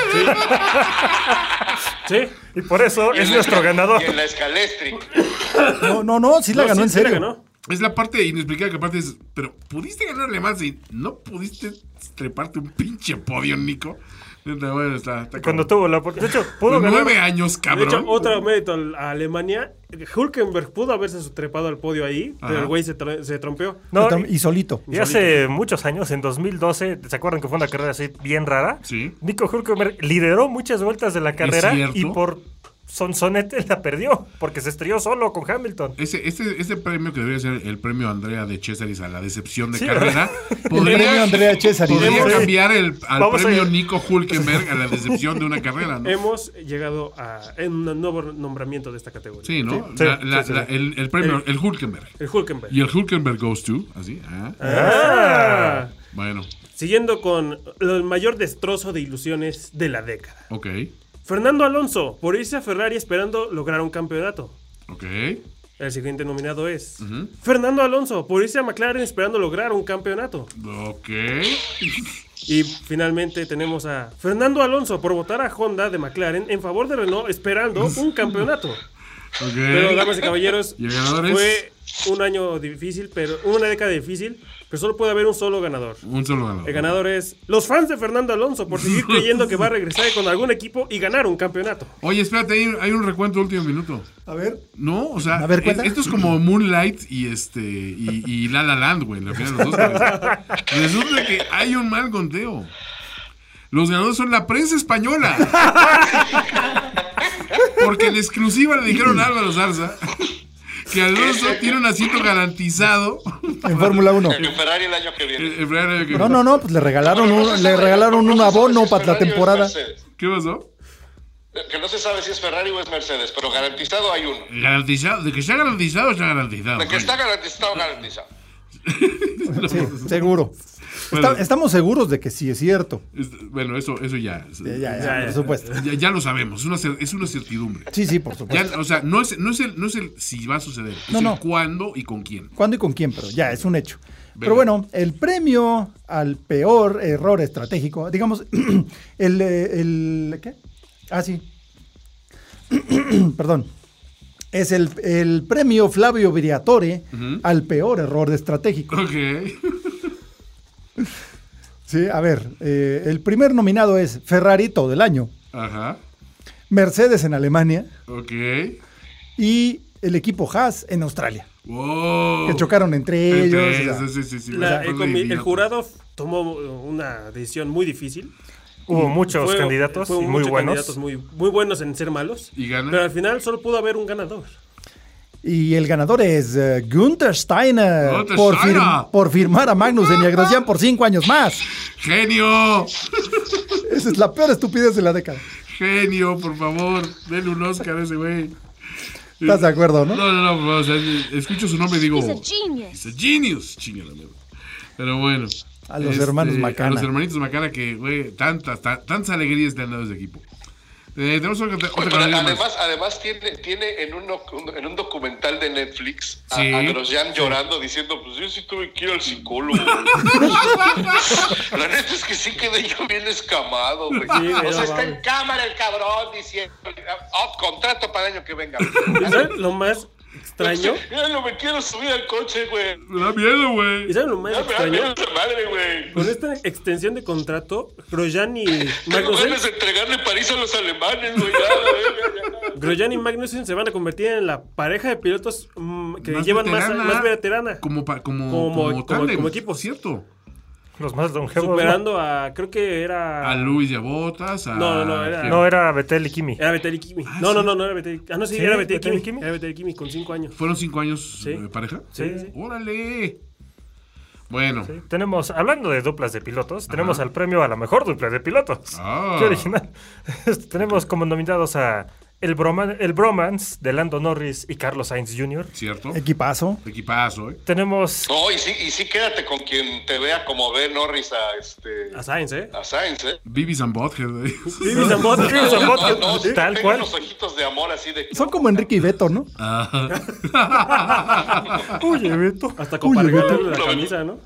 [SPEAKER 4] sí.
[SPEAKER 5] Y por eso
[SPEAKER 3] Y en
[SPEAKER 5] es
[SPEAKER 3] la-
[SPEAKER 5] nuestro ganador.
[SPEAKER 3] Y en la escalestric.
[SPEAKER 1] No, no, no, sí la
[SPEAKER 4] No,
[SPEAKER 1] ganó
[SPEAKER 4] sí,
[SPEAKER 1] en
[SPEAKER 4] sí la
[SPEAKER 1] serio.
[SPEAKER 4] ganó.
[SPEAKER 2] Es la parte inexplicable que aparte es, pero pudiste ganarle más y no pudiste treparte un pinche podio, Nico. Neta, bueno, está, está cabrón.
[SPEAKER 5] Cuando tuvo la oportunidad. De hecho, pudo
[SPEAKER 2] Con
[SPEAKER 5] ganar.
[SPEAKER 2] nueve años,
[SPEAKER 4] De
[SPEAKER 2] cabrón.
[SPEAKER 4] hecho, otro mérito al- a Alemania. Hulkenberg pudo haberse trepado al podio ahí,
[SPEAKER 2] Ajá.
[SPEAKER 4] pero el güey se, tra- se trompeó.
[SPEAKER 5] No,
[SPEAKER 1] Pero tam- y solito.
[SPEAKER 5] Y hace muchos años, en 2012, ¿se acuerdan que fue una carrera así bien rara?
[SPEAKER 2] Sí.
[SPEAKER 5] Nico Hulkenberg lideró muchas vueltas de la carrera
[SPEAKER 2] cierto.
[SPEAKER 5] y por Sonsonete la perdió porque se estrelló solo con Hamilton.
[SPEAKER 2] Ese, ese, ese premio que debería ser el premio Andrea de Césaris a la decepción de
[SPEAKER 5] Sí,
[SPEAKER 2] carrera,
[SPEAKER 1] El premio
[SPEAKER 2] podría,
[SPEAKER 1] Andrea Cesari.
[SPEAKER 2] podría
[SPEAKER 5] Sí.
[SPEAKER 2] cambiar el, al
[SPEAKER 5] Vamos a Em-
[SPEAKER 2] premio
[SPEAKER 5] ir.
[SPEAKER 2] Nico Hulkenberg a la decepción de una carrera, ¿no?
[SPEAKER 4] Hemos llegado a en un nuevo nombramiento de esta categoría.
[SPEAKER 2] Sí, ¿no?
[SPEAKER 5] Sí,
[SPEAKER 2] La-
[SPEAKER 5] sí,
[SPEAKER 2] la-
[SPEAKER 5] sí.
[SPEAKER 2] la- el, el premio, el Hulkenberg.
[SPEAKER 4] El Hulkenberg.
[SPEAKER 2] Y el Hulkenberg goes to, así. ah.
[SPEAKER 4] Ah.
[SPEAKER 2] Bueno,
[SPEAKER 4] Siguiendo con el mayor destrozo de ilusiones de la década.
[SPEAKER 2] ok,
[SPEAKER 4] Fernando Alonso, por irse a Ferrari esperando lograr un campeonato.
[SPEAKER 2] ok.
[SPEAKER 4] El siguiente nominado es Fernando Alonso, por irse a McLaren esperando lograr un campeonato.
[SPEAKER 2] Ok.
[SPEAKER 4] Y finalmente tenemos a Fernando Alonso por votar a Honda de McLaren en favor de Renault esperando un campeonato.
[SPEAKER 2] Ok.
[SPEAKER 4] Pero damas y caballeros,
[SPEAKER 2] ¿Y el ganador es?
[SPEAKER 4] fue un año difícil, pero una década difícil, pero solo puede haber un solo ganador.
[SPEAKER 2] Un solo ganador.
[SPEAKER 4] El ganador es los fans de Fernando Alonso por seguir creyendo que va a regresar con algún equipo y ganar un campeonato.
[SPEAKER 2] Oye, espérate, hay, hay un recuento de último minuto.
[SPEAKER 1] A ver.
[SPEAKER 2] No, o sea,
[SPEAKER 1] A ver, cuenta.
[SPEAKER 2] es- esto es como Moonlight y este y, y La La Land, güey. La final de los Óscares. Resulta que hay un mal conteo. Los ganadores son la prensa española. Porque en exclusiva le dijeron a Álvaro Zarza que Alonso tiene un asiento garantizado.
[SPEAKER 1] En Fórmula 1.
[SPEAKER 3] En Ferrari el año que viene.
[SPEAKER 2] El- el Ferrari que-
[SPEAKER 1] No, no, no, pues le regalaron
[SPEAKER 3] Lo que no
[SPEAKER 1] un,
[SPEAKER 3] se
[SPEAKER 1] le
[SPEAKER 3] sabe-
[SPEAKER 1] regalaron
[SPEAKER 3] lo que
[SPEAKER 1] un
[SPEAKER 3] no se sabe si
[SPEAKER 1] abono
[SPEAKER 3] es
[SPEAKER 1] para la
[SPEAKER 3] Ferrari o es
[SPEAKER 1] temporada.
[SPEAKER 3] Mercedes.
[SPEAKER 2] ¿Qué pasó?
[SPEAKER 3] Que no se sabe si es Ferrari o es Mercedes, pero garantizado hay uno.
[SPEAKER 2] Garantizado. De que está garantizado, está
[SPEAKER 1] Ah,
[SPEAKER 2] garantizado.
[SPEAKER 3] De que está garantizado, garantizado.
[SPEAKER 1] Sí, seguro.
[SPEAKER 2] Bueno.
[SPEAKER 1] Está- estamos seguros de que sí es cierto.
[SPEAKER 2] Es- Bueno, eso, eso ya,
[SPEAKER 1] Ya,
[SPEAKER 2] ya.
[SPEAKER 1] ya, ya,
[SPEAKER 4] Ya,
[SPEAKER 1] por
[SPEAKER 4] ya.
[SPEAKER 1] supuesto.
[SPEAKER 2] ya lo sabemos. Es una, cer- es una certidumbre.
[SPEAKER 1] Sí, sí, por supuesto.
[SPEAKER 2] Ya, o sea, no es, no, es el, no es el si va a suceder, es
[SPEAKER 1] No,
[SPEAKER 2] el
[SPEAKER 1] no.
[SPEAKER 2] cuándo y con quién.
[SPEAKER 1] ¿Cuándo y con quién? Pero ya, es un hecho. Pero
[SPEAKER 2] Venga.
[SPEAKER 1] bueno, el premio al peor error estratégico, digamos, el, eh, el- ¿Qué? Ah, sí. Perdón. Es el, el premio Flavio Briatore al peor error estratégico.
[SPEAKER 2] Ok.
[SPEAKER 1] Sí, a ver, eh, el primer nominado es Ferrari todo del año,
[SPEAKER 2] Ajá.
[SPEAKER 1] Mercedes en Alemania
[SPEAKER 2] Ok.
[SPEAKER 1] y el equipo Haas en Australia,
[SPEAKER 2] Wow.
[SPEAKER 1] que chocaron entre ellos.
[SPEAKER 2] Oh. Entre
[SPEAKER 1] o sea,
[SPEAKER 2] ellos, sí, sí, sí,
[SPEAKER 4] La-
[SPEAKER 2] fue
[SPEAKER 4] el, comi- el
[SPEAKER 2] divino.
[SPEAKER 4] jurado tomó una decisión muy difícil.
[SPEAKER 5] Hubo muchos
[SPEAKER 4] Fue-
[SPEAKER 5] candidatos
[SPEAKER 4] fue
[SPEAKER 5] y muy
[SPEAKER 4] muchos
[SPEAKER 5] buenos.
[SPEAKER 4] candidatos muy, muy buenos en ser malos.
[SPEAKER 2] ¿Y gana?
[SPEAKER 4] Pero al final solo pudo haber un ganador.
[SPEAKER 1] Y el ganador es eh, Günther Steiner,
[SPEAKER 2] Günther
[SPEAKER 1] por,
[SPEAKER 2] Steiner.
[SPEAKER 1] fir- por firmar a Magnus en Yagrosian por cinco años más.
[SPEAKER 2] Genio.
[SPEAKER 1] Esa es la peor estupidez de la década.
[SPEAKER 2] Genio, por favor. Denle un Oscar a ese güey.
[SPEAKER 1] ¿Estás de acuerdo,
[SPEAKER 2] No,
[SPEAKER 1] no?
[SPEAKER 2] no, no. o sea, escucho su nombre y digo.
[SPEAKER 8] He's a genius.
[SPEAKER 2] It's a genius. Chinga la mierda. Pero bueno. este,
[SPEAKER 1] A los hermanos Macana.
[SPEAKER 2] A los hermanitos Macana que, güey, tantas, ta- tantas alegrías le han dado a ese equipo. Eh, tenemos otra, otra
[SPEAKER 3] Oye, pero
[SPEAKER 2] categoría más.
[SPEAKER 3] además, además tiene, tiene en, un, doc- en un documental de Netflix a,
[SPEAKER 2] Sí.
[SPEAKER 3] a Grosjean llorando diciendo, pues yo sí tuve que ir al psicólogo. La neta es que sí quedé yo bien escamado, güey.
[SPEAKER 4] Sí,
[SPEAKER 3] o
[SPEAKER 4] no
[SPEAKER 3] sea, está
[SPEAKER 4] mames.
[SPEAKER 3] en cámara el cabrón diciendo, "Ah, contrato para el año que venga.
[SPEAKER 4] ¿Y saben lo más extraño?
[SPEAKER 3] Ya no me quiero subir al coche, güey.
[SPEAKER 2] Me da miedo, güey.
[SPEAKER 4] ¿Y saben lo más
[SPEAKER 3] Ya me da miedo
[SPEAKER 4] extraño?
[SPEAKER 3] esa madre, güey.
[SPEAKER 4] Con esta extensión de contrato, Grosjean y
[SPEAKER 3] Tengo
[SPEAKER 4] Magnussen,
[SPEAKER 3] ganas de entregarle París a los alemanes, güey. Ya, ya, ya.
[SPEAKER 4] Grosjean y Magnussen se van a convertir en la pareja de pilotos mm, que
[SPEAKER 2] Más
[SPEAKER 4] llevan
[SPEAKER 2] veterana,
[SPEAKER 4] más, más veterana.
[SPEAKER 2] Como, pa- como,
[SPEAKER 4] Como-
[SPEAKER 2] como,
[SPEAKER 4] como-
[SPEAKER 2] tándem,
[SPEAKER 4] como equipo.
[SPEAKER 2] Cierto.
[SPEAKER 5] Los más longevos. ¿no?
[SPEAKER 4] Superando a, creo que era...
[SPEAKER 2] A Luis de Botas, a.
[SPEAKER 4] No, no, no, era-
[SPEAKER 5] No, era Betel y Kimi.
[SPEAKER 4] Era Betel y Kimi.
[SPEAKER 2] Ah,
[SPEAKER 4] no,
[SPEAKER 2] sí.
[SPEAKER 4] no, no, no era Betel y Ah, no, sí,
[SPEAKER 5] Sí,
[SPEAKER 4] era Betel y
[SPEAKER 5] Betel y
[SPEAKER 4] Kimi.
[SPEAKER 5] Kimi.
[SPEAKER 4] Era Betel y Kimi con 5 años.
[SPEAKER 2] ¿Fueron cinco años
[SPEAKER 4] Sí.
[SPEAKER 2] de pareja?
[SPEAKER 4] Sí, sí.
[SPEAKER 2] ¡Órale! Bueno.
[SPEAKER 5] Tenemos, hablando de duplas de pilotos, tenemos al premio a la mejor dupla de pilotos.
[SPEAKER 2] Ah.
[SPEAKER 5] Qué original. Este, tenemos como nominados a el, broma- el Bromance de Lando Norris y Carlos Sainz Jr.
[SPEAKER 2] ¿Cierto?
[SPEAKER 1] Eh, Equipazo.
[SPEAKER 2] Equipazo, ¿eh?
[SPEAKER 5] Tenemos
[SPEAKER 3] No, y sí, y sí quédate con quien te vea como ve Norris a este
[SPEAKER 4] A Sainz, ¿eh?
[SPEAKER 3] a Sainz, ¿eh?
[SPEAKER 2] Bibis and Bothead, ¿eh?
[SPEAKER 4] Kimi Zambot, Kimi
[SPEAKER 3] No,
[SPEAKER 4] Zambot.
[SPEAKER 3] no, no, sí,
[SPEAKER 5] tal
[SPEAKER 3] tengo
[SPEAKER 5] cual.
[SPEAKER 3] unos ojitos de amor así de
[SPEAKER 1] Son como Enrique y Beto, ¿no?
[SPEAKER 2] Ah.
[SPEAKER 5] Oye, Beto.
[SPEAKER 4] Hasta
[SPEAKER 1] Uy,
[SPEAKER 4] compartiendo
[SPEAKER 3] Betel.
[SPEAKER 4] la camisa, ¿no?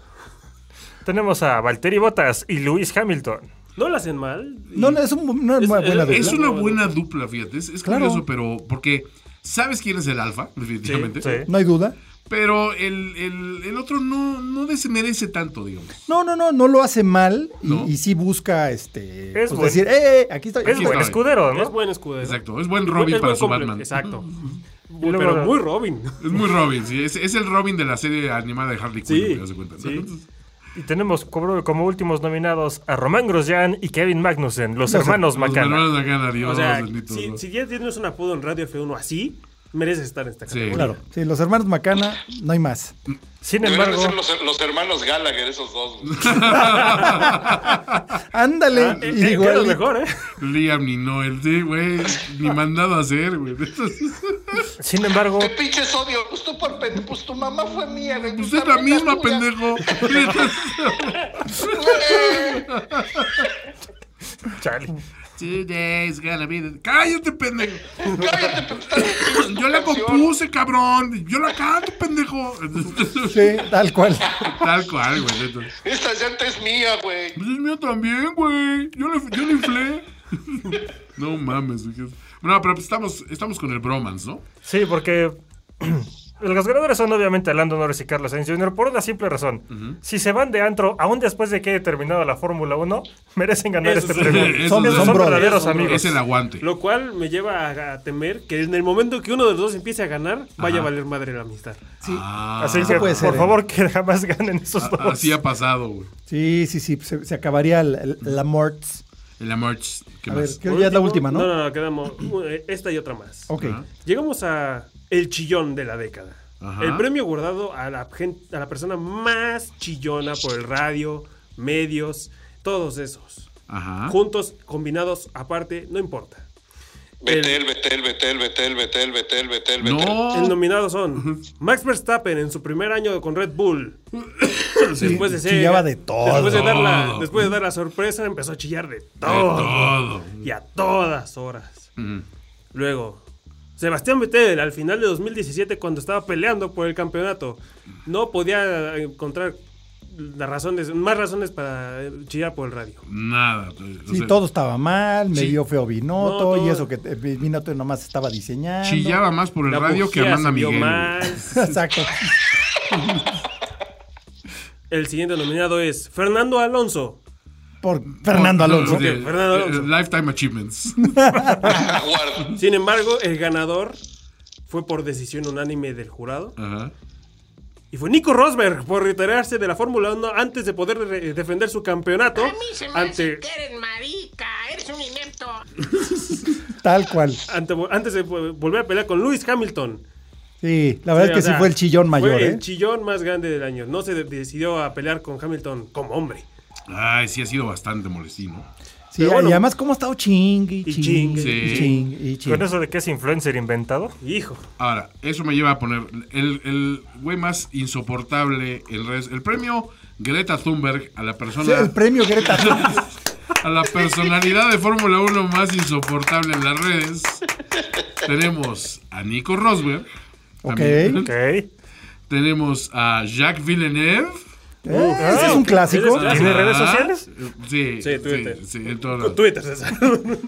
[SPEAKER 5] Tenemos a Valtteri Bottas y Lewis Hamilton.
[SPEAKER 4] No la hacen mal. Y-
[SPEAKER 1] No, no, es un- una
[SPEAKER 4] Es-
[SPEAKER 1] buena
[SPEAKER 4] es-
[SPEAKER 1] dupla.
[SPEAKER 2] es una buena
[SPEAKER 4] pues.
[SPEAKER 2] dupla, fíjate. Es, es
[SPEAKER 1] Claro.
[SPEAKER 2] curioso, pero. Porque. ¿Sabes quién es el alfa? Definitivamente.
[SPEAKER 5] Sí.
[SPEAKER 1] No hay duda.
[SPEAKER 2] Pero el, el, el otro no, no desmerece tanto, digamos.
[SPEAKER 1] No, no, no, no lo hace mal y,
[SPEAKER 2] No.
[SPEAKER 1] y sí busca este
[SPEAKER 5] Es
[SPEAKER 1] pues,
[SPEAKER 5] buen-
[SPEAKER 1] decir, "Eh, eh, aquí estoy.
[SPEAKER 5] Es
[SPEAKER 2] está.
[SPEAKER 5] buen escudero,
[SPEAKER 4] Es
[SPEAKER 5] ¿no?
[SPEAKER 4] buen escudero.
[SPEAKER 2] Exacto. Es buen
[SPEAKER 4] Y bu-
[SPEAKER 2] Robin
[SPEAKER 4] es
[SPEAKER 2] para
[SPEAKER 4] buen
[SPEAKER 2] su
[SPEAKER 4] comple-
[SPEAKER 2] Batman.
[SPEAKER 4] Exacto.
[SPEAKER 5] Y luego-
[SPEAKER 4] Pero muy Robin.
[SPEAKER 2] Es muy Robin, sí. Es, es el Robin de la serie animada de Harley Quinn,
[SPEAKER 4] Sí,
[SPEAKER 2] me das cuenta. ¿no?
[SPEAKER 4] sí.
[SPEAKER 2] Entonces,
[SPEAKER 5] Y tenemos como como últimos nominados a Román Grosjean y Kevin Magnussen, los hermanos
[SPEAKER 2] Los
[SPEAKER 5] Macana.
[SPEAKER 2] hermanos Macana, Dios,
[SPEAKER 4] Pues O sea,
[SPEAKER 2] bendito,
[SPEAKER 4] si,
[SPEAKER 2] ¿no?
[SPEAKER 4] si ya tienes un apodo en Radio F1 así, mereces estar en esta
[SPEAKER 2] Sí.
[SPEAKER 4] categoría.
[SPEAKER 1] Claro. Sí, los hermanos Macana, no hay más.
[SPEAKER 5] Sin
[SPEAKER 3] Deberían
[SPEAKER 5] embargo,
[SPEAKER 3] de ser los, los hermanos Gallagher, esos dos. güey.
[SPEAKER 1] Ándale.
[SPEAKER 4] Ah, eh,
[SPEAKER 1] y
[SPEAKER 4] eh,
[SPEAKER 1] digo,
[SPEAKER 4] queda
[SPEAKER 1] Ali-
[SPEAKER 4] mejor, ¿eh?
[SPEAKER 2] Liam ni Noel, sí, güey. Ni mandado a hacer, güey.
[SPEAKER 5] sin embargo,
[SPEAKER 3] Te pinches odio. Pues tú por pendejo. Pues tu mamá fue mía, güey.
[SPEAKER 2] Usted pues es la
[SPEAKER 3] también
[SPEAKER 2] misma,
[SPEAKER 3] tuya.
[SPEAKER 2] pendejo.
[SPEAKER 3] Eh,
[SPEAKER 5] chale.
[SPEAKER 2] Today's gonna be the- Cállate, pendejo.
[SPEAKER 3] Cállate, pero estás en tu
[SPEAKER 2] Yo la
[SPEAKER 3] canción.
[SPEAKER 2] compuse, cabrón. Yo la canto, pendejo.
[SPEAKER 1] Sí, eh, tal cual.
[SPEAKER 2] Tal cual, güey. neta. Pues
[SPEAKER 3] Esta llanta es mía, güey.
[SPEAKER 2] es mío también, güey. Yo la, yo la inflé. No mames, güey. Bueno, pero pues estamos, estamos con el bromance, ¿no?
[SPEAKER 5] Sí, porque los ganadores son obviamente Lando Norris y Carlos Sainz Jr. por una simple razón. Si se van de antro, aún después de que haya terminado la Fórmula 1, merecen ganar
[SPEAKER 4] Eso
[SPEAKER 5] este
[SPEAKER 4] sí.
[SPEAKER 5] premio.
[SPEAKER 2] Eso
[SPEAKER 1] Son-
[SPEAKER 2] es-
[SPEAKER 1] son
[SPEAKER 5] Son
[SPEAKER 1] brothers.
[SPEAKER 5] verdaderos
[SPEAKER 4] Son
[SPEAKER 5] amigos.
[SPEAKER 2] Es el aguante.
[SPEAKER 4] Lo cual me lleva a, a temer que en el momento que uno de los dos empiece a ganar, vaya a valer madre la amistad.
[SPEAKER 2] Ah,
[SPEAKER 5] Así
[SPEAKER 1] Eso
[SPEAKER 5] que,
[SPEAKER 1] puede
[SPEAKER 5] por
[SPEAKER 1] ser, ¿eh?
[SPEAKER 5] favor, que jamás ganen esos dos.
[SPEAKER 2] así ha pasado, güey.
[SPEAKER 1] Sí, sí, sí. Se, se acabaría el- el- la Morts.
[SPEAKER 2] En la merch. ¿Qué
[SPEAKER 1] A ver,
[SPEAKER 2] más?
[SPEAKER 1] creo que ya es la última, ¿no?
[SPEAKER 4] No, no, no, quedamos eh, esta y otra más.
[SPEAKER 1] Ok.
[SPEAKER 2] Ajá.
[SPEAKER 4] Llegamos a el chillón de la década.
[SPEAKER 2] Ajá.
[SPEAKER 4] El premio guardado a la, gen- a la persona más chillona por el radio, medios, todos esos.
[SPEAKER 2] Ajá.
[SPEAKER 4] Juntos, combinados, aparte, no importa.
[SPEAKER 3] Betel, Betel, Betel, Betel, Betel, Betel, Betel, Betel.
[SPEAKER 4] El
[SPEAKER 2] No.
[SPEAKER 4] nominado son Max Verstappen en su primer año con Red Bull. después de ser,
[SPEAKER 1] chillaba de todo.
[SPEAKER 4] Después de, dar la,
[SPEAKER 2] Todo.
[SPEAKER 4] después de dar la sorpresa, empezó a chillar de todo.
[SPEAKER 2] Todo.
[SPEAKER 4] Y a todas horas. Luego, Sebastián Vettel al final de 2017 cuando estaba peleando por el campeonato. No podía eh, encontrar las razones, más razones para eh, chillar por el radio.
[SPEAKER 2] Nada. o
[SPEAKER 1] Sí,
[SPEAKER 2] sea,
[SPEAKER 1] todo estaba mal, me
[SPEAKER 2] sí.
[SPEAKER 1] dio feo Binotto,
[SPEAKER 4] No, todo-
[SPEAKER 1] y eso que eh, Binotto nomás estaba diseñando.
[SPEAKER 2] Chillaba más por el
[SPEAKER 4] La
[SPEAKER 2] radio que
[SPEAKER 4] bujía
[SPEAKER 2] Amanda
[SPEAKER 4] se vio
[SPEAKER 2] Miguel.
[SPEAKER 4] mal.
[SPEAKER 2] güey.
[SPEAKER 1] Exacto.
[SPEAKER 4] El siguiente nominado es Fernando Alonso.
[SPEAKER 1] Por Fernando Alonso.
[SPEAKER 2] De-
[SPEAKER 4] Ok, Fernando Alonso.
[SPEAKER 2] eh, Lifetime Achievements.
[SPEAKER 3] Aguardo.
[SPEAKER 4] Sin embargo, el ganador fue por decisión unánime del jurado.
[SPEAKER 2] Ajá.
[SPEAKER 4] Y fue Nico Rosberg por retirarse de la Fórmula 1 antes de poder re- defender su campeonato
[SPEAKER 8] A mí se me hace
[SPEAKER 4] ante,
[SPEAKER 8] que eres marica, eres un inepto.
[SPEAKER 1] Tal cual.
[SPEAKER 4] ante- antes de vo- volver a pelear con Lewis Hamilton.
[SPEAKER 1] Sí, la verdad
[SPEAKER 4] Sí,
[SPEAKER 1] es que
[SPEAKER 4] o sea,
[SPEAKER 1] sí fue el chillón mayor,
[SPEAKER 4] Fue
[SPEAKER 1] ¿eh?
[SPEAKER 4] el chillón más grande del año. No se de- decidió a pelear con Hamilton como hombre.
[SPEAKER 2] Ay, sí ha sido bastante molestino.
[SPEAKER 1] Sí,
[SPEAKER 4] Pero bueno.
[SPEAKER 1] y además, ¿cómo ha estado chingue,
[SPEAKER 4] Y
[SPEAKER 1] y
[SPEAKER 4] chingue.
[SPEAKER 1] chingue,
[SPEAKER 2] Sí.
[SPEAKER 1] y chingue, y
[SPEAKER 5] Con
[SPEAKER 1] chingue?
[SPEAKER 5] eso de que es influencer inventado.
[SPEAKER 4] Hijo.
[SPEAKER 2] Ahora, eso me lleva a poner el, el güey más insoportable en redes. El premio Greta Thunberg a la persona.
[SPEAKER 1] Sí, el premio Greta.
[SPEAKER 2] a la personalidad de Fórmula 1 más insoportable en las redes. Tenemos a Nico Rosberg.
[SPEAKER 1] ok.
[SPEAKER 2] También.
[SPEAKER 5] Ok.
[SPEAKER 2] Tenemos a Jacques Villeneuve.
[SPEAKER 1] Eh, ese es
[SPEAKER 4] ah,
[SPEAKER 1] un
[SPEAKER 4] ese
[SPEAKER 1] clásico.
[SPEAKER 4] es clásico.
[SPEAKER 5] ¿Tiene
[SPEAKER 2] Ah,
[SPEAKER 5] redes sociales?
[SPEAKER 2] Sí,
[SPEAKER 4] Sí, Twitter.
[SPEAKER 2] sí, en todas las-
[SPEAKER 4] Con Twitter, César.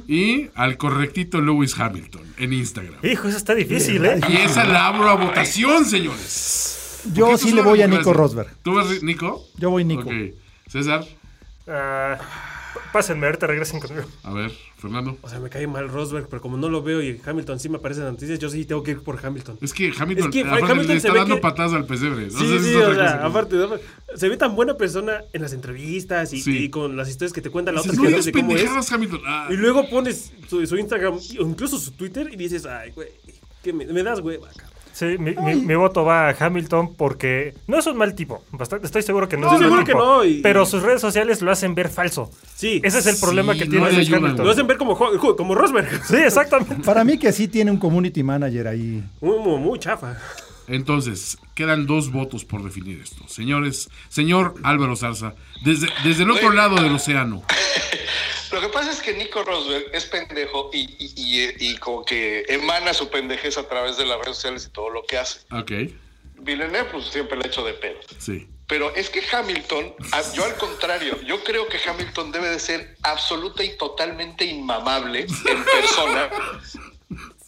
[SPEAKER 2] Y al correctito Lewis Hamilton en Instagram.
[SPEAKER 5] Hijo, eso está difícil, ¿eh?
[SPEAKER 2] Y esa la abro a votación, señores.
[SPEAKER 1] Yo
[SPEAKER 2] Porque
[SPEAKER 1] sí
[SPEAKER 2] esto
[SPEAKER 1] le
[SPEAKER 2] es
[SPEAKER 1] voy
[SPEAKER 2] una
[SPEAKER 1] a Nico
[SPEAKER 2] democracia.
[SPEAKER 1] Rosberg.
[SPEAKER 2] ¿Tú vas, Nico?
[SPEAKER 1] Yo voy Nico.
[SPEAKER 2] Ok. César,
[SPEAKER 5] Ah, pásenme, ahorita regresen conmigo.
[SPEAKER 2] a ver, Fernando.
[SPEAKER 4] O sea, me cae mal Rosberg, pero como no lo veo y Hamilton sí me aparece en las noticias, yo sí tengo que ir por Hamilton.
[SPEAKER 2] Es que Hamilton,
[SPEAKER 4] Es que,
[SPEAKER 2] aparte,
[SPEAKER 4] Hamilton
[SPEAKER 2] le
[SPEAKER 4] se
[SPEAKER 2] está
[SPEAKER 4] ve
[SPEAKER 2] dando
[SPEAKER 4] que-
[SPEAKER 2] patadas al pesebre. ¿no?
[SPEAKER 4] Sí,
[SPEAKER 2] Esa es
[SPEAKER 4] sí,
[SPEAKER 2] otra
[SPEAKER 4] o sea,
[SPEAKER 2] cosa.
[SPEAKER 4] aparte, aparte, se ve tan buena persona en las entrevistas y,
[SPEAKER 2] Sí.
[SPEAKER 4] y con las historias que te cuentan la
[SPEAKER 2] Dices,
[SPEAKER 4] otra
[SPEAKER 2] no
[SPEAKER 4] gente
[SPEAKER 2] digas
[SPEAKER 4] de cómo es.
[SPEAKER 2] pendejadas, Hamilton. Ah,
[SPEAKER 4] Y luego pones su, su Instagram o incluso su Twitter y dices, ay, güey, que me, me das hueva, cabrón".
[SPEAKER 5] Sí, mi, mi- mi voto va a Hamilton porque no es un mal tipo. Bastante, estoy seguro que no,
[SPEAKER 4] No,
[SPEAKER 5] es un
[SPEAKER 4] seguro
[SPEAKER 5] mal tipo.
[SPEAKER 4] que no, y-
[SPEAKER 5] Pero sus redes sociales lo hacen ver falso.
[SPEAKER 4] Sí.
[SPEAKER 5] Ese es el problema que
[SPEAKER 2] no
[SPEAKER 5] tiene
[SPEAKER 2] le
[SPEAKER 5] Lewis
[SPEAKER 2] ayudan.
[SPEAKER 5] Hamilton.
[SPEAKER 4] Lo hacen ver como, jo- jo- como Rosberg.
[SPEAKER 5] Sí, exactamente.
[SPEAKER 1] Para mí que sí tiene un community manager ahí.
[SPEAKER 4] Muy, muy, muy chafa.
[SPEAKER 2] Entonces, quedan dos votos por definir esto. Señores, señor Álvaro Zarza, desde, desde el otro lado del océano.
[SPEAKER 3] Lo que pasa es que Nico Rosberg es pendejo y, y, y- y como que emana su pendejez a través de las redes sociales y todo lo que hace.
[SPEAKER 2] Ok,
[SPEAKER 3] Villeneuve pues, siempre le ha hecho de pedo.
[SPEAKER 2] sí.
[SPEAKER 3] Pero es que Hamilton, a- yo al contrario, yo creo que Hamilton debe de ser absoluta y totalmente inmamable en persona.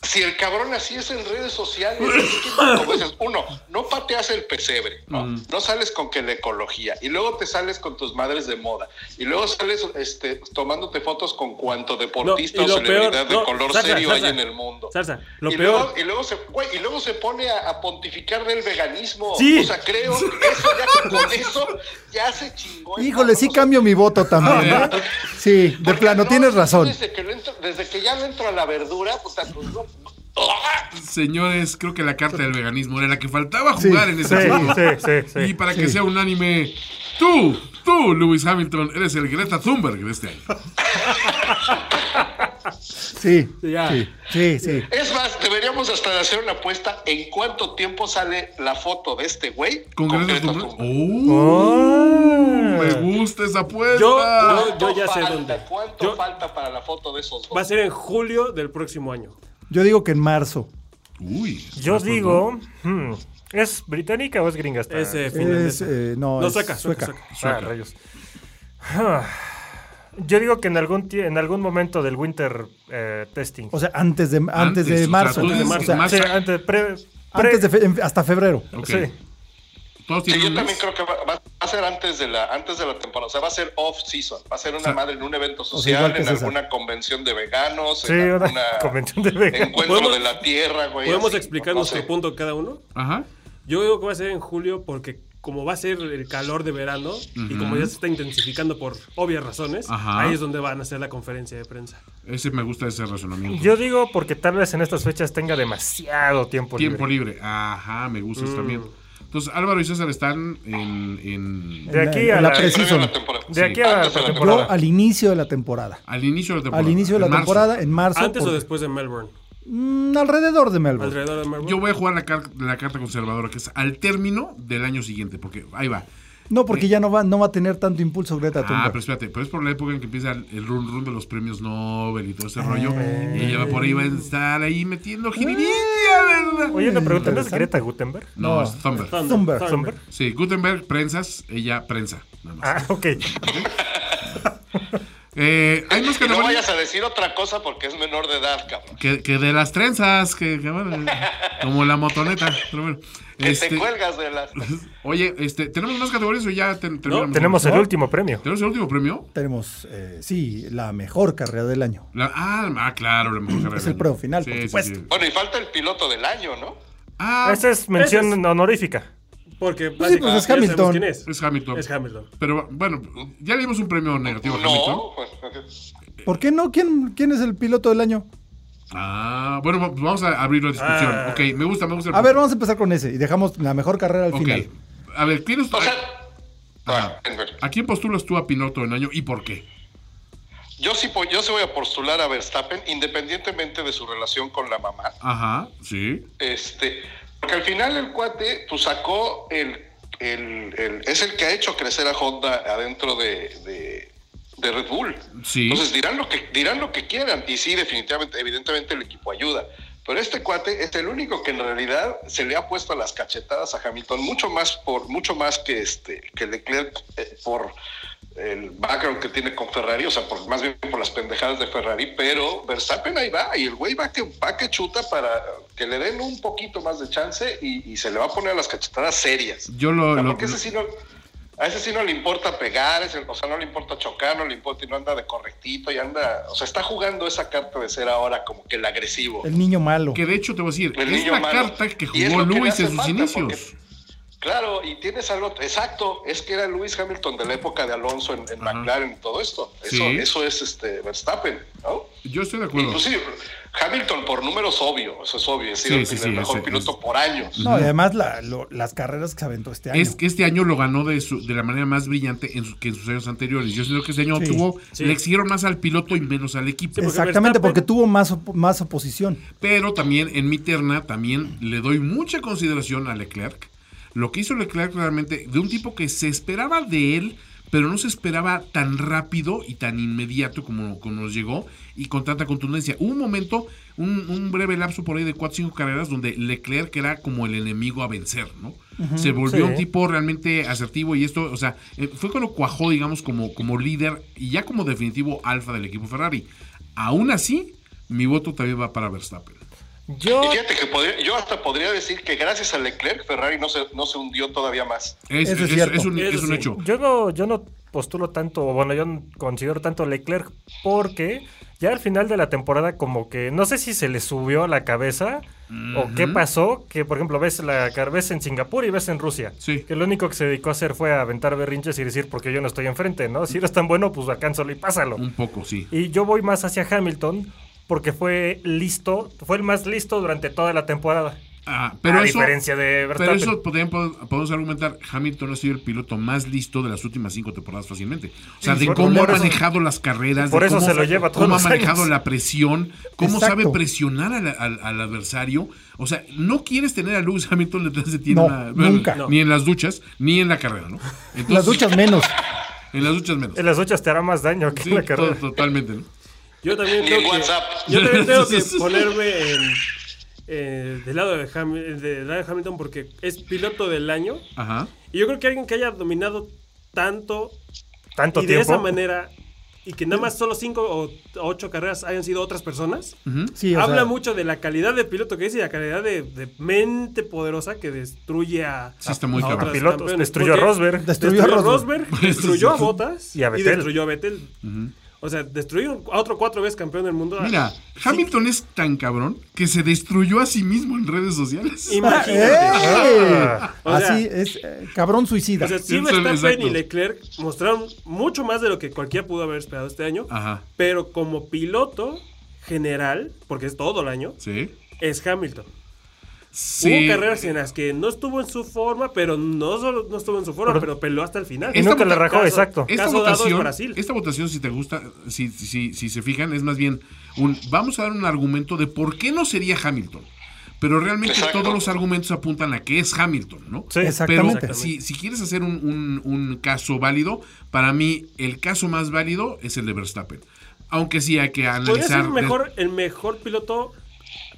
[SPEAKER 3] Si el cabrón así es en redes sociales, es que, como dices, uno, no pateas el pesebre, ¿no?
[SPEAKER 4] Mm.
[SPEAKER 3] No sales con que la ecología, y luego te sales con tus madres de moda, y luego sales este, tomándote fotos con cuanto deportista
[SPEAKER 4] No, y
[SPEAKER 3] o
[SPEAKER 4] lo
[SPEAKER 3] celebridad
[SPEAKER 4] peor,
[SPEAKER 3] de
[SPEAKER 4] no,
[SPEAKER 3] color
[SPEAKER 4] Zarza,
[SPEAKER 3] serio
[SPEAKER 4] Zarza,
[SPEAKER 3] hay en el mundo.
[SPEAKER 4] Zarza, lo
[SPEAKER 3] y
[SPEAKER 4] peor.
[SPEAKER 3] Luego, y, luego se, güey, y luego se pone a, a pontificar del veganismo.
[SPEAKER 4] Sí.
[SPEAKER 3] O sea, creo que eso ya con eso ya se chingó. el
[SPEAKER 1] Híjole, sí
[SPEAKER 3] Carlos.
[SPEAKER 1] cambio mi voto también, ¿no? Sí, de
[SPEAKER 3] Porque
[SPEAKER 1] plano,
[SPEAKER 3] no,
[SPEAKER 1] tienes
[SPEAKER 3] yo
[SPEAKER 1] razón.
[SPEAKER 3] Desde que, lo entro- desde que ya no entro a la verdura, puta, pues no.
[SPEAKER 2] Señores, creo que la carta del veganismo era la que faltaba jugar en ese
[SPEAKER 5] Sí,
[SPEAKER 2] juego.
[SPEAKER 5] sí, sí, sí.
[SPEAKER 2] Y para que
[SPEAKER 1] Sí.
[SPEAKER 2] sea unánime, tú, tú, Lewis Hamilton, eres el Greta Thunberg de este año.
[SPEAKER 1] Sí,
[SPEAKER 4] Ya.
[SPEAKER 1] sí, sí, sí.
[SPEAKER 3] Es más, deberíamos hasta de hacer una apuesta en cuánto tiempo sale la foto de este güey.
[SPEAKER 2] Con Greta
[SPEAKER 3] Greta
[SPEAKER 2] Thunberg.
[SPEAKER 3] Thunberg.
[SPEAKER 2] ¡Oh! Me gusta esa apuesta.
[SPEAKER 4] Yo- yo-
[SPEAKER 3] ¿Cuánto
[SPEAKER 4] ya sé
[SPEAKER 3] falta?
[SPEAKER 4] dónde.
[SPEAKER 3] ¿Cuánto
[SPEAKER 4] Yo-
[SPEAKER 3] falta para la foto de esos dos?
[SPEAKER 4] Va a ser en julio del próximo año.
[SPEAKER 1] Yo digo que en marzo.
[SPEAKER 2] Uy.
[SPEAKER 5] Yo
[SPEAKER 2] ¿estás
[SPEAKER 5] digo, hmm, ¿es británica o es gringa? esta?
[SPEAKER 4] Ese
[SPEAKER 1] Ah, Es,
[SPEAKER 4] finlandesa.
[SPEAKER 1] eh, no,
[SPEAKER 4] no,
[SPEAKER 1] es
[SPEAKER 4] sueca, sueca,
[SPEAKER 1] sueca.
[SPEAKER 4] sueca.
[SPEAKER 5] Ah, rayos. Ah. Yo digo que en algún tie- en algún momento del winter eh, testing.
[SPEAKER 1] O sea, antes de, antes
[SPEAKER 2] Antes, o
[SPEAKER 1] de
[SPEAKER 2] sea,
[SPEAKER 1] marzo.
[SPEAKER 2] tú dices
[SPEAKER 1] O sea,
[SPEAKER 2] que más-
[SPEAKER 5] Sí, antes, pre- pre-
[SPEAKER 1] antes de fe- en- hasta febrero.
[SPEAKER 2] Ok.
[SPEAKER 5] sí.
[SPEAKER 2] Todos
[SPEAKER 3] Sí,
[SPEAKER 2] tienen
[SPEAKER 3] yo
[SPEAKER 2] un
[SPEAKER 3] también
[SPEAKER 2] mes?
[SPEAKER 3] creo que va, va a ser antes de la antes de la temporada, o sea, va a ser off season, va a ser una
[SPEAKER 2] sea,
[SPEAKER 3] madre en un evento
[SPEAKER 1] igual
[SPEAKER 3] social,
[SPEAKER 1] que
[SPEAKER 3] en
[SPEAKER 1] César.
[SPEAKER 3] alguna convención de veganos,
[SPEAKER 5] Sí,
[SPEAKER 3] en
[SPEAKER 5] una
[SPEAKER 3] alguna
[SPEAKER 5] convención de veganos.
[SPEAKER 3] encuentro
[SPEAKER 4] ¿Podemos-
[SPEAKER 3] de la tierra, güey.
[SPEAKER 4] ¿Podemos
[SPEAKER 3] así,
[SPEAKER 4] explicar
[SPEAKER 3] no
[SPEAKER 4] nuestro
[SPEAKER 3] sé.
[SPEAKER 4] punto cada uno?
[SPEAKER 2] Ajá.
[SPEAKER 4] Yo digo que va a ser en julio porque como va a ser el calor de verano y como ya se está intensificando por obvias razones,
[SPEAKER 2] Ajá.
[SPEAKER 4] ahí es donde van a hacer la conferencia de prensa.
[SPEAKER 2] Ese me gusta ese razonamiento.
[SPEAKER 5] Yo digo porque tal vez en estas fechas tenga demasiado tiempo,
[SPEAKER 2] Tiempo
[SPEAKER 5] libre.
[SPEAKER 2] libre. Ajá, me gusta también.
[SPEAKER 1] Mm.
[SPEAKER 2] Entonces, Álvaro y César están en. en-
[SPEAKER 5] De aquí
[SPEAKER 1] En la-
[SPEAKER 5] a
[SPEAKER 1] en la
[SPEAKER 5] la-
[SPEAKER 1] precisa.
[SPEAKER 3] Previo a la temporada.
[SPEAKER 5] de aquí a la
[SPEAKER 3] Antes de la
[SPEAKER 5] temporada.
[SPEAKER 1] Yo al inicio de la temporada.
[SPEAKER 2] al inicio de la temporada.
[SPEAKER 1] Al inicio de la
[SPEAKER 2] en marzo.
[SPEAKER 1] temporada, en marzo.
[SPEAKER 4] ¿Antes o
[SPEAKER 1] por-
[SPEAKER 4] después de Melbourne?
[SPEAKER 1] Mm, alrededor de Melbourne.
[SPEAKER 4] Alrededor de Melbourne.
[SPEAKER 2] Yo voy a jugar la, car- la carta conservadora, que es al término del año siguiente, porque ahí va.
[SPEAKER 1] No, porque ya no va, no va a tener tanto impulso Greta
[SPEAKER 2] Ah,
[SPEAKER 1] Thunberg.
[SPEAKER 2] pero espérate, pero es por la época en que empieza el, el run run de los premios Nobel y todo ese rollo.
[SPEAKER 1] Eh.
[SPEAKER 2] Y ella va por ahí, va a estar ahí metiendo jiribilla, ¿verdad?
[SPEAKER 5] Oye, una pregunta, ¿no es
[SPEAKER 1] Interesante.
[SPEAKER 5] Greta Gutenberg?
[SPEAKER 2] No,
[SPEAKER 1] No.
[SPEAKER 2] es Thunberg.
[SPEAKER 1] Thunberg.
[SPEAKER 5] ¿Thunberg?
[SPEAKER 2] Sí, Gutenberg, prensas, ella prensa. nada más.
[SPEAKER 5] Ah, ok.
[SPEAKER 2] Eh, hay más
[SPEAKER 3] Y no
[SPEAKER 2] categorías
[SPEAKER 3] vayas a decir otra cosa porque es menor de edad, cabrón.
[SPEAKER 2] que, que de las trenzas, que, que bueno, eh, como la motoneta. Pero bueno,
[SPEAKER 3] Que
[SPEAKER 2] este,
[SPEAKER 3] te cuelgas de las
[SPEAKER 2] oye, este, ¿tenemos más categorías o ya ten- terminamos?
[SPEAKER 5] Tenemos el último premio.
[SPEAKER 2] ¿Tenemos el último premio?
[SPEAKER 1] Tenemos, eh, sí, la mejor carrera del año.
[SPEAKER 2] La- ah, ah, claro, la mejor carrera
[SPEAKER 1] Es
[SPEAKER 2] del
[SPEAKER 1] el
[SPEAKER 2] año.
[SPEAKER 1] pro final,
[SPEAKER 2] Sí,
[SPEAKER 1] por
[SPEAKER 2] sí,
[SPEAKER 1] supuesto.
[SPEAKER 2] sí.
[SPEAKER 3] Bueno, y falta el piloto del año, ¿no?
[SPEAKER 2] Ah,
[SPEAKER 5] Esa es mención
[SPEAKER 4] Ese es-
[SPEAKER 5] honorífica.
[SPEAKER 4] Porque
[SPEAKER 1] Pues sí, pues es
[SPEAKER 4] básica- ya sabemos
[SPEAKER 1] Hamilton.
[SPEAKER 4] quién es.
[SPEAKER 2] es Hamilton.
[SPEAKER 4] Es Hamilton.
[SPEAKER 2] Pero bueno, ya le dimos un premio negativo a Hamilton.
[SPEAKER 3] No, pues,
[SPEAKER 1] ¿Por qué no? ¿Quién, quién es el piloto del año?
[SPEAKER 2] Ah, bueno, va- vamos a abrir la discusión.
[SPEAKER 4] Ah.
[SPEAKER 2] Ok, me gusta, me gusta. el
[SPEAKER 1] A ver,
[SPEAKER 2] punto.
[SPEAKER 1] vamos a empezar con ese y dejamos la mejor carrera al
[SPEAKER 2] Ok.
[SPEAKER 1] final.
[SPEAKER 2] A ver, ¿quién es tu-
[SPEAKER 3] o sea,
[SPEAKER 2] Ah. Ajá.
[SPEAKER 3] Thunberg.
[SPEAKER 2] ¿A quién postulas tú a Pinoto del año y por qué?
[SPEAKER 3] yo sí po- yo sí voy a postular a Verstappen independientemente de su relación con la mamá.
[SPEAKER 2] Ajá, sí.
[SPEAKER 3] Este, porque al final el cuate pues sacó el, el- el- es el que ha hecho crecer a Honda adentro de, de- de Red Bull.
[SPEAKER 2] Sí.
[SPEAKER 3] Entonces dirán lo que dirán lo que quieran y sí definitivamente evidentemente el equipo ayuda, pero este cuate es el único que en realidad se le ha puesto las cachetadas a Hamilton mucho más por mucho más que este que Leclerc eh, por el background que tiene con Ferrari, o sea, por, más bien por las pendejadas de Ferrari, pero Verstappen ahí va y el güey va que, va que chuta para que le den un poquito más de chance y, y se le va a poner las cachetadas serias.
[SPEAKER 2] Yo lo-
[SPEAKER 3] O sea,
[SPEAKER 2] lo-
[SPEAKER 3] porque ese sí no- a ese sí no le importa pegar, ese- o sea, no le importa chocar, no le importa y no anda de correctito y anda, o sea, está jugando esa carta de ser ahora como que el agresivo.
[SPEAKER 1] El niño malo.
[SPEAKER 2] Que de hecho te voy a decir,
[SPEAKER 3] El
[SPEAKER 2] es
[SPEAKER 3] niño
[SPEAKER 2] la
[SPEAKER 3] malo.
[SPEAKER 2] carta que
[SPEAKER 3] Y es
[SPEAKER 2] jugó
[SPEAKER 3] lo que le
[SPEAKER 2] Luis
[SPEAKER 3] hace
[SPEAKER 2] en sus
[SPEAKER 3] falta,
[SPEAKER 2] inicios.
[SPEAKER 3] porque- Claro, y tienes al otro. Exacto, es que era Lewis Hamilton de la época de Alonso en, en
[SPEAKER 2] Ajá.
[SPEAKER 3] McLaren y todo esto. Eso,
[SPEAKER 2] Sí.
[SPEAKER 3] eso es este Verstappen, ¿no?
[SPEAKER 2] Yo estoy de acuerdo.
[SPEAKER 3] Inclusive, Hamilton por números obvio, eso es obvio, es
[SPEAKER 2] Sí,
[SPEAKER 3] sido
[SPEAKER 2] sí,
[SPEAKER 3] el
[SPEAKER 2] sí,
[SPEAKER 3] mejor
[SPEAKER 2] ese-
[SPEAKER 3] piloto por años.
[SPEAKER 1] No, y además la- lo- las carreras que se aventó este año.
[SPEAKER 2] Es que este año lo ganó de, su- de la manera más brillante en su- que en sus años anteriores. Yo siento que este año
[SPEAKER 1] Sí.
[SPEAKER 2] tuvo,
[SPEAKER 4] Sí.
[SPEAKER 2] le exigieron más al piloto y menos al equipo.
[SPEAKER 4] Sí, porque
[SPEAKER 1] Exactamente,
[SPEAKER 4] Verstappen-
[SPEAKER 1] porque tuvo más, op- más oposición.
[SPEAKER 2] Pero también en mi terna también le doy mucha consideración a Leclerc. Lo que hizo Leclerc realmente de un tipo que se esperaba de él, pero no se esperaba tan rápido y tan inmediato como, como nos llegó y con tanta contundencia. Hubo un momento, un, un breve lapso por ahí de 4 o 5 carreras donde Leclerc era como el enemigo a vencer, ¿no? se volvió
[SPEAKER 5] sí.
[SPEAKER 2] un tipo realmente asertivo y esto, o sea, eh, fue cuando cuajó, digamos, como, como líder y ya como definitivo alfa del equipo Ferrari. Aún así, mi voto también va para Verstappen.
[SPEAKER 5] Yo,
[SPEAKER 3] Y fíjate que podría- yo hasta podría decir que gracias a Leclerc, Ferrari no se, no se hundió todavía más.
[SPEAKER 2] Es,
[SPEAKER 1] Eso es
[SPEAKER 2] es-
[SPEAKER 1] cierto.
[SPEAKER 2] es un, es
[SPEAKER 4] Eso
[SPEAKER 2] un
[SPEAKER 4] sí.
[SPEAKER 2] hecho.
[SPEAKER 5] yo no, yo no postulo tanto, o bueno, yo no considero tanto a Leclerc porque ya al final de la temporada como que no sé si se le subió a la cabeza o qué pasó, que por ejemplo ves la car- ves en Singapur y ves en Rusia,
[SPEAKER 2] Sí.
[SPEAKER 5] que lo único que se dedicó a hacer fue a aventar berrinches y decir porque yo no estoy enfrente, ¿no? Si eres tan bueno, pues alcánzalo y pásalo.
[SPEAKER 2] Un poco, sí.
[SPEAKER 5] Y yo voy más hacia Hamilton porque fue listo, fue el más listo durante toda la temporada.
[SPEAKER 2] Ah, pero
[SPEAKER 5] a
[SPEAKER 2] eso,
[SPEAKER 5] diferencia de
[SPEAKER 2] pero
[SPEAKER 5] Verstappen.
[SPEAKER 2] eso podrían- pod- podemos argumentar, Hamilton ha sido el piloto más listo de las últimas cinco temporadas fácilmente. O sea,
[SPEAKER 5] Sí,
[SPEAKER 2] de
[SPEAKER 5] por-
[SPEAKER 2] cómo ha
[SPEAKER 5] por eso-
[SPEAKER 2] manejado las carreras,
[SPEAKER 5] por
[SPEAKER 2] de
[SPEAKER 5] eso
[SPEAKER 2] cómo,
[SPEAKER 5] se lo lleva todos
[SPEAKER 2] cómo ha
[SPEAKER 5] los
[SPEAKER 2] manejado
[SPEAKER 5] años.
[SPEAKER 2] la presión, cómo
[SPEAKER 1] Exacto.
[SPEAKER 2] sabe presionar al, al- al adversario. O sea, no quieres tener a Lewis Hamilton detrás de ti en
[SPEAKER 1] No,
[SPEAKER 2] la-
[SPEAKER 1] nunca.
[SPEAKER 2] ni en las duchas, ni en la carrera, ¿no? Entonces,
[SPEAKER 1] Las duchas menos.
[SPEAKER 2] En las duchas menos.
[SPEAKER 5] En las ochas te hará más daño que
[SPEAKER 2] Sí,
[SPEAKER 5] en la carrera.
[SPEAKER 2] to- totalmente, ¿no?
[SPEAKER 4] Yo también
[SPEAKER 3] Ni
[SPEAKER 4] tengo
[SPEAKER 3] en
[SPEAKER 4] que,
[SPEAKER 3] WhatsApp.
[SPEAKER 4] yo también tengo que ponerme en- eh, del lado de, Ham- del lado de Hamilton porque es piloto del año.
[SPEAKER 2] Ajá.
[SPEAKER 4] Y yo creo que alguien que haya dominado tanto
[SPEAKER 5] Tanto
[SPEAKER 4] y de
[SPEAKER 5] tiempo.
[SPEAKER 4] esa manera y que nada más solo cinco o ocho carreras hayan sido otras personas,
[SPEAKER 1] Sí, o
[SPEAKER 4] habla
[SPEAKER 1] sea,
[SPEAKER 4] mucho de la calidad de piloto que es y la calidad de, de mente poderosa que destruye a,
[SPEAKER 2] Sí, está muy
[SPEAKER 4] a
[SPEAKER 2] cabrón.
[SPEAKER 4] otros
[SPEAKER 5] Pilotos,
[SPEAKER 4] campeones.
[SPEAKER 5] destruyó a
[SPEAKER 4] Porque
[SPEAKER 5] Rosberg.
[SPEAKER 1] Destruyó
[SPEAKER 4] Destruyó,
[SPEAKER 1] a
[SPEAKER 4] a
[SPEAKER 1] Rosberg.
[SPEAKER 4] Rosberg, destruyó a Bottas
[SPEAKER 5] Y a Vettel.
[SPEAKER 4] destruyó a Vettel. O sea, destruyó a otro cuatro veces campeón del mundo.
[SPEAKER 2] Mira, Hamilton es tan cabrón que se destruyó a sí mismo en redes sociales.
[SPEAKER 4] Imagínate.
[SPEAKER 1] ¡Eh!
[SPEAKER 4] O sea-
[SPEAKER 1] Así es, eh, cabrón suicida.
[SPEAKER 4] O sea, sí,
[SPEAKER 2] Eso,
[SPEAKER 4] Verstappen
[SPEAKER 2] exacto.
[SPEAKER 4] y Leclerc mostraron mucho más de lo que cualquiera pudo haber esperado este año.
[SPEAKER 2] Ajá.
[SPEAKER 4] Pero como piloto general, porque es todo el año,
[SPEAKER 2] Sí.
[SPEAKER 4] es Hamilton.
[SPEAKER 2] Sí.
[SPEAKER 4] Hubo carreras en las que no estuvo en su forma, pero no solo no estuvo en su forma, pero peleó hasta el final.
[SPEAKER 2] Esta
[SPEAKER 5] Nunca la
[SPEAKER 2] vota-
[SPEAKER 5] rajó,
[SPEAKER 4] caso-
[SPEAKER 5] exacto.
[SPEAKER 2] Esta
[SPEAKER 4] Caso dado es
[SPEAKER 2] votación,
[SPEAKER 4] Brasil.
[SPEAKER 2] esta votación, si te gusta, si, si, si se fijan, es más bien un vamos a dar un argumento de por qué no sería Hamilton. Pero realmente
[SPEAKER 3] Exacto.
[SPEAKER 2] todos los argumentos apuntan a que es Hamilton, ¿no?
[SPEAKER 5] Sí.
[SPEAKER 1] Exactamente.
[SPEAKER 2] Pero si, si quieres hacer un, un- un caso válido, para mí el caso más válido es el de Verstappen. Aunque sí hay que
[SPEAKER 4] Podría
[SPEAKER 2] analizar.
[SPEAKER 4] ser mejor, el mejor piloto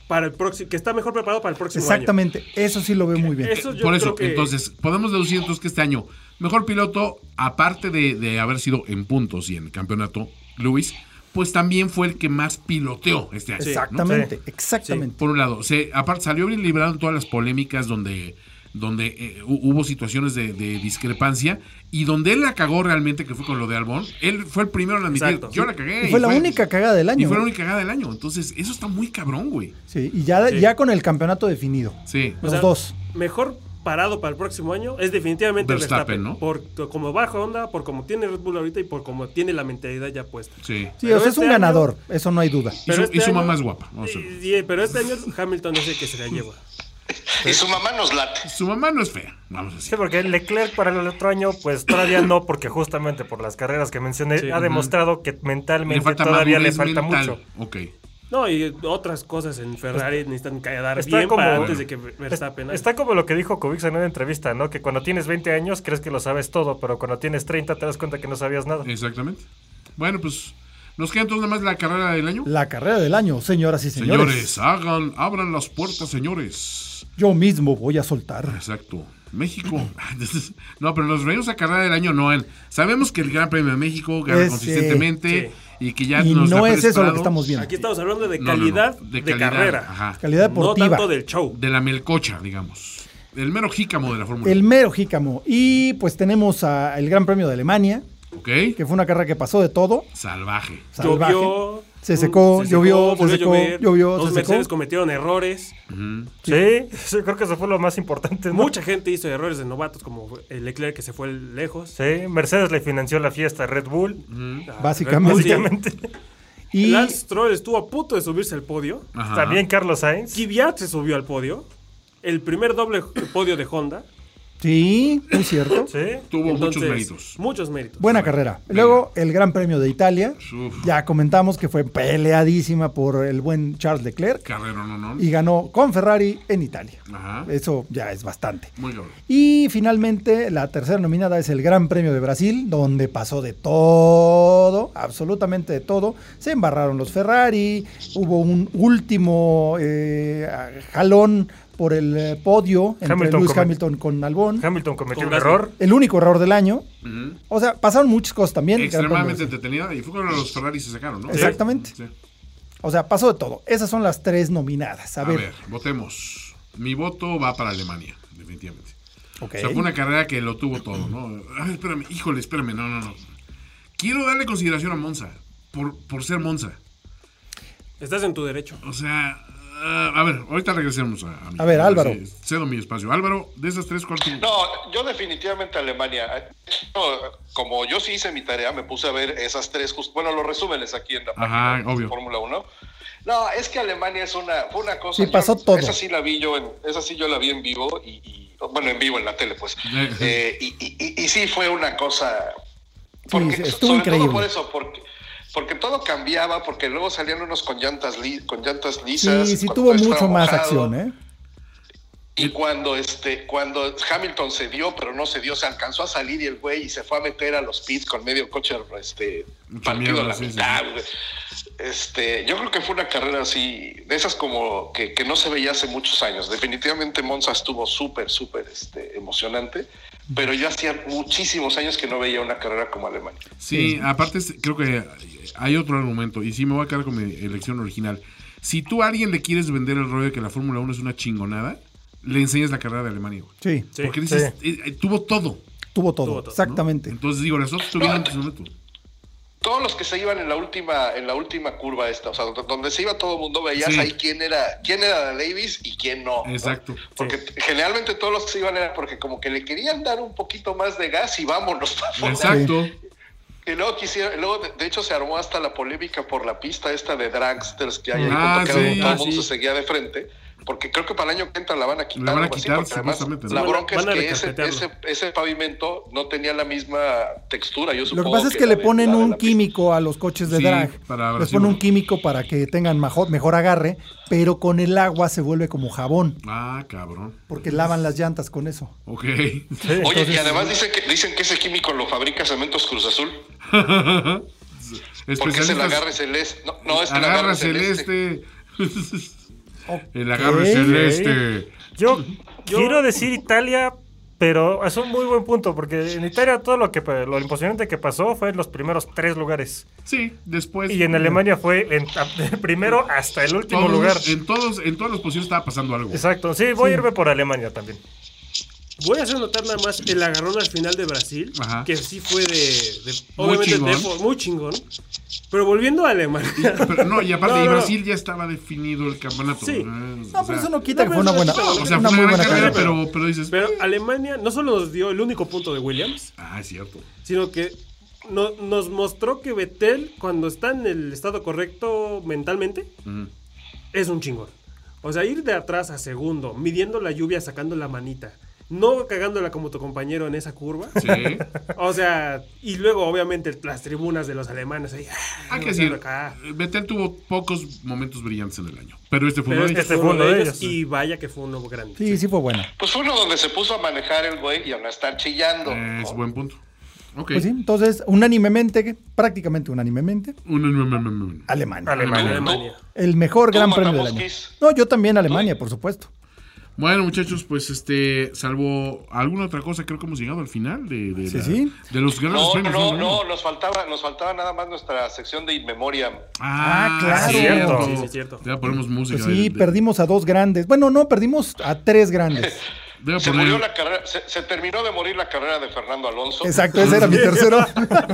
[SPEAKER 4] para el próximo, que está mejor preparado para el próximo año.
[SPEAKER 1] Exactamente, eso sí lo veo muy bien.
[SPEAKER 4] Eso yo
[SPEAKER 2] Eh, Por eso,
[SPEAKER 4] creo que-
[SPEAKER 2] entonces, podemos deducir entonces que este año, mejor piloto, aparte de, de haber sido en puntos y en el campeonato, Luis, pues también fue el que más piloteó este año. ¿no?
[SPEAKER 1] Exactamente, exactamente.
[SPEAKER 2] Por un lado, se, aparte salió bien librado en todas las polémicas donde, donde eh, hu- hubo situaciones de, de discrepancia y donde él la cagó realmente, que fue con lo de Albón. Él fue el primero en admitir,
[SPEAKER 4] Exacto.
[SPEAKER 2] yo la cagué.
[SPEAKER 1] Y fue la única cagada del
[SPEAKER 2] Y
[SPEAKER 1] año.
[SPEAKER 2] fue la
[SPEAKER 1] ¿eh?
[SPEAKER 2] única cagada del año. Entonces, eso está muy cabrón, güey.
[SPEAKER 1] Sí, y ya,
[SPEAKER 4] Sí.
[SPEAKER 1] ya con el campeonato definido.
[SPEAKER 2] Sí.
[SPEAKER 4] O
[SPEAKER 1] Los dos.
[SPEAKER 4] Mejor parado para el próximo año es definitivamente
[SPEAKER 2] Verstappen,
[SPEAKER 4] Verstappen,
[SPEAKER 2] ¿no?
[SPEAKER 4] Por como baja onda, por como tiene Red Bull ahorita y por como tiene la mentalidad ya puesta.
[SPEAKER 2] Sí.
[SPEAKER 1] Sí,
[SPEAKER 4] Pero
[SPEAKER 1] o sea, es
[SPEAKER 4] este
[SPEAKER 1] un
[SPEAKER 4] año-
[SPEAKER 1] ganador, eso no hay duda.
[SPEAKER 2] Y su,
[SPEAKER 4] Pero este
[SPEAKER 2] y su
[SPEAKER 4] año-
[SPEAKER 2] mamá es guapa. vamos a ver.
[SPEAKER 4] Y- y- pero este año Hamilton es el que se la lleva.
[SPEAKER 3] Y su mamá nos late.
[SPEAKER 2] Su mamá no es fea, vamos a
[SPEAKER 5] Sí,
[SPEAKER 2] decir.
[SPEAKER 5] porque Leclerc para el otro año, pues todavía no, porque justamente por las carreras que mencioné,
[SPEAKER 4] Sí.
[SPEAKER 5] ha demostrado que mentalmente
[SPEAKER 2] Le falta
[SPEAKER 5] todavía le
[SPEAKER 2] madurez
[SPEAKER 5] falta
[SPEAKER 2] mental.
[SPEAKER 5] mucho.
[SPEAKER 2] Ok.
[SPEAKER 4] No, y otras cosas en Ferrari necesitan quedar
[SPEAKER 5] Está
[SPEAKER 4] bien
[SPEAKER 5] como-
[SPEAKER 4] para antes de que Verstappen.
[SPEAKER 5] Está como lo que dijo Kubica en una entrevista, ¿no? Que cuando tienes 20 años crees que lo sabes todo, pero cuando tienes 30 te das cuenta que no sabías nada.
[SPEAKER 2] Exactamente. Bueno, pues nos queda entonces nada más la carrera del año.
[SPEAKER 1] La carrera del año, señoras y señores.
[SPEAKER 2] Señores, hagan, abran las puertas, señores.
[SPEAKER 1] Yo mismo voy a soltar.
[SPEAKER 2] Exacto. México. Ah, no, pero nos reímos a carrera del año, no. en- Sabemos que el Gran Premio de México gana
[SPEAKER 1] Ese,
[SPEAKER 2] consistentemente y que ya
[SPEAKER 1] Y
[SPEAKER 2] nos da
[SPEAKER 1] no
[SPEAKER 2] por
[SPEAKER 1] es eso lo
[SPEAKER 2] esperado.
[SPEAKER 1] que estamos viendo.
[SPEAKER 4] Aquí estamos hablando de
[SPEAKER 2] No, no, no,
[SPEAKER 4] calidad de,
[SPEAKER 2] calidad,
[SPEAKER 4] carrera.
[SPEAKER 2] ajá,
[SPEAKER 1] Calidad
[SPEAKER 4] No
[SPEAKER 1] deportiva.
[SPEAKER 4] tanto del show.
[SPEAKER 2] De la melcocha, digamos. El mero jícamo de la Fórmula
[SPEAKER 1] El mero jícamo. Y pues tenemos a el Gran Premio de Alemania,
[SPEAKER 2] 1. ¿Ok?
[SPEAKER 1] que fue una carrera que pasó de todo.
[SPEAKER 2] Salvaje.
[SPEAKER 1] Salvaje.
[SPEAKER 4] Llovió. mm,
[SPEAKER 1] Se secó, llovió,
[SPEAKER 4] volvió
[SPEAKER 1] se
[SPEAKER 4] a
[SPEAKER 1] secó,
[SPEAKER 4] llover,
[SPEAKER 1] llovió,
[SPEAKER 4] Los
[SPEAKER 1] se secó.
[SPEAKER 4] Mercedes cometieron errores.
[SPEAKER 5] Sí, sí, creo que eso fue lo más importante. ¿no?
[SPEAKER 4] Mucha gente hizo errores de novatos, como el Leclerc que se fue lejos.
[SPEAKER 5] Sí, Mercedes le financió la fiesta a Red Bull.
[SPEAKER 4] Ah,
[SPEAKER 1] Básicamente.
[SPEAKER 4] Red Bull, sí.
[SPEAKER 2] Mm.
[SPEAKER 5] Básicamente.
[SPEAKER 1] Y
[SPEAKER 4] Lance Stroll estuvo a punto de subirse al podio.
[SPEAKER 2] Ajá.
[SPEAKER 5] También Carlos Sainz.
[SPEAKER 4] Kvyat se subió al podio. El primer doble podio de Honda.
[SPEAKER 1] sí, muy cierto.
[SPEAKER 5] Sí.
[SPEAKER 2] Tuvo muchos
[SPEAKER 4] Entonces,
[SPEAKER 2] méritos.
[SPEAKER 4] Muchos méritos.
[SPEAKER 1] Buena carrera. Luego el Gran Premio de Italia.
[SPEAKER 2] Uf.
[SPEAKER 1] Ya comentamos que fue peleadísima por el buen Charles Leclerc
[SPEAKER 2] Carrero, no, no.
[SPEAKER 1] y ganó con Ferrari en Italia.
[SPEAKER 2] Ajá.
[SPEAKER 1] Eso ya es bastante.
[SPEAKER 2] Muy cabrón.
[SPEAKER 1] Y finalmente, la tercera nominada es el Gran Premio de Brasil, donde pasó de todo, absolutamente de todo. Se embarraron los Ferrari, hubo un último eh, jalón por el eh, podio entre
[SPEAKER 5] Hamilton
[SPEAKER 1] Lewis
[SPEAKER 5] come-
[SPEAKER 1] Hamilton con Albón.
[SPEAKER 5] Hamilton cometió
[SPEAKER 4] Con
[SPEAKER 5] un
[SPEAKER 4] Gasly.
[SPEAKER 5] error.
[SPEAKER 1] el único error del año.
[SPEAKER 2] Ujú.
[SPEAKER 1] O sea, pasaron muchas cosas también. Gran Premio de
[SPEAKER 2] Extremadamente
[SPEAKER 1] Brasil.
[SPEAKER 2] entretenida. Y fue cuando los Ferrari se sacaron, ¿no?
[SPEAKER 1] Exactamente.
[SPEAKER 2] Sí.
[SPEAKER 1] O sea, pasó de todo. Esas son las tres nominadas. A,
[SPEAKER 2] A
[SPEAKER 1] ver.
[SPEAKER 2] ver, votemos. Mi voto va para Alemania, definitivamente.
[SPEAKER 1] Ok.
[SPEAKER 2] O sea, fue una carrera que lo tuvo todo, ¿no? Ay, espérame, híjole, espérame, no, no, no. Quiero darle consideración a Monza, por, por ser Monza.
[SPEAKER 4] Estás en tu derecho.
[SPEAKER 2] O sea, Ah, a ver, ahorita regresemos a, mí.
[SPEAKER 1] A ver, Álvaro.
[SPEAKER 2] Sí, Cedo mi espacio. Álvaro, de esas tres, ¿cuál te-
[SPEAKER 3] No, yo definitivamente Alemania. eh, No, Como yo sí hice mi tarea, me puse a ver esas tres, just- bueno, los resúmenes aquí en la
[SPEAKER 2] Ajá,
[SPEAKER 3] página de
[SPEAKER 2] obvio.
[SPEAKER 3] Fórmula 1. No, es que Alemania es una, fue una cosa.
[SPEAKER 1] Sí,
[SPEAKER 3] yo-
[SPEAKER 1] pasó todo.
[SPEAKER 3] Esa sí la vi yo, en, esa sí yo la vi en vivo y, y- bueno, en vivo en la tele, pues.
[SPEAKER 2] Ajá.
[SPEAKER 3] Eh, y, y- y- y sí fue una cosa porque,
[SPEAKER 1] sí, estuvo
[SPEAKER 3] sobre
[SPEAKER 1] increíble.
[SPEAKER 3] todo por eso, porque, porque todo cambiaba, porque luego salían unos con llantas, li- con llantas lisas.
[SPEAKER 1] Sí, sí
[SPEAKER 3] cuando
[SPEAKER 1] tuvo
[SPEAKER 3] estaba
[SPEAKER 1] mucho más
[SPEAKER 3] mojado,
[SPEAKER 1] acción, ¿eh?
[SPEAKER 3] Y cuando, este, cuando Hamilton se dio, pero no se dio, se alcanzó a salir y el güey y se fue a meter a los pits con medio coche este,
[SPEAKER 2] Mucha
[SPEAKER 3] partido
[SPEAKER 2] mierda,
[SPEAKER 3] a la
[SPEAKER 2] sí, sí,
[SPEAKER 3] mitad.
[SPEAKER 2] sí.
[SPEAKER 3] güey. Este, yo creo que fue una carrera así, de esas como que, que no se veía hace muchos años. Definitivamente Monza estuvo súper, súper este, emocionante, pero yo hacía muchísimos años que no veía una carrera como Alemania.
[SPEAKER 2] Sí, aparte es- creo que hay otro argumento, y sí me voy a quedar con mi elección original. Si tú a alguien le quieres vender el rollo de que la Fórmula 1 es una chingonada, le enseñas la carrera de Alemania, güey.
[SPEAKER 1] Sí,
[SPEAKER 4] Sí,
[SPEAKER 2] Porque dices, eh, eh, tuvo todo. ¿no?
[SPEAKER 1] tuvo todo,
[SPEAKER 4] Tuvo todo,
[SPEAKER 1] exactamente.
[SPEAKER 2] Entonces digo, las otras tuvieron en su momento.
[SPEAKER 3] Todos los que se iban en la última, en la última curva esta, o sea, donde- donde se iba todo el mundo, veías
[SPEAKER 2] Sí.
[SPEAKER 3] ahí quién era, quién era Davis y quién no. ¿no?
[SPEAKER 2] Exacto.
[SPEAKER 3] Porque generalmente todos los que se iban era porque como que le querían dar un poquito más de gas y vámonos para afuera.
[SPEAKER 2] Exacto.
[SPEAKER 3] Y luego quisieron, luego de, de hecho se armó hasta la polémica por la pista esta de dragsters que hay ahí
[SPEAKER 2] Ah,
[SPEAKER 3] junto, que era
[SPEAKER 2] sí,
[SPEAKER 3] donde
[SPEAKER 2] ah,
[SPEAKER 3] todo el mundo
[SPEAKER 4] sí.
[SPEAKER 3] se seguía de frente. Porque creo que para el año que entra la van a quitar.
[SPEAKER 2] La van a
[SPEAKER 3] algo así,
[SPEAKER 2] quitar,
[SPEAKER 3] porque además
[SPEAKER 2] supuestamente, ¿no?
[SPEAKER 3] La bronca
[SPEAKER 4] Van a
[SPEAKER 3] es que ese,
[SPEAKER 4] recarpetearlo.
[SPEAKER 3] ese- ese pavimento no tenía la misma textura. Yo
[SPEAKER 1] Lo que
[SPEAKER 3] supongo
[SPEAKER 1] pasa es que
[SPEAKER 3] la
[SPEAKER 1] le
[SPEAKER 3] de-
[SPEAKER 1] ponen
[SPEAKER 3] la de
[SPEAKER 1] un
[SPEAKER 3] la pista.
[SPEAKER 1] químico a los coches de
[SPEAKER 2] Sí,
[SPEAKER 1] drag.
[SPEAKER 2] para
[SPEAKER 1] Les
[SPEAKER 2] abrasivo.
[SPEAKER 1] ponen un químico para que tengan majo- mejor agarre, pero con el agua se vuelve como jabón,
[SPEAKER 2] Ah, cabrón.
[SPEAKER 1] porque lavan las llantas con eso.
[SPEAKER 2] Ok.
[SPEAKER 3] Oye, y además dicen que, dicen que ese químico lo fabrica Cementos Cruz Azul. Porque es el agarre celeste. No, no es el agarre
[SPEAKER 2] Agarra
[SPEAKER 3] celeste.
[SPEAKER 2] celeste. el
[SPEAKER 1] Ok.
[SPEAKER 2] agarre celeste.
[SPEAKER 5] Yo, quiero decir Italia, pero es un muy buen punto, porque en Italia todo lo que lo impresionante que pasó fue en los primeros tres lugares.
[SPEAKER 2] Sí, después.
[SPEAKER 5] Y en Alemania fue en, del primero hasta el último
[SPEAKER 2] todos-
[SPEAKER 5] lugar.
[SPEAKER 2] En, todos, en todas las posiciones estaba pasando algo.
[SPEAKER 5] Exacto, sí, voy a irme por Alemania también.
[SPEAKER 4] Voy a hacer notar nada más el agarrón al final de Brasil,
[SPEAKER 2] Ajá.
[SPEAKER 4] que sí fue de, de-
[SPEAKER 2] Muy
[SPEAKER 4] obviamente
[SPEAKER 2] chingón.
[SPEAKER 4] de fo- muy chingón. Pero volviendo a Alemania.
[SPEAKER 2] Pero no, y aparte,
[SPEAKER 4] No,
[SPEAKER 2] y
[SPEAKER 4] no.
[SPEAKER 2] Brasil ya estaba definido el campeonato.
[SPEAKER 4] Sí.
[SPEAKER 2] Ah,
[SPEAKER 1] No,
[SPEAKER 2] o sea,
[SPEAKER 1] pero eso no quita
[SPEAKER 4] no,
[SPEAKER 1] que fue una
[SPEAKER 4] pero
[SPEAKER 1] buena,
[SPEAKER 4] eso no-
[SPEAKER 2] O sea,
[SPEAKER 1] una
[SPEAKER 2] fue
[SPEAKER 1] muy
[SPEAKER 2] una
[SPEAKER 1] buena
[SPEAKER 2] carrera,
[SPEAKER 1] carrera.
[SPEAKER 2] pero, pero dices.
[SPEAKER 4] Pero Alemania no solo nos dio el único punto de Williams,
[SPEAKER 2] Ah, es cierto.
[SPEAKER 4] sino que no- nos mostró que Vettel, cuando está en el estado correcto mentalmente,
[SPEAKER 2] Ujú.
[SPEAKER 4] es un chingón. O sea, ir de atrás a segundo, midiendo la lluvia, sacando la manita, no cagándola como tu compañero en esa curva.
[SPEAKER 2] Sí.
[SPEAKER 4] O sea, y luego obviamente las tribunas de los alemanes ahí. ah,
[SPEAKER 2] Hay que
[SPEAKER 4] haciendo
[SPEAKER 2] decir,
[SPEAKER 4] acá.
[SPEAKER 2] Vettel tuvo pocos momentos brillantes en el año. Pero este fue
[SPEAKER 4] Pero
[SPEAKER 2] uno de
[SPEAKER 4] este
[SPEAKER 2] ellos.
[SPEAKER 4] fue uno de ellos.
[SPEAKER 5] sí.
[SPEAKER 4] Y vaya que fue uno grande.
[SPEAKER 1] Sí, sí fue buena.
[SPEAKER 3] Pues fue uno donde se puso a manejar el güey y a no estar chillando.
[SPEAKER 2] Eh, Es
[SPEAKER 3] ¿no?
[SPEAKER 2] buen punto. Ok.
[SPEAKER 1] Pues sí, entonces, unánimemente, prácticamente unánimemente,
[SPEAKER 2] Un- un- un- un- un-
[SPEAKER 1] Alemania.
[SPEAKER 5] Alemania.
[SPEAKER 4] Alemania.
[SPEAKER 1] El mejor
[SPEAKER 3] Tú,
[SPEAKER 1] gran premio del año.
[SPEAKER 3] Matamoskis.
[SPEAKER 1] No, yo también Alemania, por supuesto.
[SPEAKER 2] Bueno, muchachos, pues este, salvo alguna otra cosa, creo que hemos llegado al final de, de,
[SPEAKER 1] Sí,
[SPEAKER 2] la-
[SPEAKER 1] sí.
[SPEAKER 2] de los grandes
[SPEAKER 3] No, no,
[SPEAKER 2] premios.
[SPEAKER 3] no, no, nos faltaba, nos faltaba nada más nuestra sección de inmemoria.
[SPEAKER 2] Ah,
[SPEAKER 1] Ah, claro.
[SPEAKER 2] Cierto.
[SPEAKER 4] Sí, sí, cierto.
[SPEAKER 2] Ya ponemos música. eh,
[SPEAKER 1] Pues
[SPEAKER 2] de-
[SPEAKER 1] sí,
[SPEAKER 2] de-
[SPEAKER 1] perdimos a dos grandes. Bueno, no, perdimos a tres grandes.
[SPEAKER 2] debo
[SPEAKER 3] Se
[SPEAKER 2] poner-
[SPEAKER 3] murió la carrera, se, se terminó de morir la carrera de Fernando Alonso.
[SPEAKER 1] Exacto, ese era mi tercero.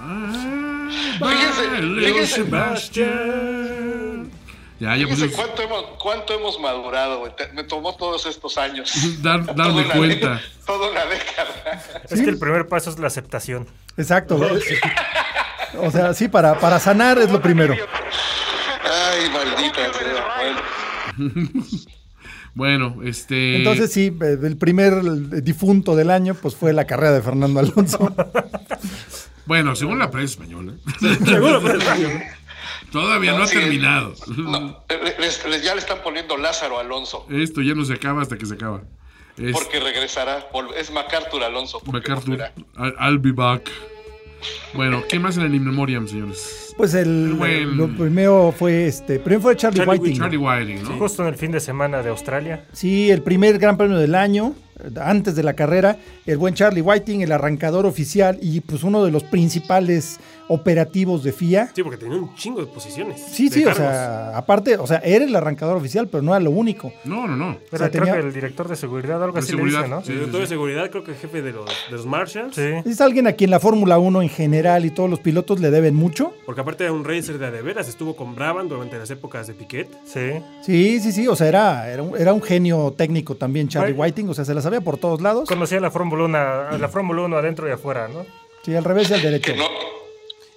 [SPEAKER 2] Ah,
[SPEAKER 3] Fíjense,
[SPEAKER 2] baile,
[SPEAKER 3] fíjense.
[SPEAKER 2] Sebastián. Ya, ya
[SPEAKER 3] Fíjense
[SPEAKER 2] pusimos.
[SPEAKER 3] cuánto hemos, cuánto hemos madurado, güey. Te- Me tomó todos estos años.
[SPEAKER 2] Dar- darme
[SPEAKER 3] Toda una
[SPEAKER 2] cuenta.
[SPEAKER 3] de- Toda una década.
[SPEAKER 5] Es que el primer paso es la aceptación.
[SPEAKER 1] Exacto. O sea, sí, para, para sanar es lo primero.
[SPEAKER 3] Ay, maldita sea. Bueno.
[SPEAKER 2] Bueno, este.
[SPEAKER 1] Entonces sí, eh, el primer eh, difunto del año pues fue la carrera de Fernando Alonso.
[SPEAKER 2] Bueno, según la prensa española,
[SPEAKER 4] Seguro fue Alemania.
[SPEAKER 2] todavía no, ha
[SPEAKER 3] Sí,
[SPEAKER 2] terminado.
[SPEAKER 3] no, les- les- ya le están poniendo Lázaro Alonso.
[SPEAKER 2] Esto ya no se acaba hasta que se acaba. Es
[SPEAKER 3] Porque regresará. vol- Es MacArthur Alonso. porque
[SPEAKER 2] MacArthur.
[SPEAKER 3] volverá.
[SPEAKER 2] I'll, I'll be back. Bueno, ¿qué más en el In Memoriam, señores?
[SPEAKER 1] Pues el
[SPEAKER 2] Buen.
[SPEAKER 1] lo primero fue este, primero fue Charlie,
[SPEAKER 4] Charlie
[SPEAKER 1] Whiting.
[SPEAKER 2] Charlie Whiting, ¿no?
[SPEAKER 5] Justo en el fin de semana de Australia.
[SPEAKER 1] Sí, el primer gran premio del año, antes de la carrera, el buen Charlie Whiting, el arrancador oficial y pues uno de los principales operativos de FIA.
[SPEAKER 4] Sí, porque tenía un chingo de posiciones.
[SPEAKER 1] Sí,
[SPEAKER 4] de
[SPEAKER 1] sí, o
[SPEAKER 4] cargos.
[SPEAKER 1] sea, aparte, o sea, era el arrancador oficial, pero no era lo único.
[SPEAKER 2] No, no, no.
[SPEAKER 5] Pero
[SPEAKER 1] sea,
[SPEAKER 5] creo
[SPEAKER 1] tenía-
[SPEAKER 5] que el director de seguridad, algo
[SPEAKER 2] De
[SPEAKER 5] así
[SPEAKER 2] seguridad,
[SPEAKER 5] le
[SPEAKER 2] sí.
[SPEAKER 5] dice,
[SPEAKER 4] El director de seguridad, creo que jefe de los, de los Marshals.
[SPEAKER 5] ¿no? Sí.
[SPEAKER 1] Es alguien a quien la Fórmula 1 en general y todos los pilotos le deben mucho.
[SPEAKER 4] Porque aparte era un racer de a de veras, estuvo con Brabham durante las épocas de Piquet.
[SPEAKER 5] Sí.
[SPEAKER 1] Sí, sí, sí, o sea, era, era, un, era un genio técnico también Charlie
[SPEAKER 5] Bueno.
[SPEAKER 1] Whiting, o sea, se la sabía por todos lados.
[SPEAKER 5] Conocía la Fórmula 1, a- a la Fórmula 1 adentro y afuera, ¿no?
[SPEAKER 1] Sí, al revés y al derecho.
[SPEAKER 3] Que no,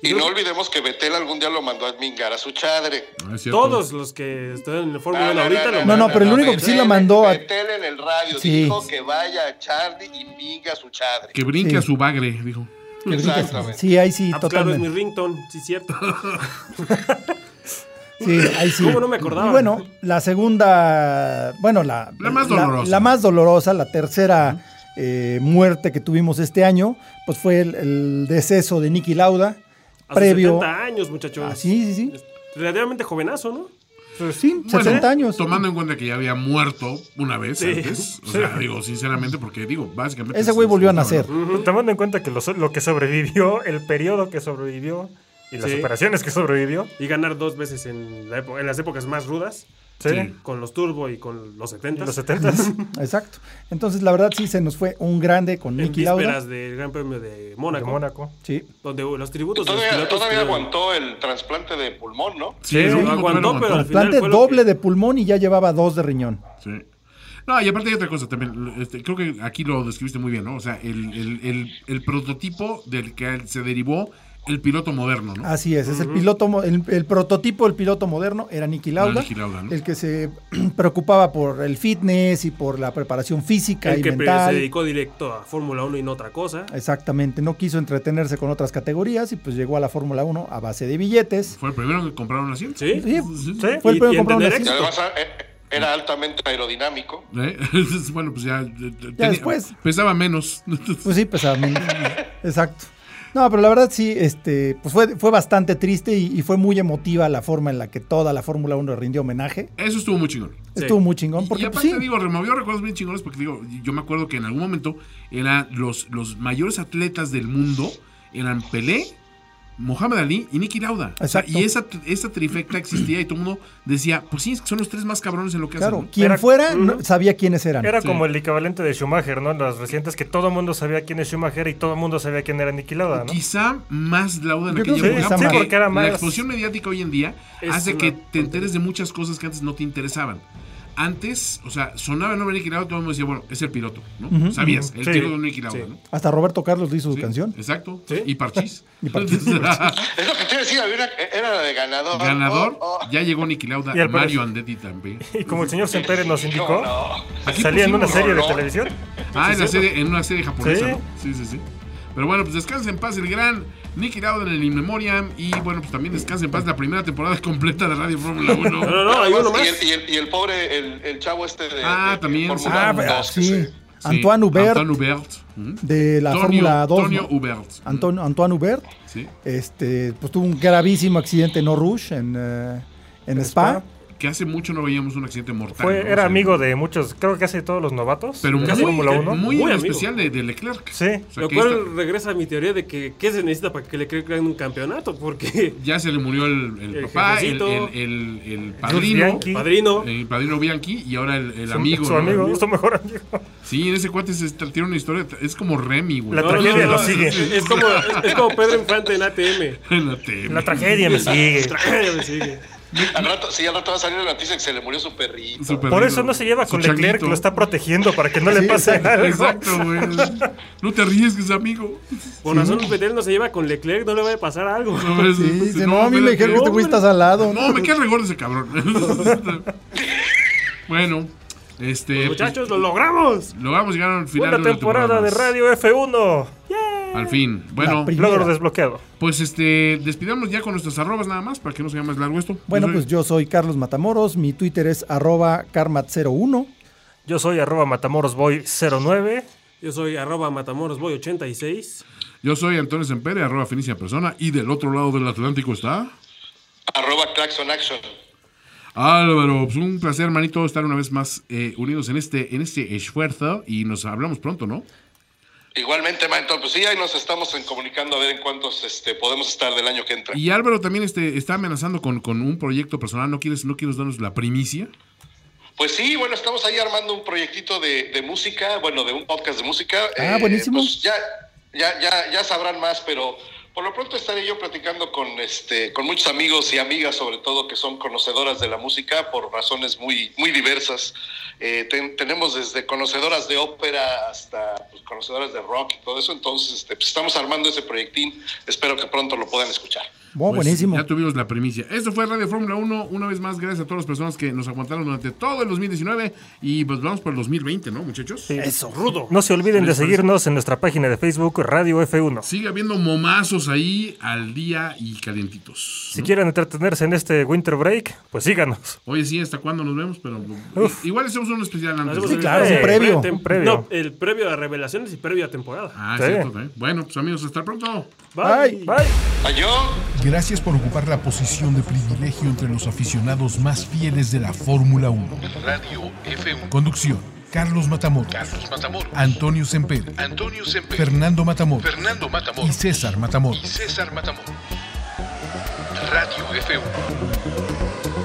[SPEAKER 3] y no olvidemos que Betel algún día lo mandó a mingar a su chadre.
[SPEAKER 2] Ah, es cierto.
[SPEAKER 4] Todos los que están en la Fórmula 1 ahorita lo
[SPEAKER 1] Ah, no, no, pero el único que sí lo mandó a-
[SPEAKER 3] Betel en el radio
[SPEAKER 1] Sí.
[SPEAKER 3] dijo que vaya a Charlie y minga a su chadre.
[SPEAKER 2] Que brinque
[SPEAKER 1] Sí.
[SPEAKER 2] a su bagre, dijo.
[SPEAKER 3] Exactamente.
[SPEAKER 1] Sí, ahí sí,
[SPEAKER 4] Ah, pues claro, es mi
[SPEAKER 1] totalmente.
[SPEAKER 4] ringtone, sí, cierto.
[SPEAKER 1] Sí, ahí sí.
[SPEAKER 4] ¿Cómo no me acordaba?
[SPEAKER 1] Y bueno, la segunda, bueno, la,
[SPEAKER 2] La más dolorosa.
[SPEAKER 1] La, más dolorosa, la tercera eh, muerte que tuvimos este año, pues fue el, el deceso de Nicky Lauda,
[SPEAKER 4] A sus
[SPEAKER 1] previo...
[SPEAKER 4] 70 años, muchachos.
[SPEAKER 1] Ah, sí, sí, sí.
[SPEAKER 4] Relativamente jovenazo, ¿no?
[SPEAKER 1] Sí,
[SPEAKER 4] eh,
[SPEAKER 2] Bueno,
[SPEAKER 1] 70 años. ¿eh?
[SPEAKER 2] Tomando en cuenta que ya había muerto una vez
[SPEAKER 4] Sí.
[SPEAKER 2] antes. O sea, digo, sinceramente, porque digo, básicamente.
[SPEAKER 1] Ese güey volvió a
[SPEAKER 2] es-
[SPEAKER 1] nacer.
[SPEAKER 5] Tomando en cuenta que lo, so- lo que sobrevivió, el periodo que sobrevivió y las
[SPEAKER 4] Sí.
[SPEAKER 5] operaciones que sobrevivió.
[SPEAKER 4] Y ganar dos veces en, la época- en las épocas más rudas,
[SPEAKER 5] Sí.
[SPEAKER 2] Sí.
[SPEAKER 4] con los Turbo y con los 70.
[SPEAKER 5] En los 70s.
[SPEAKER 1] Exacto. Entonces, la verdad sí se nos fue un grande con
[SPEAKER 4] En
[SPEAKER 1] Nicky Lauda.
[SPEAKER 4] vísperas del Gran Premio de
[SPEAKER 5] de
[SPEAKER 4] Mónaco.
[SPEAKER 5] Mónaco.
[SPEAKER 1] Sí.
[SPEAKER 4] Donde los
[SPEAKER 1] pues,
[SPEAKER 4] tributos de los
[SPEAKER 3] Todavía,
[SPEAKER 4] pilotos
[SPEAKER 3] todavía
[SPEAKER 4] tuvieron-
[SPEAKER 3] aguantó el trasplante de pulmón, ¿no?
[SPEAKER 2] Sí,
[SPEAKER 4] Sí,
[SPEAKER 2] lo único que
[SPEAKER 4] aguantó,
[SPEAKER 2] no
[SPEAKER 4] pero al final
[SPEAKER 1] Trasplante
[SPEAKER 4] fue lo
[SPEAKER 1] doble
[SPEAKER 4] que-
[SPEAKER 1] de pulmón y ya llevaba dos de riñón.
[SPEAKER 2] Sí. No, y aparte hay otra cosa también. este, creo que aquí lo describiste muy bien, ¿no? O sea, el, el- el- el prototipo del que se derivó el piloto moderno, ¿no?
[SPEAKER 1] Así es, es Ah, el piloto, mo- el, el prototipo del piloto moderno era Niki Lauda,
[SPEAKER 2] Niki Lauda, ¿no?
[SPEAKER 1] el que se preocupaba por el fitness y por la preparación física
[SPEAKER 4] El
[SPEAKER 1] y
[SPEAKER 4] que se
[SPEAKER 1] mental.
[SPEAKER 4] dedicó directo a Fórmula 1 y no otra cosa.
[SPEAKER 1] Exactamente, no quiso entretenerse con otras categorías y pues llegó a la Fórmula 1 a base de billetes.
[SPEAKER 2] Fue el primero que compraron asiento.
[SPEAKER 4] Sí.
[SPEAKER 1] Sí,
[SPEAKER 2] sí.
[SPEAKER 1] fue el
[SPEAKER 4] Y-
[SPEAKER 1] primero
[SPEAKER 4] y
[SPEAKER 1] que compró un
[SPEAKER 4] entender
[SPEAKER 3] Y
[SPEAKER 1] asiento.
[SPEAKER 3] además eh, era altamente aerodinámico.
[SPEAKER 2] ¿Eh? Entonces, bueno, pues ya. eh, tenía-
[SPEAKER 1] después.
[SPEAKER 2] Pesaba menos.
[SPEAKER 1] Pues sí, pesadamente. Exacto. No, pero la verdad sí, este, pues fue, fue bastante triste y, y fue muy emotiva la forma en la que toda la Fórmula 1 rindió homenaje.
[SPEAKER 2] Eso estuvo muy chingón.
[SPEAKER 4] Sí.
[SPEAKER 1] Estuvo muy chingón
[SPEAKER 2] y
[SPEAKER 1] porque pues,
[SPEAKER 2] aparte,
[SPEAKER 1] sí,
[SPEAKER 2] digo, removió recuerdos bien chingones porque, digo, yo me acuerdo que en algún momento eran los, los mayores atletas del mundo, eran Pelé, Mohamed Ali y Nicky Lauda. O sea,
[SPEAKER 1] Exacto.
[SPEAKER 2] y esa, esa trifecta existía y todo el mundo decía, pues sí, es que son los tres más cabrones en lo que
[SPEAKER 1] claro,
[SPEAKER 2] hacen. ¿no?
[SPEAKER 1] quien
[SPEAKER 5] Era-
[SPEAKER 1] fuera no- sabía quiénes eran.
[SPEAKER 5] Era
[SPEAKER 2] Sí.
[SPEAKER 5] como el equivalente de Schumacher, ¿no? En Las recientes que todo el mundo sabía quién es Schumacher y todo el mundo sabía quién era Niki Lauda, ¿no?
[SPEAKER 2] Quizá más Lauda en
[SPEAKER 1] Yo creo
[SPEAKER 2] aquella
[SPEAKER 1] que
[SPEAKER 2] época,
[SPEAKER 1] quizá más.
[SPEAKER 2] porque
[SPEAKER 5] Sí, porque era más-
[SPEAKER 2] la exposición mediática hoy en día
[SPEAKER 4] Es
[SPEAKER 2] hace
[SPEAKER 4] una
[SPEAKER 2] que te
[SPEAKER 4] tontería.
[SPEAKER 2] enteres de muchas cosas que antes no te interesaban. Antes, o sea, sonaba el nombre de Nicky Lauda, todo el mundo decía, bueno, es el piloto, ¿no? Sabías, el
[SPEAKER 5] Sí,
[SPEAKER 2] piloto de Nicky Lauda,
[SPEAKER 4] sí.
[SPEAKER 2] ¿no?
[SPEAKER 1] Hasta Roberto Carlos le hizo su
[SPEAKER 2] Sí,
[SPEAKER 1] canción.
[SPEAKER 2] Exacto.
[SPEAKER 4] Sí.
[SPEAKER 2] Y parchís.
[SPEAKER 1] Y parchís.
[SPEAKER 3] Es lo que te decía, había una- era la de ganador.
[SPEAKER 2] Ganador,
[SPEAKER 3] Oh, oh.
[SPEAKER 2] ya llegó Niki Lauda,
[SPEAKER 5] Y al
[SPEAKER 2] Mario
[SPEAKER 5] parecer-
[SPEAKER 2] Andetti también.
[SPEAKER 5] Y como el señor Sempere nos indicó,
[SPEAKER 3] ¿Cómo no?
[SPEAKER 5] salía en una
[SPEAKER 2] pusimos,
[SPEAKER 5] serie de
[SPEAKER 3] ¿no?
[SPEAKER 5] televisión.
[SPEAKER 2] Ah,
[SPEAKER 5] Sí,
[SPEAKER 2] en, la
[SPEAKER 5] cierto.
[SPEAKER 2] serie, en una serie japonesa,
[SPEAKER 5] Sí.
[SPEAKER 2] ¿no? Sí, sí, sí. Pero bueno, pues descansa en paz el gran Niki Lauda en el In Memoriam. Y bueno, pues también descansa en paz la primera temporada completa de Radio Fórmula 1.
[SPEAKER 4] No, no, no, hay uno más.
[SPEAKER 3] Y el, y el- y el pobre, el, el chavo este de.
[SPEAKER 2] Ah,
[SPEAKER 3] de-
[SPEAKER 2] también,
[SPEAKER 3] de
[SPEAKER 2] sí.
[SPEAKER 3] Fórmula
[SPEAKER 1] Ah,
[SPEAKER 3] 1,
[SPEAKER 1] pero-
[SPEAKER 3] dos, que
[SPEAKER 1] sí.
[SPEAKER 3] se-
[SPEAKER 1] Antoine Hubert
[SPEAKER 2] Antoine Hubert. Ujú.
[SPEAKER 1] de la
[SPEAKER 2] Tonio-
[SPEAKER 1] Fórmula 2.
[SPEAKER 2] Tonio
[SPEAKER 1] ¿no?
[SPEAKER 2] Hubert.
[SPEAKER 1] Anton- Antoine Hubert.
[SPEAKER 2] Sí.
[SPEAKER 1] Este, pues tuvo un gravísimo accidente en Orush, en, eh, en Spa.
[SPEAKER 5] Spa.
[SPEAKER 2] Que hace mucho no veíamos un accidente mortal.
[SPEAKER 5] Fue,
[SPEAKER 2] ¿no? O
[SPEAKER 5] era
[SPEAKER 2] sea,
[SPEAKER 5] amigo de muchos, creo que casi de todos los novatos.
[SPEAKER 2] Pero
[SPEAKER 5] de la
[SPEAKER 2] muy,
[SPEAKER 5] Fórmula 1.
[SPEAKER 2] muy,
[SPEAKER 4] Muy
[SPEAKER 2] en
[SPEAKER 4] amigo.
[SPEAKER 2] especial de, de Leclerc.
[SPEAKER 5] Sí.
[SPEAKER 2] O sea,
[SPEAKER 4] Lo
[SPEAKER 2] que
[SPEAKER 4] cual
[SPEAKER 2] esta-
[SPEAKER 4] regresa a mi teoría de que ¿qué se necesita para que le crean un campeonato? Porque
[SPEAKER 2] Ya se le murió el, el
[SPEAKER 4] El
[SPEAKER 2] papá, el,
[SPEAKER 4] jefecito.
[SPEAKER 2] el- el- el
[SPEAKER 5] Jules
[SPEAKER 2] padrino,
[SPEAKER 5] Bianchi,
[SPEAKER 4] padrino,
[SPEAKER 2] el padrino Bianchi y ahora el, el
[SPEAKER 5] su,
[SPEAKER 2] amigo.
[SPEAKER 5] su
[SPEAKER 2] ¿no?
[SPEAKER 5] amigo, su mejor amigo.
[SPEAKER 2] Sí, en ese cuate se tra- tiene una historia, es como Remy, güey.
[SPEAKER 5] La tragedia lo sigue.
[SPEAKER 4] es, es como, es, es como Pedro Infante en ATM.
[SPEAKER 2] La tele.
[SPEAKER 5] La tragedia me sigue.
[SPEAKER 4] Tragedia me sigue.
[SPEAKER 3] Al rato, sí, al rato va a salir la noticia que se le murió su perrito.
[SPEAKER 2] Su
[SPEAKER 5] Por
[SPEAKER 2] perrito,
[SPEAKER 5] eso no se lleva
[SPEAKER 2] su
[SPEAKER 5] con Leclerc,
[SPEAKER 2] changuito.
[SPEAKER 5] lo está protegiendo para que no le pase algo.
[SPEAKER 2] Exacto, güey. No te arriesgues, amigo.
[SPEAKER 4] Por razón, Vettel no se lleva con Leclerc, no le va a pasar algo.
[SPEAKER 2] pues, No, es-
[SPEAKER 1] Sí, dice, no, a mí
[SPEAKER 2] espérate.
[SPEAKER 1] me dijeron que este güey está salado.
[SPEAKER 2] No, me queda regor ese cabrón. bueno,
[SPEAKER 5] pues.
[SPEAKER 2] este. pues,
[SPEAKER 4] Muchachos, lo logramos.
[SPEAKER 2] Lo vamos a llegar al final.
[SPEAKER 5] Una
[SPEAKER 2] de una
[SPEAKER 5] temporada de
[SPEAKER 2] más.
[SPEAKER 5] Radio F1. ¡Yay!
[SPEAKER 2] Al fin. Bueno,
[SPEAKER 1] primera.
[SPEAKER 5] Logro desbloqueado.
[SPEAKER 2] pues este. Despidamos ya con nuestras arrobas nada más para que no sea más largo esto.
[SPEAKER 1] Bueno,
[SPEAKER 2] Yo soy-
[SPEAKER 1] pues yo soy Carlos Matamoros, mi Twitter es arroba carmat01.
[SPEAKER 5] Yo soy arroba matamorosboy09.
[SPEAKER 4] Yo soy arroba matamorosboy86.
[SPEAKER 2] Yo soy Antonio Sempere, arroba Fenicia Persona. Y del otro lado del Atlántico está.
[SPEAKER 3] Arroba Claxon Action.
[SPEAKER 2] Álvaro, pues un placer, hermanito, estar una vez más eh, unidos en este, en este esfuerzo y nos hablamos pronto, ¿no?
[SPEAKER 3] Igualmente, Maento, pues sí, ahí nos estamos en comunicando a ver en cuántos este, podemos estar del año que entra.
[SPEAKER 2] Y Álvaro también este, está amenazando con, con un proyecto personal. ¿No quieres, ¿No quieres darnos la primicia?
[SPEAKER 3] Pues sí, bueno, estamos ahí armando un proyectito de, de música, bueno, de un podcast de música.
[SPEAKER 1] Ah, buenísimo.
[SPEAKER 3] pues ya, ya, ya, ya sabrán más, pero por lo pronto estaré yo platicando con este, con muchos amigos y amigas, sobre todo, que son conocedoras de la música por razones muy, muy diversas. Eh, ten- tenemos desde conocedoras de ópera hasta pues, conocedoras de rock y todo eso. Entonces, este, pues, estamos armando ese proyectín. Espero que pronto lo puedan escuchar.
[SPEAKER 1] Bueno,
[SPEAKER 2] Pues,
[SPEAKER 1] Oh, buenísimo.
[SPEAKER 2] Ya tuvimos la primicia. Esto fue Radio Fórmula 1. Una vez más, gracias a todas las personas que nos aguantaron durante todo el 2019. Y pues vamos por el 2020, ¿no, muchachos?
[SPEAKER 1] Eso.
[SPEAKER 4] Rudo.
[SPEAKER 5] No se olviden de seguirnos en nuestra página de Facebook Radio F1.
[SPEAKER 2] Sigue habiendo momazos ahí al día y calientitos.
[SPEAKER 5] Si quieren entretenerse en este winter break, pues síganos.
[SPEAKER 2] Oye, sí, hasta cuándo nos vemos, pero
[SPEAKER 5] Uf.
[SPEAKER 2] igual hacemos un especial
[SPEAKER 4] Nos
[SPEAKER 2] antes.
[SPEAKER 4] vemos
[SPEAKER 1] Sí,
[SPEAKER 4] en el-
[SPEAKER 1] claro, es un
[SPEAKER 4] eh,
[SPEAKER 1] previo.
[SPEAKER 4] tem-
[SPEAKER 5] Un previo.
[SPEAKER 4] No, el previo a revelaciones y previo a temporada.
[SPEAKER 2] Ah,
[SPEAKER 5] Sí.
[SPEAKER 2] cierto, también. Bueno, pues amigos, hasta pronto.
[SPEAKER 1] Bye.
[SPEAKER 5] Bye.
[SPEAKER 3] Adiós.
[SPEAKER 6] Gracias por ocupar la posición de privilegio entre los aficionados más fieles de la Fórmula 1.
[SPEAKER 9] Radio F1.
[SPEAKER 6] Conducción: Carlos Matamoros,
[SPEAKER 9] Carlos Matamoros.
[SPEAKER 6] Antonio Semper,
[SPEAKER 9] Antonio Semper.
[SPEAKER 6] Fernando Matamoros
[SPEAKER 9] Fernando
[SPEAKER 6] y
[SPEAKER 9] Matamoros.
[SPEAKER 6] César
[SPEAKER 9] Y
[SPEAKER 6] Matamoros.
[SPEAKER 9] César Matamoros. Radio F1.